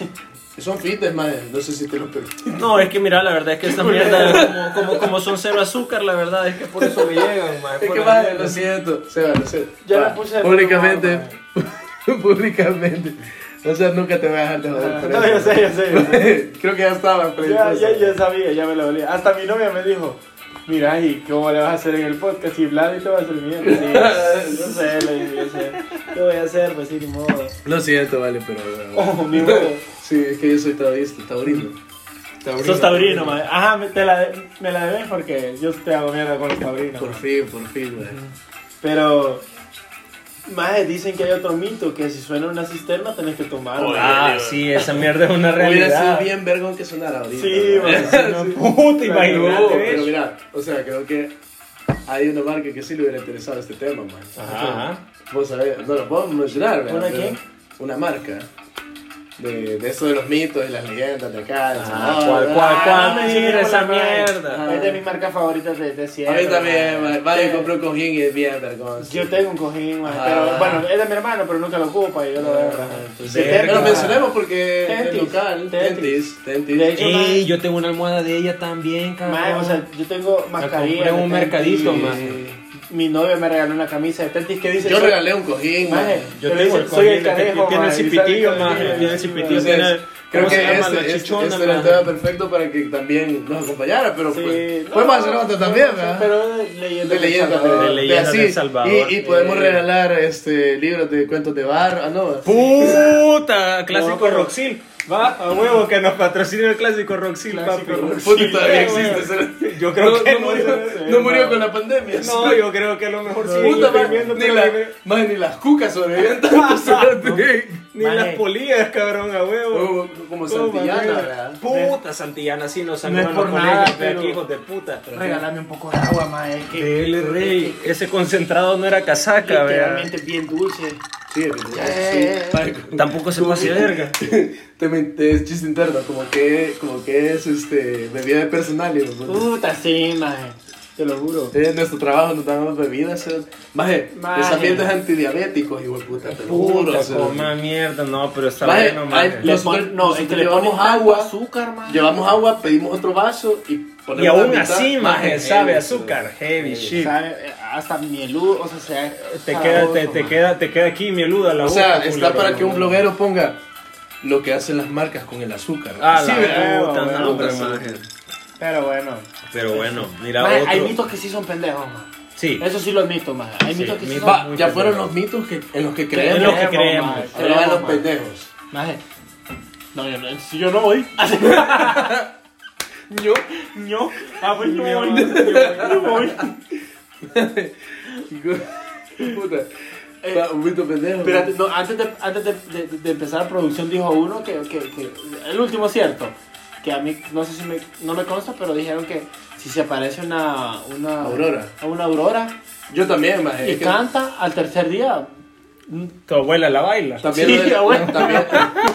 [SPEAKER 2] Son fites, madre. No sé si te lo permití.
[SPEAKER 3] No, es que mira, la verdad es que estas mierdas, como, como, como son cero azúcar, la verdad es que por eso me llegan, man.
[SPEAKER 2] Es
[SPEAKER 3] por
[SPEAKER 2] que,
[SPEAKER 3] la
[SPEAKER 2] madre,
[SPEAKER 3] mierda.
[SPEAKER 2] lo siento. Se va, lo sé.
[SPEAKER 1] Ya
[SPEAKER 2] Va,
[SPEAKER 1] la puse de
[SPEAKER 2] Públicamente.
[SPEAKER 1] fondo,
[SPEAKER 2] [LAUGHS] públicamente. O sea, nunca te voy a dejar de joder. por
[SPEAKER 1] Ah, No,
[SPEAKER 2] eso.
[SPEAKER 1] yo sé, yo sé. yo sé.
[SPEAKER 2] [LAUGHS] Creo que ya estaba
[SPEAKER 1] Ya,
[SPEAKER 2] predispuesto.
[SPEAKER 1] ya, ya sabía, ya me lo olía. Hasta mi novia me dijo, mira, ¿y cómo le vas a hacer en el podcast? Y Vladi te va a hacer mierda. Sí, yo sé, le dije, yo sé. ¿Qué voy a hacer? Pues sí, ni modo.
[SPEAKER 2] Lo siento, vale, pero. [LAUGHS]
[SPEAKER 1] Oh, mi huevo.
[SPEAKER 2] Sí, es que yo soy taurista, taurino. Taurino.
[SPEAKER 1] Sos taurino, mae. Ajá, me, te la, de- me la debes porque yo te hago mierda con los taurinos.
[SPEAKER 2] Por
[SPEAKER 1] mae.
[SPEAKER 2] fin, por fin, güey.
[SPEAKER 1] Pero, mae, dicen que hay otro mito, que si suena una cisterna tenés que tomarlo.
[SPEAKER 2] Oye,
[SPEAKER 3] Ah,
[SPEAKER 2] Dios.
[SPEAKER 3] sí, esa mierda es una
[SPEAKER 2] Hubiera sido
[SPEAKER 3] realidad.
[SPEAKER 2] bien vergón que sonara ahorita.
[SPEAKER 1] Sí,
[SPEAKER 2] güey.
[SPEAKER 1] mae.
[SPEAKER 2] [LAUGHS]
[SPEAKER 1] sí, no, Puta,
[SPEAKER 2] Pero,
[SPEAKER 1] imagínate.
[SPEAKER 2] pero
[SPEAKER 1] bicho.
[SPEAKER 2] mira, o sea, creo que hay una marca que sí le hubiera interesado este tema, man.
[SPEAKER 3] Ajá, ajá.
[SPEAKER 2] Vos sabés, no lo podemos mencionar, ¿verdad?
[SPEAKER 1] ¿Una
[SPEAKER 2] Pero
[SPEAKER 1] quién?
[SPEAKER 2] Una marca. De, de eso de los mitos y las leyendas de acá. de
[SPEAKER 3] Ah,
[SPEAKER 2] Sonora.
[SPEAKER 3] ¿Cuál, cuál,
[SPEAKER 1] ah, no
[SPEAKER 3] cuál?
[SPEAKER 1] me
[SPEAKER 3] Mira
[SPEAKER 1] digas
[SPEAKER 3] esa
[SPEAKER 1] la madre.
[SPEAKER 3] mierda.
[SPEAKER 1] Ah. Es de mis marcas favoritas de, de
[SPEAKER 2] A
[SPEAKER 1] siempre.
[SPEAKER 2] mí también,
[SPEAKER 1] mae.
[SPEAKER 2] man. Vale,
[SPEAKER 1] Eh,
[SPEAKER 2] compré un cojín y es bien vergón.
[SPEAKER 1] Yo tengo un cojín, mae,
[SPEAKER 2] Ah. eh,
[SPEAKER 1] pero bueno, es de mi hermano, pero nunca lo ocupa y yo lo veo. mae.
[SPEAKER 3] entonces-
[SPEAKER 1] Qué
[SPEAKER 3] Verga.
[SPEAKER 1] terco,
[SPEAKER 2] No lo
[SPEAKER 1] mae.
[SPEAKER 2] mencionemos porque es
[SPEAKER 1] pues Tentis,
[SPEAKER 2] local.
[SPEAKER 1] Tentis.
[SPEAKER 2] Tentis, Tentis.
[SPEAKER 1] De hecho, mae,
[SPEAKER 3] Ey, yo tengo una almohada de ella también, cabrón.
[SPEAKER 1] Mae, o sea, yo tengo
[SPEAKER 3] la
[SPEAKER 1] mascarilla.
[SPEAKER 3] compré en un mercadito, mae.
[SPEAKER 1] Mi novia me regaló una camisa de Tentis que dice.
[SPEAKER 2] Yo
[SPEAKER 1] soy-
[SPEAKER 2] regalé un cojín, man.
[SPEAKER 1] Maje,
[SPEAKER 3] Yo
[SPEAKER 1] pero
[SPEAKER 3] tengo
[SPEAKER 1] dice,
[SPEAKER 3] el
[SPEAKER 1] soy el
[SPEAKER 3] cojín,
[SPEAKER 1] carejo,
[SPEAKER 3] tiene el
[SPEAKER 1] maje,
[SPEAKER 3] cipitillo,
[SPEAKER 1] ¿sabes?
[SPEAKER 3] maje, tiene el cipitillo.
[SPEAKER 1] Sí,
[SPEAKER 2] Entonces, creo
[SPEAKER 3] ¿Cómo se
[SPEAKER 2] que
[SPEAKER 3] llama? La
[SPEAKER 2] este, este,
[SPEAKER 3] chichona,
[SPEAKER 2] este era el
[SPEAKER 3] man.
[SPEAKER 2] tema perfecto para que también nos acompañara, pero pues
[SPEAKER 1] no,
[SPEAKER 2] podemos hacer otro también, ¿verdad?
[SPEAKER 1] Pero de leyenda.
[SPEAKER 2] de leyendas de,
[SPEAKER 3] De leyendas
[SPEAKER 2] así,
[SPEAKER 3] del Salvador.
[SPEAKER 2] Y, y podemos
[SPEAKER 1] Eh.
[SPEAKER 2] regalar este libros de cuentos de bar. Ah, no.
[SPEAKER 3] Puta,
[SPEAKER 1] No,
[SPEAKER 3] clásico
[SPEAKER 1] pero-
[SPEAKER 3] Roxil. Va a huevo que nos patrocina el clásico Roxil,
[SPEAKER 1] Clásico
[SPEAKER 3] papi.
[SPEAKER 1] Roxil.
[SPEAKER 2] Puta,
[SPEAKER 1] sí,
[SPEAKER 2] todavía
[SPEAKER 1] sí,
[SPEAKER 2] existe. ese-
[SPEAKER 3] Yo creo
[SPEAKER 2] no,
[SPEAKER 3] que
[SPEAKER 2] no
[SPEAKER 3] no,
[SPEAKER 2] murió,
[SPEAKER 1] se ve,
[SPEAKER 2] no murió
[SPEAKER 1] no.
[SPEAKER 2] con la pandemia.
[SPEAKER 3] No, yo creo que a lo mejor sí.
[SPEAKER 2] Puta,
[SPEAKER 3] estoy
[SPEAKER 2] man,
[SPEAKER 3] viendo,
[SPEAKER 2] ni,
[SPEAKER 3] pero
[SPEAKER 2] la-
[SPEAKER 3] ni me-
[SPEAKER 2] man, ni las cucas
[SPEAKER 3] [LAUGHS]
[SPEAKER 2] sobreviven tanto, cerote.
[SPEAKER 3] Ni
[SPEAKER 1] Maje.
[SPEAKER 3] las polías, cabrón, a
[SPEAKER 2] [LAUGHS]
[SPEAKER 3] huevo.
[SPEAKER 2] Como- Como
[SPEAKER 3] Oh,
[SPEAKER 2] Santillana,
[SPEAKER 3] man,
[SPEAKER 2] ¿verdad?
[SPEAKER 3] Puta, Santillana, sí nos
[SPEAKER 1] No
[SPEAKER 3] sacó
[SPEAKER 1] es
[SPEAKER 3] a los
[SPEAKER 1] por nada,
[SPEAKER 3] colegios de
[SPEAKER 1] pero-
[SPEAKER 3] aquí, hijos de puta.
[SPEAKER 1] Regálame un poco de agua, mae. es que-
[SPEAKER 3] Dele, rey. Ese concentrado no era
[SPEAKER 1] es
[SPEAKER 3] casaca, vea.
[SPEAKER 1] Literalmente bien dulce.
[SPEAKER 2] Sí, evidentemente,
[SPEAKER 1] Eh,
[SPEAKER 2] sí. Ay, como-
[SPEAKER 3] Tampoco se pase de verga.
[SPEAKER 2] Te men- te- es chiste interno, como que, como que es este, bebida de personal. hijo de puta.
[SPEAKER 3] Uh.
[SPEAKER 1] Puta, sí, mae. Te lo juro.
[SPEAKER 2] Eh, En nuestro trabajo nos damos bebidas. eh. Maje,
[SPEAKER 1] Maje.
[SPEAKER 2] los ambientes antidiabéticos, hijo de puta, te lo juro.
[SPEAKER 3] Puta,
[SPEAKER 2] o sea.
[SPEAKER 3] coma mierda. No, pero está
[SPEAKER 2] Maje,
[SPEAKER 3] bueno,
[SPEAKER 2] hay-
[SPEAKER 3] maje.
[SPEAKER 1] Le
[SPEAKER 2] Nosotros-
[SPEAKER 1] pon- no, es que
[SPEAKER 2] nosotros
[SPEAKER 1] le
[SPEAKER 2] llevamos
[SPEAKER 1] ponemos agua,
[SPEAKER 2] agua,
[SPEAKER 1] azúcar, mae.
[SPEAKER 2] Llevamos agua, pedimos otro vaso y ponemos
[SPEAKER 3] Y
[SPEAKER 2] la
[SPEAKER 3] aún
[SPEAKER 2] mitad.
[SPEAKER 3] así, maje,
[SPEAKER 2] Maje,
[SPEAKER 3] sabe
[SPEAKER 2] heavy,
[SPEAKER 3] azúcar. Heavy shit.
[SPEAKER 1] Sabe, eh, Hasta mieludo, o sea, se-
[SPEAKER 3] Te queda,
[SPEAKER 1] sabroso,
[SPEAKER 3] te, te
[SPEAKER 1] mae.
[SPEAKER 3] queda, te queda aquí mieluda la
[SPEAKER 2] O
[SPEAKER 3] boca,
[SPEAKER 2] sea, está
[SPEAKER 3] culero,
[SPEAKER 2] para que
[SPEAKER 3] no,
[SPEAKER 2] un
[SPEAKER 3] no.
[SPEAKER 2] bloguero ponga lo que hacen las marcas con el azúcar.
[SPEAKER 3] Ah, la
[SPEAKER 2] ¿verdad?
[SPEAKER 3] puta,
[SPEAKER 1] Puta,
[SPEAKER 3] no, hombre,
[SPEAKER 2] puta,
[SPEAKER 3] maje.
[SPEAKER 1] Pero bueno.
[SPEAKER 3] Pero bueno, mira
[SPEAKER 1] Mae,
[SPEAKER 3] otro.
[SPEAKER 1] hay mitos que sí son pendejos, mae.
[SPEAKER 3] Sí.
[SPEAKER 1] Eso sí lo admito, mae. Hay mitos que sí
[SPEAKER 3] mito-
[SPEAKER 1] son.
[SPEAKER 2] Va,
[SPEAKER 3] Muy
[SPEAKER 2] ya
[SPEAKER 3] pendejo.
[SPEAKER 2] fueron los mitos que, en los que
[SPEAKER 3] Es
[SPEAKER 2] creemos.
[SPEAKER 3] lo que creemos.
[SPEAKER 1] mae,
[SPEAKER 2] Ahora van los
[SPEAKER 1] mae.
[SPEAKER 2] pendejos.
[SPEAKER 1] Maje. No, yo no, si yo no voy. yo, yo, ah, pues yo voy, yo voy.
[SPEAKER 2] Puta.
[SPEAKER 1] Eh,
[SPEAKER 2] Va, un mito pendejo.
[SPEAKER 1] Espérate, no, antes de, antes de, de, de empezar la producción dijo uno que, que, que el último es cierto, que a mí, no sé si me, no me consta, pero dijeron que si se aparece una, una
[SPEAKER 2] Aurora.
[SPEAKER 1] una aurora
[SPEAKER 2] Yo también, más.
[SPEAKER 1] y canta al tercer día,
[SPEAKER 3] Tu abuela
[SPEAKER 2] [LAUGHS]
[SPEAKER 3] la baila. [LAUGHS]
[SPEAKER 2] También,
[SPEAKER 1] Sí,
[SPEAKER 2] lo de-
[SPEAKER 1] la abuela.
[SPEAKER 2] también.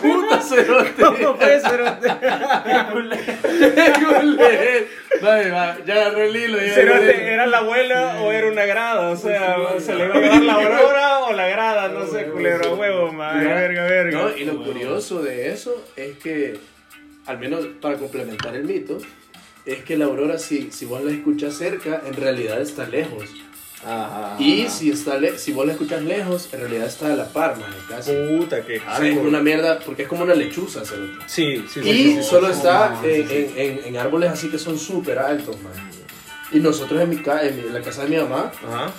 [SPEAKER 2] Puta [LAUGHS] cerote.
[SPEAKER 3] No, pues,
[SPEAKER 2] [LAUGHS]
[SPEAKER 3] pero-
[SPEAKER 2] Híjole. Dale, va, ya agarré el hilo. ya agarré el
[SPEAKER 3] Cerote, eh,
[SPEAKER 2] hilo.
[SPEAKER 3] ¿era la abuela o era una grada? O sea, ¿se le iba a llevar la aurora o la grada? No sé, culero, a huevo, madre, verga,
[SPEAKER 2] No,
[SPEAKER 3] verga.
[SPEAKER 2] y lo curioso de eso es que, al menos para complementar el mito, es que la aurora, si, si vos la escuchás cerca, en realidad está lejos.
[SPEAKER 3] Ah.
[SPEAKER 2] Y si, está le- si vos la escuchás lejos, en realidad está a la par, man, casi.
[SPEAKER 3] Puta, que
[SPEAKER 2] O sea, es una mierda, porque es como una lechuza, cerote.
[SPEAKER 3] Sí, sí, sí. sí,
[SPEAKER 2] Y
[SPEAKER 3] sí.
[SPEAKER 2] solo está en, en- en- en árboles así que son súper altos, man. Y nosotros en, mi ca- en mi- en la casa de mi mamá
[SPEAKER 3] Ajá.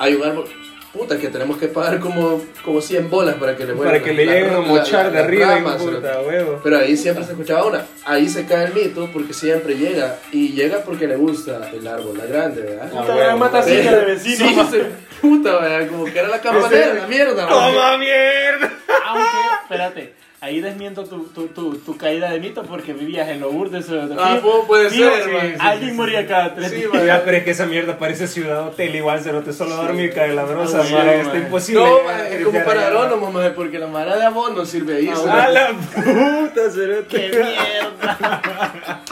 [SPEAKER 2] hay un árbol, puta, que tenemos que pagar como, como 100 bolas para que le vuelvan
[SPEAKER 3] Para que
[SPEAKER 2] las-
[SPEAKER 3] le
[SPEAKER 2] las-
[SPEAKER 3] lleguen a
[SPEAKER 2] las-
[SPEAKER 3] mochar
[SPEAKER 2] las-
[SPEAKER 3] de
[SPEAKER 2] las
[SPEAKER 3] arriba, hijo
[SPEAKER 2] ramas,
[SPEAKER 3] de puta, a huevo.
[SPEAKER 2] Pero ahí siempre se escuchaba una. Ahí se cae el mito porque siempre llega. Y llega porque le gusta el árbol, la grande, ¿verdad?
[SPEAKER 1] Puta, era una tacita de vecino,
[SPEAKER 2] Sí,
[SPEAKER 1] ma.
[SPEAKER 2] se- puta, ¿verdad? Como que era la campanera, la mierda, ma.
[SPEAKER 3] ¡Toma mierda!
[SPEAKER 1] aunque, espérate. Ahí desmiento tu, tu, tu, tu caída de mito porque vivías en lo burde.
[SPEAKER 2] Ah, pues, puede ser, man. Sí,
[SPEAKER 1] Alguien moría cada tres
[SPEAKER 2] Sí,
[SPEAKER 1] días.
[SPEAKER 2] ma.
[SPEAKER 3] Ya, pero es que esa mierda parece ciudad hotel igual, se te solo a dormir, cae
[SPEAKER 1] Ah,
[SPEAKER 3] la brosa,
[SPEAKER 1] Sí,
[SPEAKER 3] madre,
[SPEAKER 1] man.
[SPEAKER 3] está imposible.
[SPEAKER 2] No,
[SPEAKER 3] llegar-
[SPEAKER 2] ma, es como
[SPEAKER 3] llegar
[SPEAKER 2] para
[SPEAKER 3] allá.
[SPEAKER 2] agrónomos, ma, porque la mara de abono sirve ahí.
[SPEAKER 1] Ah,
[SPEAKER 2] se-
[SPEAKER 3] ¡A la puta, cerote!
[SPEAKER 1] ¡Qué mierda!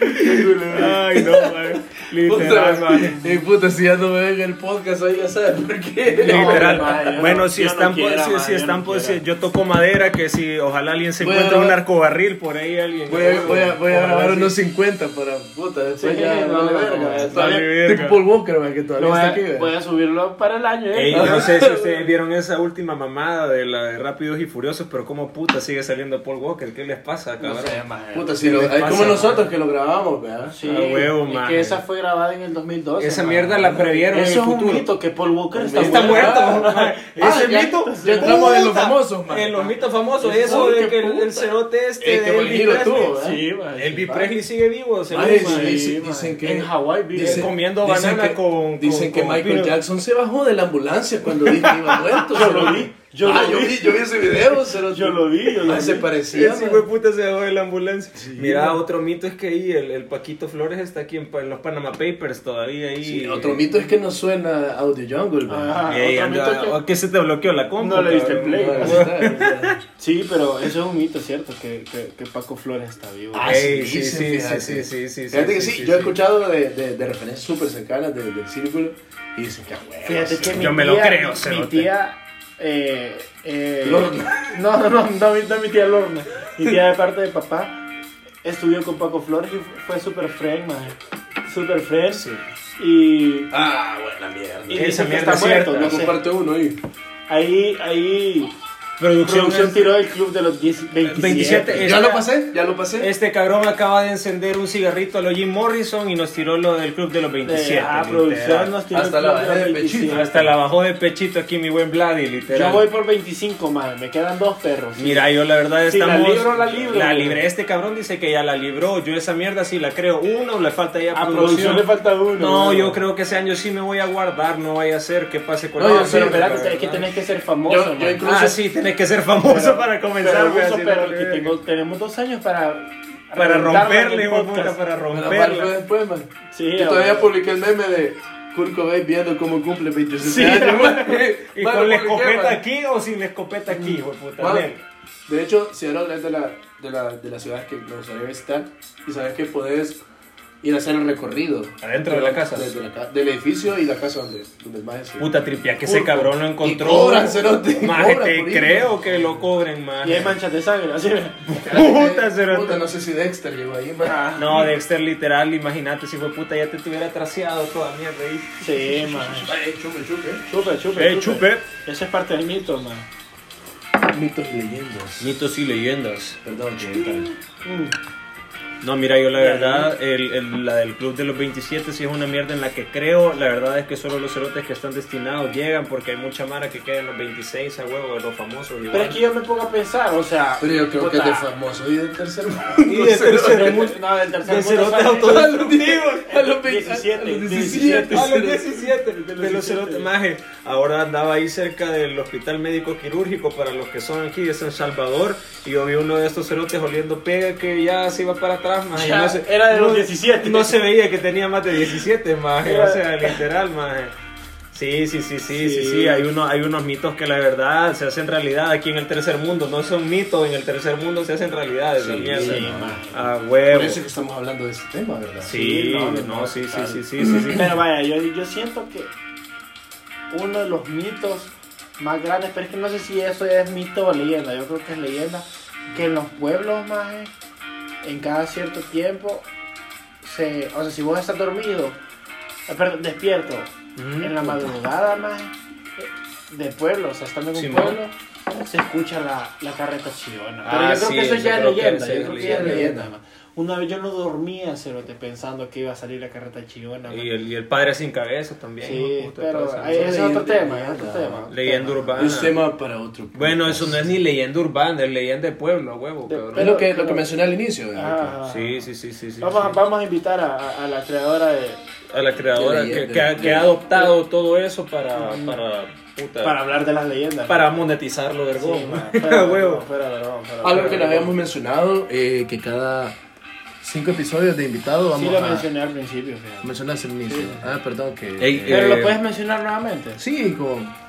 [SPEAKER 3] Ay, no, madre. Literal,
[SPEAKER 2] Puta,
[SPEAKER 3] madre.
[SPEAKER 2] eh, puta, si ya no me ven el podcast ahí, ya sabes por qué.
[SPEAKER 1] No,
[SPEAKER 3] Literal.
[SPEAKER 1] madre, yo
[SPEAKER 3] bueno,
[SPEAKER 1] no-
[SPEAKER 3] si
[SPEAKER 1] yo no
[SPEAKER 3] están, por-
[SPEAKER 1] quiera,
[SPEAKER 3] si,
[SPEAKER 1] madre,
[SPEAKER 3] si
[SPEAKER 1] yo
[SPEAKER 3] están,
[SPEAKER 1] no
[SPEAKER 3] por- si-
[SPEAKER 1] quiera.
[SPEAKER 3] yo toco madera que si ojalá alguien se
[SPEAKER 2] Voy a
[SPEAKER 3] encuentre un
[SPEAKER 2] grabar-
[SPEAKER 3] arcobarril por ahí alguien.
[SPEAKER 2] Voy a, voy a, voy a
[SPEAKER 3] Ojalá
[SPEAKER 2] grabar
[SPEAKER 3] sí.
[SPEAKER 2] unos 50 para puta, después
[SPEAKER 1] Sí,
[SPEAKER 2] ya
[SPEAKER 1] no,
[SPEAKER 2] vale eh,
[SPEAKER 1] no,
[SPEAKER 2] verga,
[SPEAKER 1] no,
[SPEAKER 2] ¿verdad? todavía.
[SPEAKER 3] Vale, verga.
[SPEAKER 2] Tipo Paul Walker, man, que todavía
[SPEAKER 1] Voy
[SPEAKER 2] está
[SPEAKER 1] a,
[SPEAKER 2] aquí. man.
[SPEAKER 1] voy a subirlo para el año. ¿eh?
[SPEAKER 3] Ey, no sé si ustedes vieron esa última mamada de la de Rápidos y Furiosos, pero como puta sigue saliendo Paul Walker, ¿qué les pasa,
[SPEAKER 1] No
[SPEAKER 3] cabrón?
[SPEAKER 1] sé, maje.
[SPEAKER 2] Puta, si lo, es
[SPEAKER 3] pasa,
[SPEAKER 2] como nosotros que lo grabamos, ¿verdad?
[SPEAKER 1] Sí,
[SPEAKER 3] Ah, huevo,
[SPEAKER 1] y
[SPEAKER 3] maje.
[SPEAKER 1] que esa fue grabada en el 2012.
[SPEAKER 3] Esa
[SPEAKER 1] maje.
[SPEAKER 3] mierda la previeron en
[SPEAKER 1] Eso
[SPEAKER 3] el
[SPEAKER 1] es un
[SPEAKER 3] futuro.
[SPEAKER 1] mito que Paul Walker está,
[SPEAKER 3] Está muerto. maje.
[SPEAKER 2] Ah,
[SPEAKER 3] Ese
[SPEAKER 2] ya-
[SPEAKER 3] mito.
[SPEAKER 2] ya entramos en los
[SPEAKER 3] puta,
[SPEAKER 2] famosos, man.
[SPEAKER 3] En los mitos famosos, eso
[SPEAKER 1] Uy,
[SPEAKER 3] de
[SPEAKER 1] qué
[SPEAKER 3] que el,
[SPEAKER 1] puta.
[SPEAKER 3] el cerote este.
[SPEAKER 2] Ey, qué
[SPEAKER 3] de
[SPEAKER 2] buen
[SPEAKER 3] Elvis
[SPEAKER 2] giro
[SPEAKER 3] Presley.
[SPEAKER 2] tuvo, ¿verdad?
[SPEAKER 1] Sí, maje.
[SPEAKER 3] Elvis Presley sigue vivo, se
[SPEAKER 2] Ay,
[SPEAKER 3] lo-
[SPEAKER 2] sí,
[SPEAKER 1] maje,
[SPEAKER 2] sí,
[SPEAKER 1] maje.
[SPEAKER 2] dicen que-
[SPEAKER 1] en Hawái vive.
[SPEAKER 3] dicen- comiendo banana
[SPEAKER 2] que,
[SPEAKER 3] con-
[SPEAKER 2] Dicen
[SPEAKER 3] con-
[SPEAKER 2] que
[SPEAKER 3] con
[SPEAKER 2] Michael
[SPEAKER 3] pino.
[SPEAKER 2] Jackson se bajó de la ambulancia cuando dijo que iba muerto.
[SPEAKER 1] Yo lo vi, yo
[SPEAKER 2] Ah,
[SPEAKER 1] lo
[SPEAKER 2] yo
[SPEAKER 1] vi.
[SPEAKER 2] vi, yo vi ese video. se lo-
[SPEAKER 1] Yo lo vi, yo lo
[SPEAKER 2] Ah, se
[SPEAKER 1] vi.
[SPEAKER 3] Sí,
[SPEAKER 2] parecía.
[SPEAKER 3] ese
[SPEAKER 2] man.
[SPEAKER 3] hijo de puta se bajó de la ambulancia. Mira, otro mito es que ahí el, el Paquito Flores está aquí en, pa- en los Panama Papers todavía ahí.
[SPEAKER 2] Sí, otro mito es que no suena Audio Jungle. man.
[SPEAKER 1] Ah,
[SPEAKER 3] Ey,
[SPEAKER 1] otro
[SPEAKER 3] anda,
[SPEAKER 1] mito que-
[SPEAKER 3] ¿o ¿Qué se te bloqueó la compu?
[SPEAKER 1] No le diste
[SPEAKER 3] cabrón?
[SPEAKER 1] play.
[SPEAKER 2] No, así está, así está.
[SPEAKER 1] Sí, pero eso es un mito, ¿cierto? Que, que, que Paco Flores está vivo.
[SPEAKER 2] Ah,
[SPEAKER 3] Ey,
[SPEAKER 2] sí,
[SPEAKER 3] sí,
[SPEAKER 2] sí,
[SPEAKER 3] sí,
[SPEAKER 2] fíjate.
[SPEAKER 3] sí, sí, sí, sí,
[SPEAKER 2] Fíjate que sí,
[SPEAKER 3] sí,
[SPEAKER 2] yo he
[SPEAKER 3] sí.
[SPEAKER 2] escuchado de, de, de referencias súper cercanas de- del círculo y dicen que a huevo,
[SPEAKER 1] Fíjate
[SPEAKER 2] sí.
[SPEAKER 1] que mi tía,
[SPEAKER 3] Yo me lo creo,
[SPEAKER 1] mi
[SPEAKER 3] cerote.
[SPEAKER 1] tía, eh, eh,
[SPEAKER 2] Lorna.
[SPEAKER 1] no, no, no, no, mi- no mi tía Lorna, mi tía de parte de papá, estudió con Paco Flores y fu- fue super friend, man, super friend,
[SPEAKER 3] Sí.
[SPEAKER 1] y,
[SPEAKER 2] Ah, buena mierda.
[SPEAKER 1] y
[SPEAKER 3] Esa
[SPEAKER 1] dicen que
[SPEAKER 3] mierda
[SPEAKER 1] está
[SPEAKER 3] es
[SPEAKER 1] muerto,
[SPEAKER 3] cierta.
[SPEAKER 1] no
[SPEAKER 2] Lo
[SPEAKER 1] sé.
[SPEAKER 2] comparte uno ahí.
[SPEAKER 1] ahí, ahí,
[SPEAKER 3] Producción,
[SPEAKER 1] producción
[SPEAKER 3] este,
[SPEAKER 1] tiró el club de los 10, 27,
[SPEAKER 3] 27.
[SPEAKER 2] Ya
[SPEAKER 3] Esta-
[SPEAKER 2] lo pasé, ya lo pasé.
[SPEAKER 3] este cabrón acaba de encender un cigarrito a lo Jim Morrison y nos tiró lo del club de los
[SPEAKER 1] Eh,
[SPEAKER 3] 27.
[SPEAKER 1] ah,
[SPEAKER 3] literal.
[SPEAKER 1] producción nos tiró
[SPEAKER 2] Hasta
[SPEAKER 1] el club
[SPEAKER 2] la
[SPEAKER 1] de
[SPEAKER 2] bajé de
[SPEAKER 1] los
[SPEAKER 2] pechito.
[SPEAKER 1] 27,
[SPEAKER 3] Hasta la bajó de pechito aquí mi buen Vladi, literal.
[SPEAKER 1] yo voy por 25, man, me quedan dos perros,
[SPEAKER 3] Mira, yo la verdad
[SPEAKER 1] Si la
[SPEAKER 3] estamos...
[SPEAKER 1] libro, la libro, güey.
[SPEAKER 3] libré. Este cabrón dice que ya la libró. Yo esa mierda sí la creo. Uno, le falta ya
[SPEAKER 1] a Ah, producción le falta uno,
[SPEAKER 3] No,
[SPEAKER 1] man.
[SPEAKER 3] yo creo que ese año sí me voy a guardar. No vaya a ser que pase con
[SPEAKER 2] No,
[SPEAKER 1] No,
[SPEAKER 2] yo
[SPEAKER 3] la-
[SPEAKER 2] sí,
[SPEAKER 1] pero
[SPEAKER 3] la
[SPEAKER 1] espérate,
[SPEAKER 3] verdad.
[SPEAKER 1] es que tenés que ser famoso,
[SPEAKER 2] Yo- yo
[SPEAKER 1] man.
[SPEAKER 2] incluso-
[SPEAKER 3] Ah, sí, tenés que ser famoso para comenzar.
[SPEAKER 1] Pero,
[SPEAKER 3] güey,
[SPEAKER 1] Gusto,
[SPEAKER 3] así
[SPEAKER 1] pero
[SPEAKER 3] no
[SPEAKER 1] que
[SPEAKER 3] te-
[SPEAKER 1] tengo- tenemos dos años para
[SPEAKER 3] Para
[SPEAKER 1] reventarla en
[SPEAKER 3] romperle,
[SPEAKER 1] el
[SPEAKER 3] hijo de
[SPEAKER 1] podcast.
[SPEAKER 3] puta, para
[SPEAKER 2] Me la parto
[SPEAKER 3] romperle.
[SPEAKER 2] después, man.
[SPEAKER 1] Sí,
[SPEAKER 2] Yo todavía
[SPEAKER 1] güey.
[SPEAKER 2] publiqué el meme de Kurt Cobain viendo cómo cumple 27
[SPEAKER 1] Sí,
[SPEAKER 2] años. man.
[SPEAKER 3] ¿Y
[SPEAKER 2] Man,
[SPEAKER 3] con la
[SPEAKER 2] lo publiqué,
[SPEAKER 3] escopeta
[SPEAKER 2] man.
[SPEAKER 3] aquí o sin la escopeta aquí, hijo de puta?
[SPEAKER 2] Man,
[SPEAKER 3] Ven.
[SPEAKER 2] De hecho, Seattle es de, la, de, la, de las ciudades que me gustaría visitar y sabes que podés ir a hacer el recorrido.
[SPEAKER 3] Adentro de la casa.
[SPEAKER 2] Desde la ca- del edificio y la casa donde, donde el maestro.
[SPEAKER 3] Puta tripia, que ese
[SPEAKER 2] Puta.
[SPEAKER 3] cabrón lo encontró.
[SPEAKER 2] Y cobran, cerote,
[SPEAKER 3] Maje,
[SPEAKER 2] cobran
[SPEAKER 3] te
[SPEAKER 2] por ir.
[SPEAKER 3] creo que lo cobren, más.
[SPEAKER 1] Y hay manchas de sangre, así.
[SPEAKER 3] [LAUGHS] Puta, cerote. Ah,
[SPEAKER 2] Puta, no sé si Dexter llegó ahí, man.
[SPEAKER 3] No, Dexter, literal, imagínate si fue puta, ya te tuviera traseado toda mierda ahí.
[SPEAKER 1] Sí, man.
[SPEAKER 2] Ay, chupe, chupe.
[SPEAKER 1] Chupe, chupe.
[SPEAKER 3] Eh, chupe.
[SPEAKER 1] Esa es parte del mito, man.
[SPEAKER 2] Mitos y leyendas.
[SPEAKER 3] Mitos y leyendas.
[SPEAKER 2] Perdón,
[SPEAKER 3] No, mira, yo la verdad, el- el- la del club de los 27 sí es una mierda en la que creo. La verdad es que solo los cerotes que están destinados llegan porque hay mucha mara que queda en los 26 a huevo de los famosos. igual.
[SPEAKER 1] Pero es que yo me pongo a pensar, o sea.
[SPEAKER 2] Pero yo creo que es de
[SPEAKER 1] puta,
[SPEAKER 2] famoso y del tercer mundo.
[SPEAKER 3] [LAUGHS] Y de tercer mundo.
[SPEAKER 1] No, del tercer
[SPEAKER 3] De
[SPEAKER 1] mundo
[SPEAKER 3] cerote
[SPEAKER 1] sale-
[SPEAKER 3] autodestructivos.
[SPEAKER 2] A los
[SPEAKER 1] 17,
[SPEAKER 2] 17,
[SPEAKER 1] 17.
[SPEAKER 2] Ah,
[SPEAKER 3] A los 17, de los
[SPEAKER 1] 17.
[SPEAKER 3] cerotes, maje. Ahora andaba ahí cerca del hospital médico quirúrgico para los que son aquí de San Salvador. Y yo vi uno de estos cerotes oliendo pega que ya se iba para atrás, maje.
[SPEAKER 1] Ya,
[SPEAKER 3] No se-
[SPEAKER 1] era de los
[SPEAKER 3] no-
[SPEAKER 1] 17.
[SPEAKER 3] No se veía que tenía más de 17, maje.
[SPEAKER 1] Era-
[SPEAKER 3] O sea, literal, maje. Sí, sí, sí, sí, sí,
[SPEAKER 1] Sí.
[SPEAKER 3] sí. Hay, uno, hay unos mitos que la verdad se hacen realidad aquí en el tercer mundo. No son mitos, en el tercer mundo se hacen realidad. esa mierda.
[SPEAKER 1] sí,
[SPEAKER 3] ah,
[SPEAKER 2] Por
[SPEAKER 3] huevo.
[SPEAKER 2] eso es que estamos hablando de este tema, ¿verdad?
[SPEAKER 3] Sí,
[SPEAKER 1] Sí, no,
[SPEAKER 3] no,
[SPEAKER 1] no, no,
[SPEAKER 3] sí, sí,
[SPEAKER 1] claro.
[SPEAKER 3] sí, sí, sí, sí.
[SPEAKER 1] Pero vaya, yo, yo siento que uno de los mitos más grandes, pero es que no sé si eso es mito o leyenda, yo creo que es leyenda, que en los pueblos más en cada cierto tiempo, se, o sea, si vos estás dormido, eh, perdón, despierto,
[SPEAKER 3] Ujú.
[SPEAKER 1] en la madrugada más de pueblo, o sea, estando en un
[SPEAKER 3] Simón.
[SPEAKER 1] pueblo, se escucha la, la carreta chillona. Pero
[SPEAKER 3] Ah,
[SPEAKER 1] yo creo
[SPEAKER 3] sí,
[SPEAKER 1] que eso
[SPEAKER 3] yo
[SPEAKER 1] ya es
[SPEAKER 3] creo que
[SPEAKER 1] leyenda,
[SPEAKER 3] esa
[SPEAKER 1] yo
[SPEAKER 3] es
[SPEAKER 1] creo que ya es
[SPEAKER 2] leyenda.
[SPEAKER 1] leyenda. ma. Una vez yo no dormía, cerote, pensando que iba a salir la carreta chillona. ma.
[SPEAKER 3] Y el, y el padre sin cabeza también. hijo
[SPEAKER 1] Sí,
[SPEAKER 3] de puta,
[SPEAKER 1] pero
[SPEAKER 3] todas esas
[SPEAKER 1] ahí- ese es otro
[SPEAKER 2] leyenda,
[SPEAKER 1] tema, es otro
[SPEAKER 2] leyenda.
[SPEAKER 1] tema. otro
[SPEAKER 3] Leyenda
[SPEAKER 1] tema.
[SPEAKER 3] urbana.
[SPEAKER 2] Es tema para otro.
[SPEAKER 3] Bueno, eso no es ni leyenda urbana, es leyenda de pueblo, huevo,
[SPEAKER 1] De-
[SPEAKER 3] cabrón.
[SPEAKER 2] Es lo que, lo que mencioné al inicio. ¿verdad?
[SPEAKER 1] Ajá.
[SPEAKER 3] Sí, sí, sí, sí. sí,
[SPEAKER 1] Vamos, a-
[SPEAKER 3] sí.
[SPEAKER 1] vamos a invitar a, a- a la creadora de,
[SPEAKER 3] A la creadora
[SPEAKER 2] De
[SPEAKER 3] que,
[SPEAKER 2] leyenda,
[SPEAKER 3] que ha, que ha
[SPEAKER 2] de-
[SPEAKER 3] adoptado todo eso para, para, puta,
[SPEAKER 1] para
[SPEAKER 3] para,
[SPEAKER 1] hablar de las leyendas.
[SPEAKER 3] monetizarlo,
[SPEAKER 1] Sí,
[SPEAKER 3] vergón. [LAUGHS]
[SPEAKER 1] ma,
[SPEAKER 3] A
[SPEAKER 1] fuera,
[SPEAKER 3] huevo.
[SPEAKER 1] fuera, vergón, fuera,
[SPEAKER 2] Algo que
[SPEAKER 1] vergón.
[SPEAKER 2] le habíamos mencionado, eh, que cada cinco episodios de invitado
[SPEAKER 1] Sí,
[SPEAKER 2] vamos
[SPEAKER 1] lo
[SPEAKER 2] a mencionar.
[SPEAKER 1] mencioné al principio. fíjate.
[SPEAKER 2] Mencionaste al inicio. Ah, perdón, que...
[SPEAKER 3] Ey,
[SPEAKER 2] eh,
[SPEAKER 1] Pero
[SPEAKER 3] Eh,
[SPEAKER 1] lo puedes mencionar nuevamente.
[SPEAKER 2] Sí, como...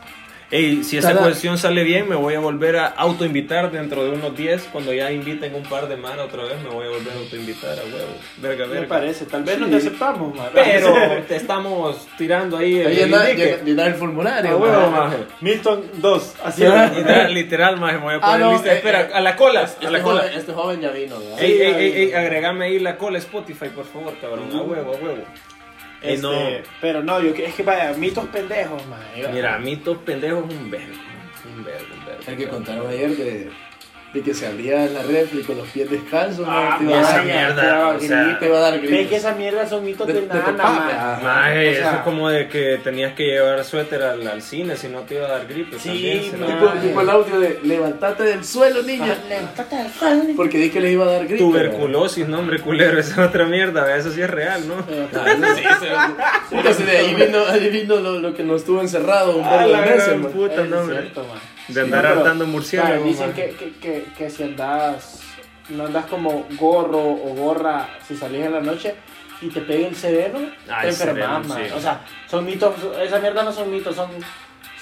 [SPEAKER 3] Ey, si esa
[SPEAKER 2] Cada-
[SPEAKER 3] cuestión sale bien, me voy a volver a autoinvitar dentro de unos 10. Cuando ya inviten un par de manos otra vez, me voy a volver a autoinvitar a huevo. Verga,
[SPEAKER 1] Me
[SPEAKER 3] verga.
[SPEAKER 1] parece, tal vez no
[SPEAKER 2] Sí.
[SPEAKER 1] te aceptamos, ma. [LAUGHS]
[SPEAKER 3] Pero [LAUGHS] te estamos tirando ahí el,
[SPEAKER 2] Ahí
[SPEAKER 3] el
[SPEAKER 2] llenar,
[SPEAKER 3] indique.
[SPEAKER 2] llenar- llenar el formulario.
[SPEAKER 1] Ah,
[SPEAKER 3] A huevo,
[SPEAKER 2] ¿verdad?
[SPEAKER 3] maje.
[SPEAKER 1] Milton 2, así
[SPEAKER 3] Literal, literal, maje, me voy a poner
[SPEAKER 2] Ah, no,
[SPEAKER 3] lista.
[SPEAKER 2] eh,
[SPEAKER 3] Espera,
[SPEAKER 2] eh,
[SPEAKER 3] a la cola, a
[SPEAKER 2] Este
[SPEAKER 3] la cola.
[SPEAKER 2] joven, este joven ya vino, ¿verdad?
[SPEAKER 3] Ey,
[SPEAKER 1] eh, Sí,
[SPEAKER 3] ey,
[SPEAKER 1] ahí.
[SPEAKER 3] ey, ey, agregame ahí la cola Spotify, por favor, cabrón. A huevo, a huevo. Eh, no.
[SPEAKER 1] [LAUGHS] Este, Pero no, yo, es que vaya, mitos pendejos, man. Yo-
[SPEAKER 3] Mira, a mí estos pendejos un verbo. Un verbo, un vergo.
[SPEAKER 2] El que contaron ayer de, de que se abría la refri con los pies descalzos,
[SPEAKER 1] Ah,
[SPEAKER 2] ma, te iba a
[SPEAKER 1] esa
[SPEAKER 2] dar-
[SPEAKER 1] mierda, o
[SPEAKER 2] te iba a dar gripe,
[SPEAKER 1] sea,
[SPEAKER 2] te iba a dar
[SPEAKER 1] Ve que
[SPEAKER 2] gripe.
[SPEAKER 1] esas mierdas son mitos
[SPEAKER 2] De-
[SPEAKER 1] de,
[SPEAKER 2] de
[SPEAKER 1] nana,
[SPEAKER 2] papá,
[SPEAKER 1] man.
[SPEAKER 2] ah.
[SPEAKER 3] Mae,
[SPEAKER 1] O sea-
[SPEAKER 3] eso es como de que tenías que llevar suéter al, al cine si no te iba a dar gripe.
[SPEAKER 1] Sí,
[SPEAKER 3] también, se la-
[SPEAKER 1] mae.
[SPEAKER 2] Tipo, tipo el audio de levantate del suelo, niña.
[SPEAKER 1] Levántate del suelo, niño.
[SPEAKER 2] Porque dije que les iba a dar gripe.
[SPEAKER 3] Tuberculosis, no hombre culero, [LAUGHS] esa es otra mierda, ¿verdad? eso sí es real, ¿no?
[SPEAKER 2] ma. Ah, no, sí, sí, sí. Puta, si de ahí vino, ahí vino lo, lo que nos tuvo encerrado un
[SPEAKER 3] Ah,
[SPEAKER 2] par de
[SPEAKER 3] la
[SPEAKER 2] meses,
[SPEAKER 3] gran
[SPEAKER 2] ma.
[SPEAKER 3] puta,
[SPEAKER 1] Es
[SPEAKER 3] no, hombre.
[SPEAKER 1] cierto, man.
[SPEAKER 3] De andar
[SPEAKER 1] No, pero,
[SPEAKER 3] hartando
[SPEAKER 1] vaya,
[SPEAKER 3] murciélagos.
[SPEAKER 1] Dicen
[SPEAKER 3] man.
[SPEAKER 1] que, que, que, que si andas, no andas como gorro o gorra si salís en la noche y te pega el sereno,
[SPEAKER 3] Ah,
[SPEAKER 1] te
[SPEAKER 3] el
[SPEAKER 1] enfermas,
[SPEAKER 3] sereno,
[SPEAKER 1] man.
[SPEAKER 3] sí.
[SPEAKER 1] O sea, son mitos, esa mierda no son mitos, son,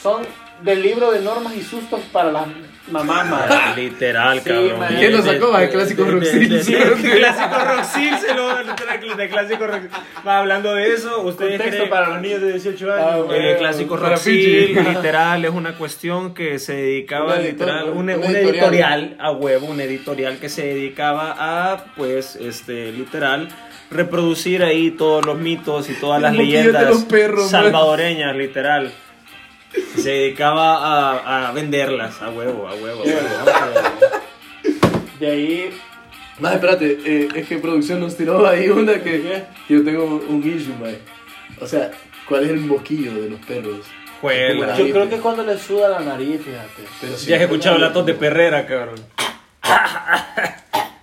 [SPEAKER 1] son del libro de normas y sustos para las mamás, man.
[SPEAKER 3] Ah, Literal,
[SPEAKER 1] Sí,
[SPEAKER 3] cabrón.
[SPEAKER 1] man.
[SPEAKER 2] ¿Quién lo sacó?
[SPEAKER 3] De-
[SPEAKER 2] El clásico
[SPEAKER 3] de- de-
[SPEAKER 2] Roxil.
[SPEAKER 3] de-
[SPEAKER 2] [LAUGHS]
[SPEAKER 3] de- El clásico Roxil se lo de clásico Roxil. Va hablando de eso, ustedes creen-
[SPEAKER 1] los niños de 18
[SPEAKER 2] Ah,
[SPEAKER 1] man.
[SPEAKER 2] bueno.
[SPEAKER 3] El Eh, clásico
[SPEAKER 2] Para
[SPEAKER 3] [LAUGHS] Roxil,
[SPEAKER 2] Pichi.
[SPEAKER 3] literal, es una cuestión que se dedicaba
[SPEAKER 2] Un editor,
[SPEAKER 3] literal,
[SPEAKER 2] ¿no?
[SPEAKER 3] un,
[SPEAKER 2] Un
[SPEAKER 3] un
[SPEAKER 2] editorial.
[SPEAKER 3] editorial. a huevo, un editorial que se dedicaba a, pues, este, literal, reproducir ahí todos los mitos y todas
[SPEAKER 2] El
[SPEAKER 3] las
[SPEAKER 2] moquillo de
[SPEAKER 3] leyendas
[SPEAKER 2] los perros, man.
[SPEAKER 3] salvadoreñas, literal. Se dedicaba a, a venderlas a huevo, a huevo. a huevo.
[SPEAKER 1] De ahí,
[SPEAKER 2] Más espérate, eh, es que producción nos tiró ahí una que que yo tengo un issue, mae. O sea, ¿cuál es el moquillo de los perros?
[SPEAKER 3] Juela.
[SPEAKER 2] Como la
[SPEAKER 1] yo creo
[SPEAKER 2] gripe.
[SPEAKER 1] que es cuando le suda la nariz, fíjate.
[SPEAKER 2] Pero sí,
[SPEAKER 3] Ya has escuchado la tos de Perrera, cabrón. [LAUGHS]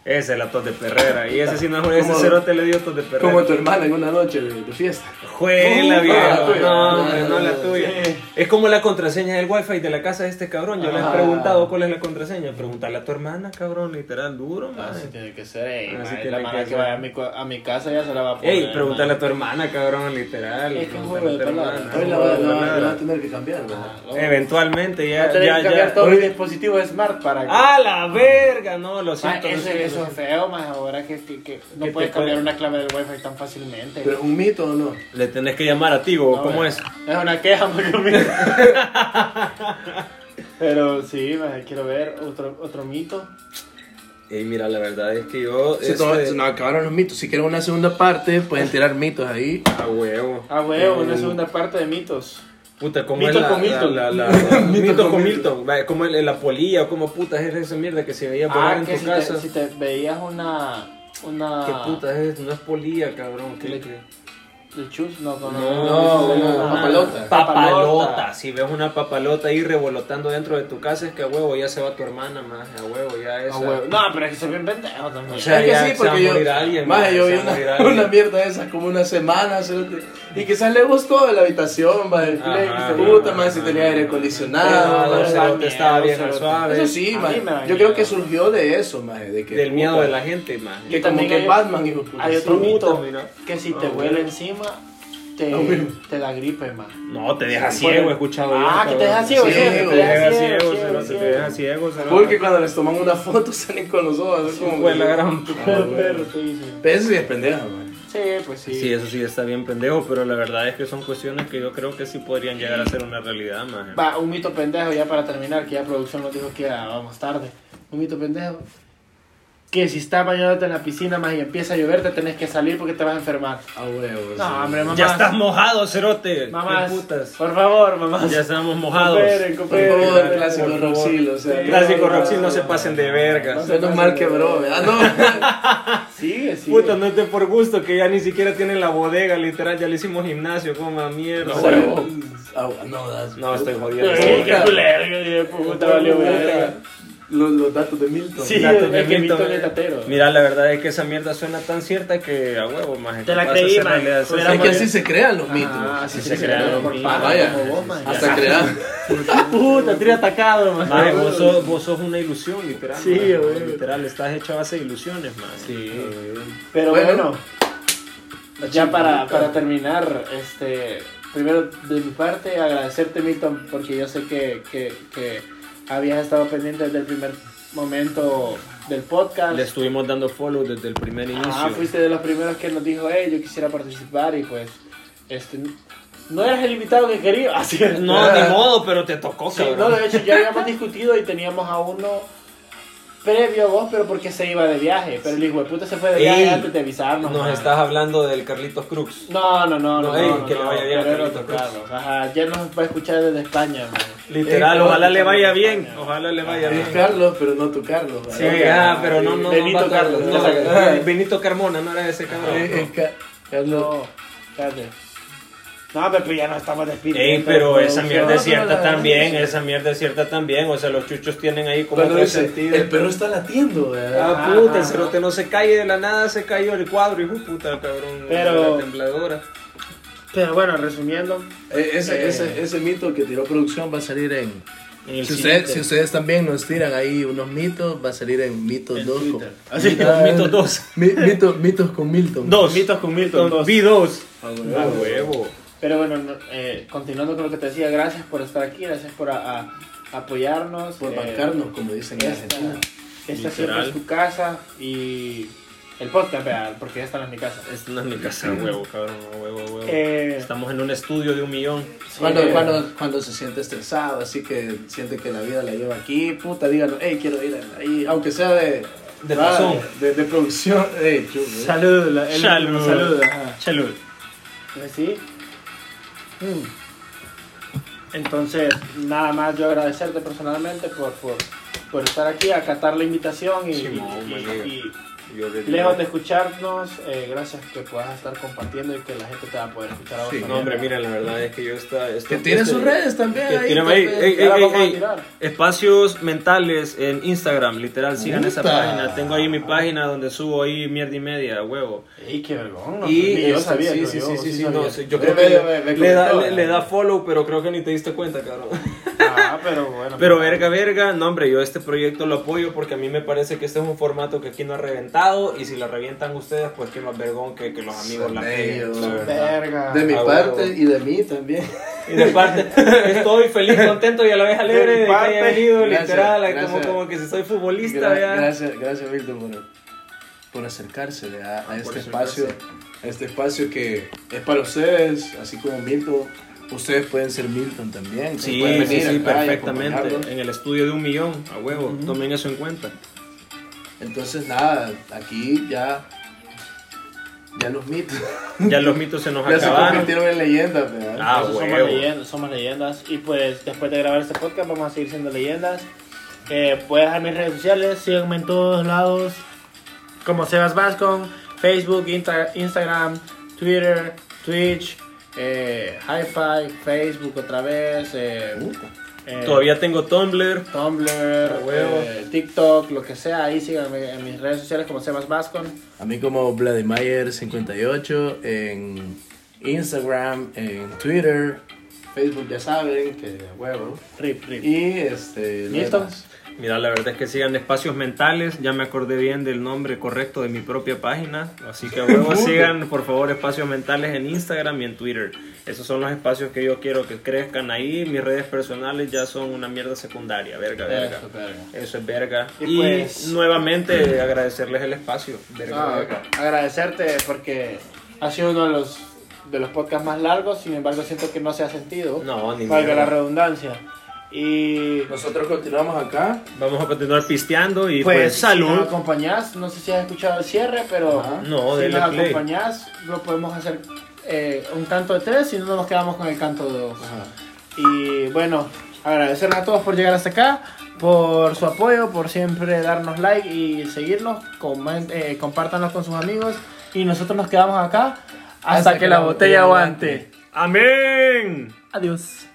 [SPEAKER 3] Ese es la tos de Perrera. Y ese sí no es ese
[SPEAKER 2] Como-
[SPEAKER 3] cerote le dio tos de Perrera.
[SPEAKER 2] Como tu hermana en una noche de, de fiesta.
[SPEAKER 3] Juela,
[SPEAKER 2] Uh, la
[SPEAKER 3] viejo.
[SPEAKER 2] tuya.
[SPEAKER 3] No, hombre, no la
[SPEAKER 2] Sí.
[SPEAKER 3] tuya. Es como la contraseña del wifi de la casa de este cabrón. Yo le he
[SPEAKER 1] Ah.
[SPEAKER 3] preguntado cuál es la contraseña. Preguntarle a tu hermana, cabrón, literal, duro, man.
[SPEAKER 1] Así tiene que ser, ey,
[SPEAKER 3] Así
[SPEAKER 1] man,
[SPEAKER 3] tiene
[SPEAKER 1] la
[SPEAKER 3] que
[SPEAKER 1] madre que
[SPEAKER 3] ser.
[SPEAKER 1] vaya a mi, cu- a mi casa ya se la va a poner.
[SPEAKER 3] Ey, pregúntale
[SPEAKER 1] man.
[SPEAKER 3] a tu hermana, cabrón, literal.
[SPEAKER 1] Es que
[SPEAKER 3] Pregúntale
[SPEAKER 1] juego de
[SPEAKER 3] a tu
[SPEAKER 1] palabras.
[SPEAKER 3] hermana.
[SPEAKER 2] Hoy la,
[SPEAKER 3] Juego
[SPEAKER 2] va-
[SPEAKER 3] de
[SPEAKER 2] la, va- la va a
[SPEAKER 3] palabras.
[SPEAKER 2] tener que cambiar, mae.
[SPEAKER 1] Ah, loco.
[SPEAKER 3] Eventualmente
[SPEAKER 1] Voy a
[SPEAKER 3] ya,
[SPEAKER 1] tener
[SPEAKER 3] ya,
[SPEAKER 1] que cambiar
[SPEAKER 3] ya.
[SPEAKER 1] todo mi dispositivo smart para que.
[SPEAKER 3] ¡A la verga! No, lo
[SPEAKER 1] Ma,
[SPEAKER 3] siento. no
[SPEAKER 1] eso,
[SPEAKER 3] sé.
[SPEAKER 1] eso es feo, más ahora que, que- que no
[SPEAKER 3] te
[SPEAKER 1] puedes cambiar
[SPEAKER 3] puede-
[SPEAKER 1] una clave del wifi tan fácilmente.
[SPEAKER 2] Pero es un mito o no?
[SPEAKER 3] Le tenés que llamar a ti, o
[SPEAKER 1] No,
[SPEAKER 3] ¿cómo
[SPEAKER 1] ma,
[SPEAKER 3] es?
[SPEAKER 1] Es una queja, ma, conmigo. Pero sí, ma, quiero ver otro, otro mito.
[SPEAKER 3] Ey, mira, la verdad es que yo.
[SPEAKER 2] Se
[SPEAKER 3] este,
[SPEAKER 2] no, acabaron los mitos. Si quieren una segunda parte, pueden tirar mitos ahí.
[SPEAKER 3] A huevo.
[SPEAKER 1] Ah, huevo,
[SPEAKER 3] Eh,
[SPEAKER 1] una segunda parte de mitos.
[SPEAKER 3] Puta, ¿cómo
[SPEAKER 1] Milton
[SPEAKER 3] es la,
[SPEAKER 1] con Milton.
[SPEAKER 3] la- la- la-
[SPEAKER 2] Milton
[SPEAKER 3] Milton
[SPEAKER 2] con
[SPEAKER 3] con
[SPEAKER 2] Milton.
[SPEAKER 3] Milton. Va, ¿Cómo es la polilla? ¿Cómo puta es esa mierda que se veía por
[SPEAKER 1] Ah,
[SPEAKER 3] en
[SPEAKER 1] que
[SPEAKER 3] tu
[SPEAKER 1] si te,
[SPEAKER 3] casa?
[SPEAKER 1] si te veías una. Una.
[SPEAKER 3] ¿Qué puta es eso? No es polilla, cabrón. ¿Qué,
[SPEAKER 1] Le-
[SPEAKER 3] qué?
[SPEAKER 1] Lechuz, no, no, no.
[SPEAKER 2] No, no, no, papalota.
[SPEAKER 3] Papalota. Si ves una papalota ahí revolotando dentro de tu casa, es que a huevo ya se va tu hermana, más. A huevo ya esa.
[SPEAKER 1] Ah, huevo. No, pero es que se ven pendejos también.
[SPEAKER 3] O sea,
[SPEAKER 2] es que
[SPEAKER 3] ya
[SPEAKER 2] sí,
[SPEAKER 3] se va
[SPEAKER 2] porque
[SPEAKER 3] a morir
[SPEAKER 2] yo,
[SPEAKER 3] alguien,
[SPEAKER 2] maje,
[SPEAKER 3] maje,
[SPEAKER 2] yo
[SPEAKER 3] se
[SPEAKER 2] vi
[SPEAKER 3] va a morir
[SPEAKER 2] una,
[SPEAKER 3] alguien.
[SPEAKER 2] una mierda esa como una semana, cerote. y quizás le gustó la habitación, maje,
[SPEAKER 3] Ajá,
[SPEAKER 2] le gusta
[SPEAKER 3] ajá,
[SPEAKER 2] más si
[SPEAKER 3] ajá.
[SPEAKER 2] tenía aire
[SPEAKER 3] Ah,
[SPEAKER 2] acondicionado,
[SPEAKER 3] no,
[SPEAKER 1] Pero
[SPEAKER 2] maje.
[SPEAKER 3] se
[SPEAKER 1] da
[SPEAKER 3] lo- te estaba
[SPEAKER 1] miedo,
[SPEAKER 3] bien
[SPEAKER 1] se lo-
[SPEAKER 3] suave.
[SPEAKER 2] eso sí,
[SPEAKER 1] a mí
[SPEAKER 2] maje,
[SPEAKER 1] me da
[SPEAKER 2] yo creo que
[SPEAKER 1] miedo.
[SPEAKER 2] surgió de eso, maje, de que,
[SPEAKER 3] Del miedo
[SPEAKER 2] puta,
[SPEAKER 3] de la gente, más.
[SPEAKER 1] Y
[SPEAKER 2] que como
[SPEAKER 1] también
[SPEAKER 2] que
[SPEAKER 1] hay-
[SPEAKER 2] Batman, hijo de puta.
[SPEAKER 1] Hay otro
[SPEAKER 3] Puta,
[SPEAKER 1] mito
[SPEAKER 3] mira.
[SPEAKER 1] que si te
[SPEAKER 3] Ah,
[SPEAKER 1] huele encima te,
[SPEAKER 2] Ah, bueno.
[SPEAKER 1] te da gripe, man.
[SPEAKER 3] No, te deja ciego, he escuchado yo.
[SPEAKER 1] Ah, que te deja
[SPEAKER 3] cabrón.
[SPEAKER 1] ciego,
[SPEAKER 2] ciego,
[SPEAKER 3] te deja ciego, cerote, te deja ciego, cerote.
[SPEAKER 2] Porque cuando les toman una foto [LAUGHS] salen con los ojos, es como...
[SPEAKER 3] Fue pues, la gran
[SPEAKER 2] Ah,
[SPEAKER 1] Pero,
[SPEAKER 2] bueno.
[SPEAKER 1] pero, te dicen.
[SPEAKER 2] Pero eso sí es pendeja, maje.
[SPEAKER 1] Sí, pues sí.
[SPEAKER 3] Sí, eso sí está bien pendejo, pero la verdad es que son cuestiones que yo creo que sí podrían llegar a ser una realidad, maje.
[SPEAKER 1] Va, un mito pendejo ya para terminar, que ya producción nos dijo que ya vamos tarde. Un mito pendejo. Que si estás bañándote en la piscina más y empieza a llover, te tenés que salir porque te vas a enfermar.
[SPEAKER 2] A huevo, sí.
[SPEAKER 1] No, hombre, mamás.
[SPEAKER 3] Ya estás mojado, cerote.
[SPEAKER 1] Mamás,
[SPEAKER 3] Qué putas.
[SPEAKER 1] por favor, mamás.
[SPEAKER 3] Ya estamos mojados.
[SPEAKER 1] Cooperen,
[SPEAKER 2] Por
[SPEAKER 1] cooperen,
[SPEAKER 2] favor,
[SPEAKER 1] cooperen.
[SPEAKER 2] clásico
[SPEAKER 3] por favor.
[SPEAKER 2] Roxil, o sea...
[SPEAKER 3] Clásico
[SPEAKER 2] no,
[SPEAKER 3] Roxy, no se pasen de verga.
[SPEAKER 2] Menos mal que bro, ¿verdad? [LAUGHS]
[SPEAKER 3] [LAUGHS]
[SPEAKER 2] No.
[SPEAKER 1] Sigue, sigue.
[SPEAKER 3] Puta, no es de por gusto que ya ni siquiera tienen la bodega, literal, ya le hicimos gimnasio, como mierda.
[SPEAKER 2] No,
[SPEAKER 3] No,
[SPEAKER 2] Ah, no, das-
[SPEAKER 3] estoy jodiendo.
[SPEAKER 1] Ay,
[SPEAKER 2] Puta.
[SPEAKER 1] qué culero, yo dije, puta, valió verga.
[SPEAKER 2] Los, los datos de Milton.
[SPEAKER 1] Sí,
[SPEAKER 3] Datos
[SPEAKER 1] es
[SPEAKER 3] de
[SPEAKER 1] que
[SPEAKER 3] Milton,
[SPEAKER 1] Milton
[SPEAKER 3] eh.
[SPEAKER 1] es tatero.
[SPEAKER 3] Mira, la verdad es que esa mierda suena tan cierta que a huevo, maje.
[SPEAKER 1] Te la
[SPEAKER 3] capaz de
[SPEAKER 1] creí,
[SPEAKER 3] ser
[SPEAKER 1] maje. Pues
[SPEAKER 3] realidad.
[SPEAKER 1] Fuera
[SPEAKER 2] Es que
[SPEAKER 1] Porque-
[SPEAKER 2] así se crean los mitos.
[SPEAKER 1] Ah, sí,
[SPEAKER 3] Sí,
[SPEAKER 1] se
[SPEAKER 3] se
[SPEAKER 1] crearon
[SPEAKER 3] crearon
[SPEAKER 1] por
[SPEAKER 3] mitos. Ah,
[SPEAKER 1] paja,
[SPEAKER 2] Vaya.
[SPEAKER 1] como vos, man.
[SPEAKER 2] Hasta crean.
[SPEAKER 1] Puta, tira atacado, man.
[SPEAKER 3] Maje, vos sos, vos sos una ilusión, literal.
[SPEAKER 1] Sí,
[SPEAKER 3] maje.
[SPEAKER 1] güey.
[SPEAKER 3] Literal, estás hecho a base de ilusiones, maje. Sí.
[SPEAKER 1] Pero
[SPEAKER 2] Bueno.
[SPEAKER 1] bueno, ya para, para terminar, este, primero de mi parte agradecerte Milton porque yo sé que, que, que habías estado pendiente desde el primer momento del podcast.
[SPEAKER 3] Le estuvimos dando follow desde el primer inicio.
[SPEAKER 1] Ah, fuiste de los primeros que nos dijo, hey, yo quisiera participar y pues, este, no eras el invitado que quería, [LAUGHS] así es.
[SPEAKER 3] No, ni modo, pero te tocó,
[SPEAKER 1] Ah. Sí,
[SPEAKER 3] cabrón.
[SPEAKER 1] no, de hecho ya habíamos discutido y teníamos a uno previo a vos, pero porque se iba de viaje. Pero el hijo de puta se fue de
[SPEAKER 5] Ey,
[SPEAKER 1] viaje antes de avisarnos.
[SPEAKER 5] Nos
[SPEAKER 1] man.
[SPEAKER 5] estás hablando del Carlitos Cruz.
[SPEAKER 1] No, no, no, no.
[SPEAKER 5] No, ey,
[SPEAKER 1] no, no,
[SPEAKER 5] que le vaya bien a pues.
[SPEAKER 1] pero era
[SPEAKER 5] Carlitos
[SPEAKER 1] otro
[SPEAKER 5] Cruz.
[SPEAKER 1] Carlos. Ajá, ya nos va a escuchar desde España, man.
[SPEAKER 3] Literal,
[SPEAKER 2] Eh,
[SPEAKER 3] ojalá
[SPEAKER 2] no,
[SPEAKER 3] le
[SPEAKER 2] no,
[SPEAKER 3] vaya
[SPEAKER 1] no,
[SPEAKER 3] bien.
[SPEAKER 1] no.
[SPEAKER 3] Ojalá le
[SPEAKER 1] Ah,
[SPEAKER 3] vaya
[SPEAKER 2] Es
[SPEAKER 3] bien.
[SPEAKER 2] Carlos, pero no tu Carlos.
[SPEAKER 5] Sí,
[SPEAKER 2] ¿verdad?
[SPEAKER 5] ah, pero no, no.
[SPEAKER 1] Benito
[SPEAKER 5] no, va a-
[SPEAKER 1] Carlos, Eh,
[SPEAKER 5] no,
[SPEAKER 1] ya la
[SPEAKER 5] eh, Benito Carmona, no era ese cabrón.
[SPEAKER 2] Es- es Eh, Ca- Carlos.
[SPEAKER 1] No, espérate. No, Pepe, ya nos estamos despidiendo.
[SPEAKER 3] Ey, pero esa mierda es
[SPEAKER 2] no, pero
[SPEAKER 3] cierta
[SPEAKER 2] la-
[SPEAKER 3] también, esa mierda es cierta también. O sea, los chuchos tienen ahí como
[SPEAKER 2] Cuando
[SPEAKER 3] otro
[SPEAKER 2] dice,
[SPEAKER 3] sentido.
[SPEAKER 2] el perro está latiendo, ¿verdad?
[SPEAKER 3] Ah,
[SPEAKER 1] Ajá,
[SPEAKER 3] puta, el
[SPEAKER 1] ajá.
[SPEAKER 3] cerote no se cae de la nada, se cayó el cuadro, hijo de puta, cabrón.
[SPEAKER 1] Pero-
[SPEAKER 3] La tembladora.
[SPEAKER 1] Pero bueno, resumiendo.
[SPEAKER 2] Eh, ese,
[SPEAKER 1] Eh.
[SPEAKER 2] ese, ese mito que tiró producción va a salir en...
[SPEAKER 3] En el
[SPEAKER 2] Si, ustedes-
[SPEAKER 3] siguiente.
[SPEAKER 2] si ustedes también nos tiran ahí unos mitos, va a salir en Mitos
[SPEAKER 1] En
[SPEAKER 2] 2. con-
[SPEAKER 1] Twitter.
[SPEAKER 3] Así,
[SPEAKER 2] Ah,
[SPEAKER 3] mitos dos.
[SPEAKER 2] mi- mitos, mitos con Milton.
[SPEAKER 3] Dos.
[SPEAKER 1] Mitos con Milton, dos.
[SPEAKER 3] Vi dos.
[SPEAKER 2] Ah,
[SPEAKER 3] A
[SPEAKER 2] huevo.
[SPEAKER 3] huevo.
[SPEAKER 1] Pero bueno, no, eh, continuando con lo que te decía, gracias por estar aquí, gracias por a- a- apoyarnos.
[SPEAKER 2] Por
[SPEAKER 1] eh,
[SPEAKER 2] bancarnos, como dicen en
[SPEAKER 1] Esta,
[SPEAKER 2] Argentina.
[SPEAKER 1] esta siempre
[SPEAKER 3] Literal.
[SPEAKER 1] es tu casa y el podcast, vea, porque ya están en mi casa.
[SPEAKER 3] Esta no es mi casa, a huevo, cabrón, a huevo, a huevo.
[SPEAKER 1] Eh.
[SPEAKER 3] Estamos en un estudio de un millón.
[SPEAKER 2] Cuando,
[SPEAKER 1] Sí.
[SPEAKER 2] cuando, cuando se siente estresado, así que siente que la vida la lleva aquí, puta, díganos, hey, quiero ir ahí, aunque sea de...
[SPEAKER 5] De
[SPEAKER 2] va,
[SPEAKER 5] pasón.
[SPEAKER 2] De, de producción. Ey, chulo, eh.
[SPEAKER 1] Salud, la- el-
[SPEAKER 3] Salud.
[SPEAKER 1] salud, ajá.
[SPEAKER 3] Salud.
[SPEAKER 1] Pues sí. Mm. Entonces, nada más yo agradecerte personalmente por, por, por estar aquí, acatar la invitación y,
[SPEAKER 3] Sí,
[SPEAKER 1] y-
[SPEAKER 3] no,
[SPEAKER 1] y-
[SPEAKER 3] hombre.
[SPEAKER 1] y
[SPEAKER 5] Yo le digo-
[SPEAKER 1] lejos de escucharnos, eh, gracias que puedas estar compartiendo y que la gente te va a poder escuchar a vos
[SPEAKER 2] Sí,
[SPEAKER 1] también.
[SPEAKER 5] No, hombre, mira, la verdad es que yo está. esto-
[SPEAKER 2] Que tiene
[SPEAKER 5] este-
[SPEAKER 2] sus redes también.
[SPEAKER 5] que
[SPEAKER 2] ahí,
[SPEAKER 5] tiene- ey,
[SPEAKER 2] también.
[SPEAKER 5] ey,
[SPEAKER 1] Ya la
[SPEAKER 5] ey,
[SPEAKER 1] vamos a
[SPEAKER 5] ey.
[SPEAKER 1] tirar.
[SPEAKER 3] Espacios mentales en Instagram, literal, sigan esa
[SPEAKER 2] Puta.
[SPEAKER 3] página. Tengo ahí mi página donde subo ahí mierda y media, huevo.
[SPEAKER 1] Ey, qué vergón. no,
[SPEAKER 5] Y
[SPEAKER 1] ni yo
[SPEAKER 5] este,
[SPEAKER 1] sabía,
[SPEAKER 5] sí,
[SPEAKER 1] creo
[SPEAKER 5] sí,
[SPEAKER 1] yo,
[SPEAKER 5] sí, sí, sí,
[SPEAKER 1] sabía.
[SPEAKER 5] no, sí, yo
[SPEAKER 2] Pero
[SPEAKER 5] creo que
[SPEAKER 2] me- me- me
[SPEAKER 5] le, le da,
[SPEAKER 2] comentó,
[SPEAKER 5] le, le
[SPEAKER 2] ¿eh?
[SPEAKER 5] da follow, pero creo que ni te diste cuenta, cabrón.
[SPEAKER 1] Ah, pero bueno.
[SPEAKER 3] Pero
[SPEAKER 1] pues,
[SPEAKER 3] verga, verga, no hombre, yo este proyecto lo
[SPEAKER 5] Apoyo porque a mí me parece que este es un formato que aquí no ha reventado y si la revientan ustedes, pues qué más vergón que, que los amigos la peguen,
[SPEAKER 2] Ellos.
[SPEAKER 5] la verdad.
[SPEAKER 1] Verga.
[SPEAKER 2] De mi
[SPEAKER 5] Ah,
[SPEAKER 2] parte
[SPEAKER 5] huevo.
[SPEAKER 2] y de mí
[SPEAKER 5] [LAUGHS]
[SPEAKER 2] también.
[SPEAKER 5] Y de parte, [LAUGHS] estoy feliz, contento y a la vez alegre
[SPEAKER 1] De mi
[SPEAKER 5] de, que
[SPEAKER 1] parte,
[SPEAKER 5] haya venido,
[SPEAKER 2] gracias,
[SPEAKER 5] literal, Como,
[SPEAKER 2] gracias.
[SPEAKER 5] como que si soy futbolista,
[SPEAKER 2] Gra-
[SPEAKER 5] ya.
[SPEAKER 2] gracias, gracias Milton por, por acercarse ¿verdad? a, este espacio, a este espacio que es para ustedes, así como Milton. Ustedes pueden ser Milton también.
[SPEAKER 3] Sí,
[SPEAKER 2] pueden
[SPEAKER 3] sí,
[SPEAKER 2] venir
[SPEAKER 3] sí,
[SPEAKER 2] acá y acompañarnos.
[SPEAKER 3] perfectamente. En el estudio de un millón, a huevo. Tomen eso en cuenta.
[SPEAKER 2] Entonces nada, aquí ya, ya los mitos
[SPEAKER 3] Ya los mitos se nos
[SPEAKER 2] [LAUGHS] ya se
[SPEAKER 3] acabaron.
[SPEAKER 2] convirtieron en pues, leyendas. ¿verdad?
[SPEAKER 3] Ah,
[SPEAKER 1] Nosotros
[SPEAKER 3] huevo.
[SPEAKER 1] somos leyendas, somos leyendas. Y pues después de grabar este podcast vamos a seguir siendo leyendas. Eh, puedes dejar mis redes sociales, síganme en todos lados. Como Sebas Vascon, Facebook, Insta- Instagram, Twitter, Twitch, eh, Hi-Fi, Facebook otra vez. eh, eh,
[SPEAKER 3] Todavía tengo Tumblr.
[SPEAKER 1] Tumblr,
[SPEAKER 3] huevo.
[SPEAKER 1] eh, TikTok, lo que sea, ahí síganme en mis redes sociales como Sebas Vascon.
[SPEAKER 2] A mí como Vladimir58 en Instagram, en Twitter, Facebook ya saben que huevo.
[SPEAKER 1] Rip, rip.
[SPEAKER 2] Y este... lo
[SPEAKER 1] ¿Listo?
[SPEAKER 2] demás.
[SPEAKER 3] Mira, la verdad es que sigan espacios mentales. Ya me acordé bien del nombre correcto de mi propia página. Así que a huevo, sigan por favor espacios mentales en Instagram y en Twitter. Esos son los espacios que yo quiero que crezcan ahí. Mis redes personales ya son una mierda secundaria. Verga, verga.
[SPEAKER 1] Eso, verga.
[SPEAKER 3] Eso es verga.
[SPEAKER 1] Y
[SPEAKER 3] Y,
[SPEAKER 1] pues-
[SPEAKER 3] nuevamente agradecerles el espacio. Verga,
[SPEAKER 1] Ah,
[SPEAKER 3] verga.
[SPEAKER 1] agradecerte porque ha sido uno de los de los podcasts más largos, sin embargo siento que no se ha sentido.
[SPEAKER 3] No, ni
[SPEAKER 1] valga
[SPEAKER 3] mierda.
[SPEAKER 1] la redundancia. Y
[SPEAKER 2] Nosotros continuamos acá.
[SPEAKER 3] Vamos a continuar pisteando y pues,
[SPEAKER 1] pues, nos
[SPEAKER 3] salud.
[SPEAKER 1] acompañás, no sé si has escuchado el cierre, pero
[SPEAKER 2] Ajá.
[SPEAKER 3] No,
[SPEAKER 1] si
[SPEAKER 3] dele
[SPEAKER 1] nos
[SPEAKER 3] play.
[SPEAKER 1] acompañás, lo podemos hacer eh, un canto de tres, si no nos quedamos con el canto de dos. Y bueno, agradecerles a todos por llegar hasta acá, por su apoyo, por siempre darnos like y seguirnos, comen- eh, compártanos con sus amigos y nosotros nos quedamos acá hasta, que, la botella aguante.
[SPEAKER 3] Amén.
[SPEAKER 1] Adiós.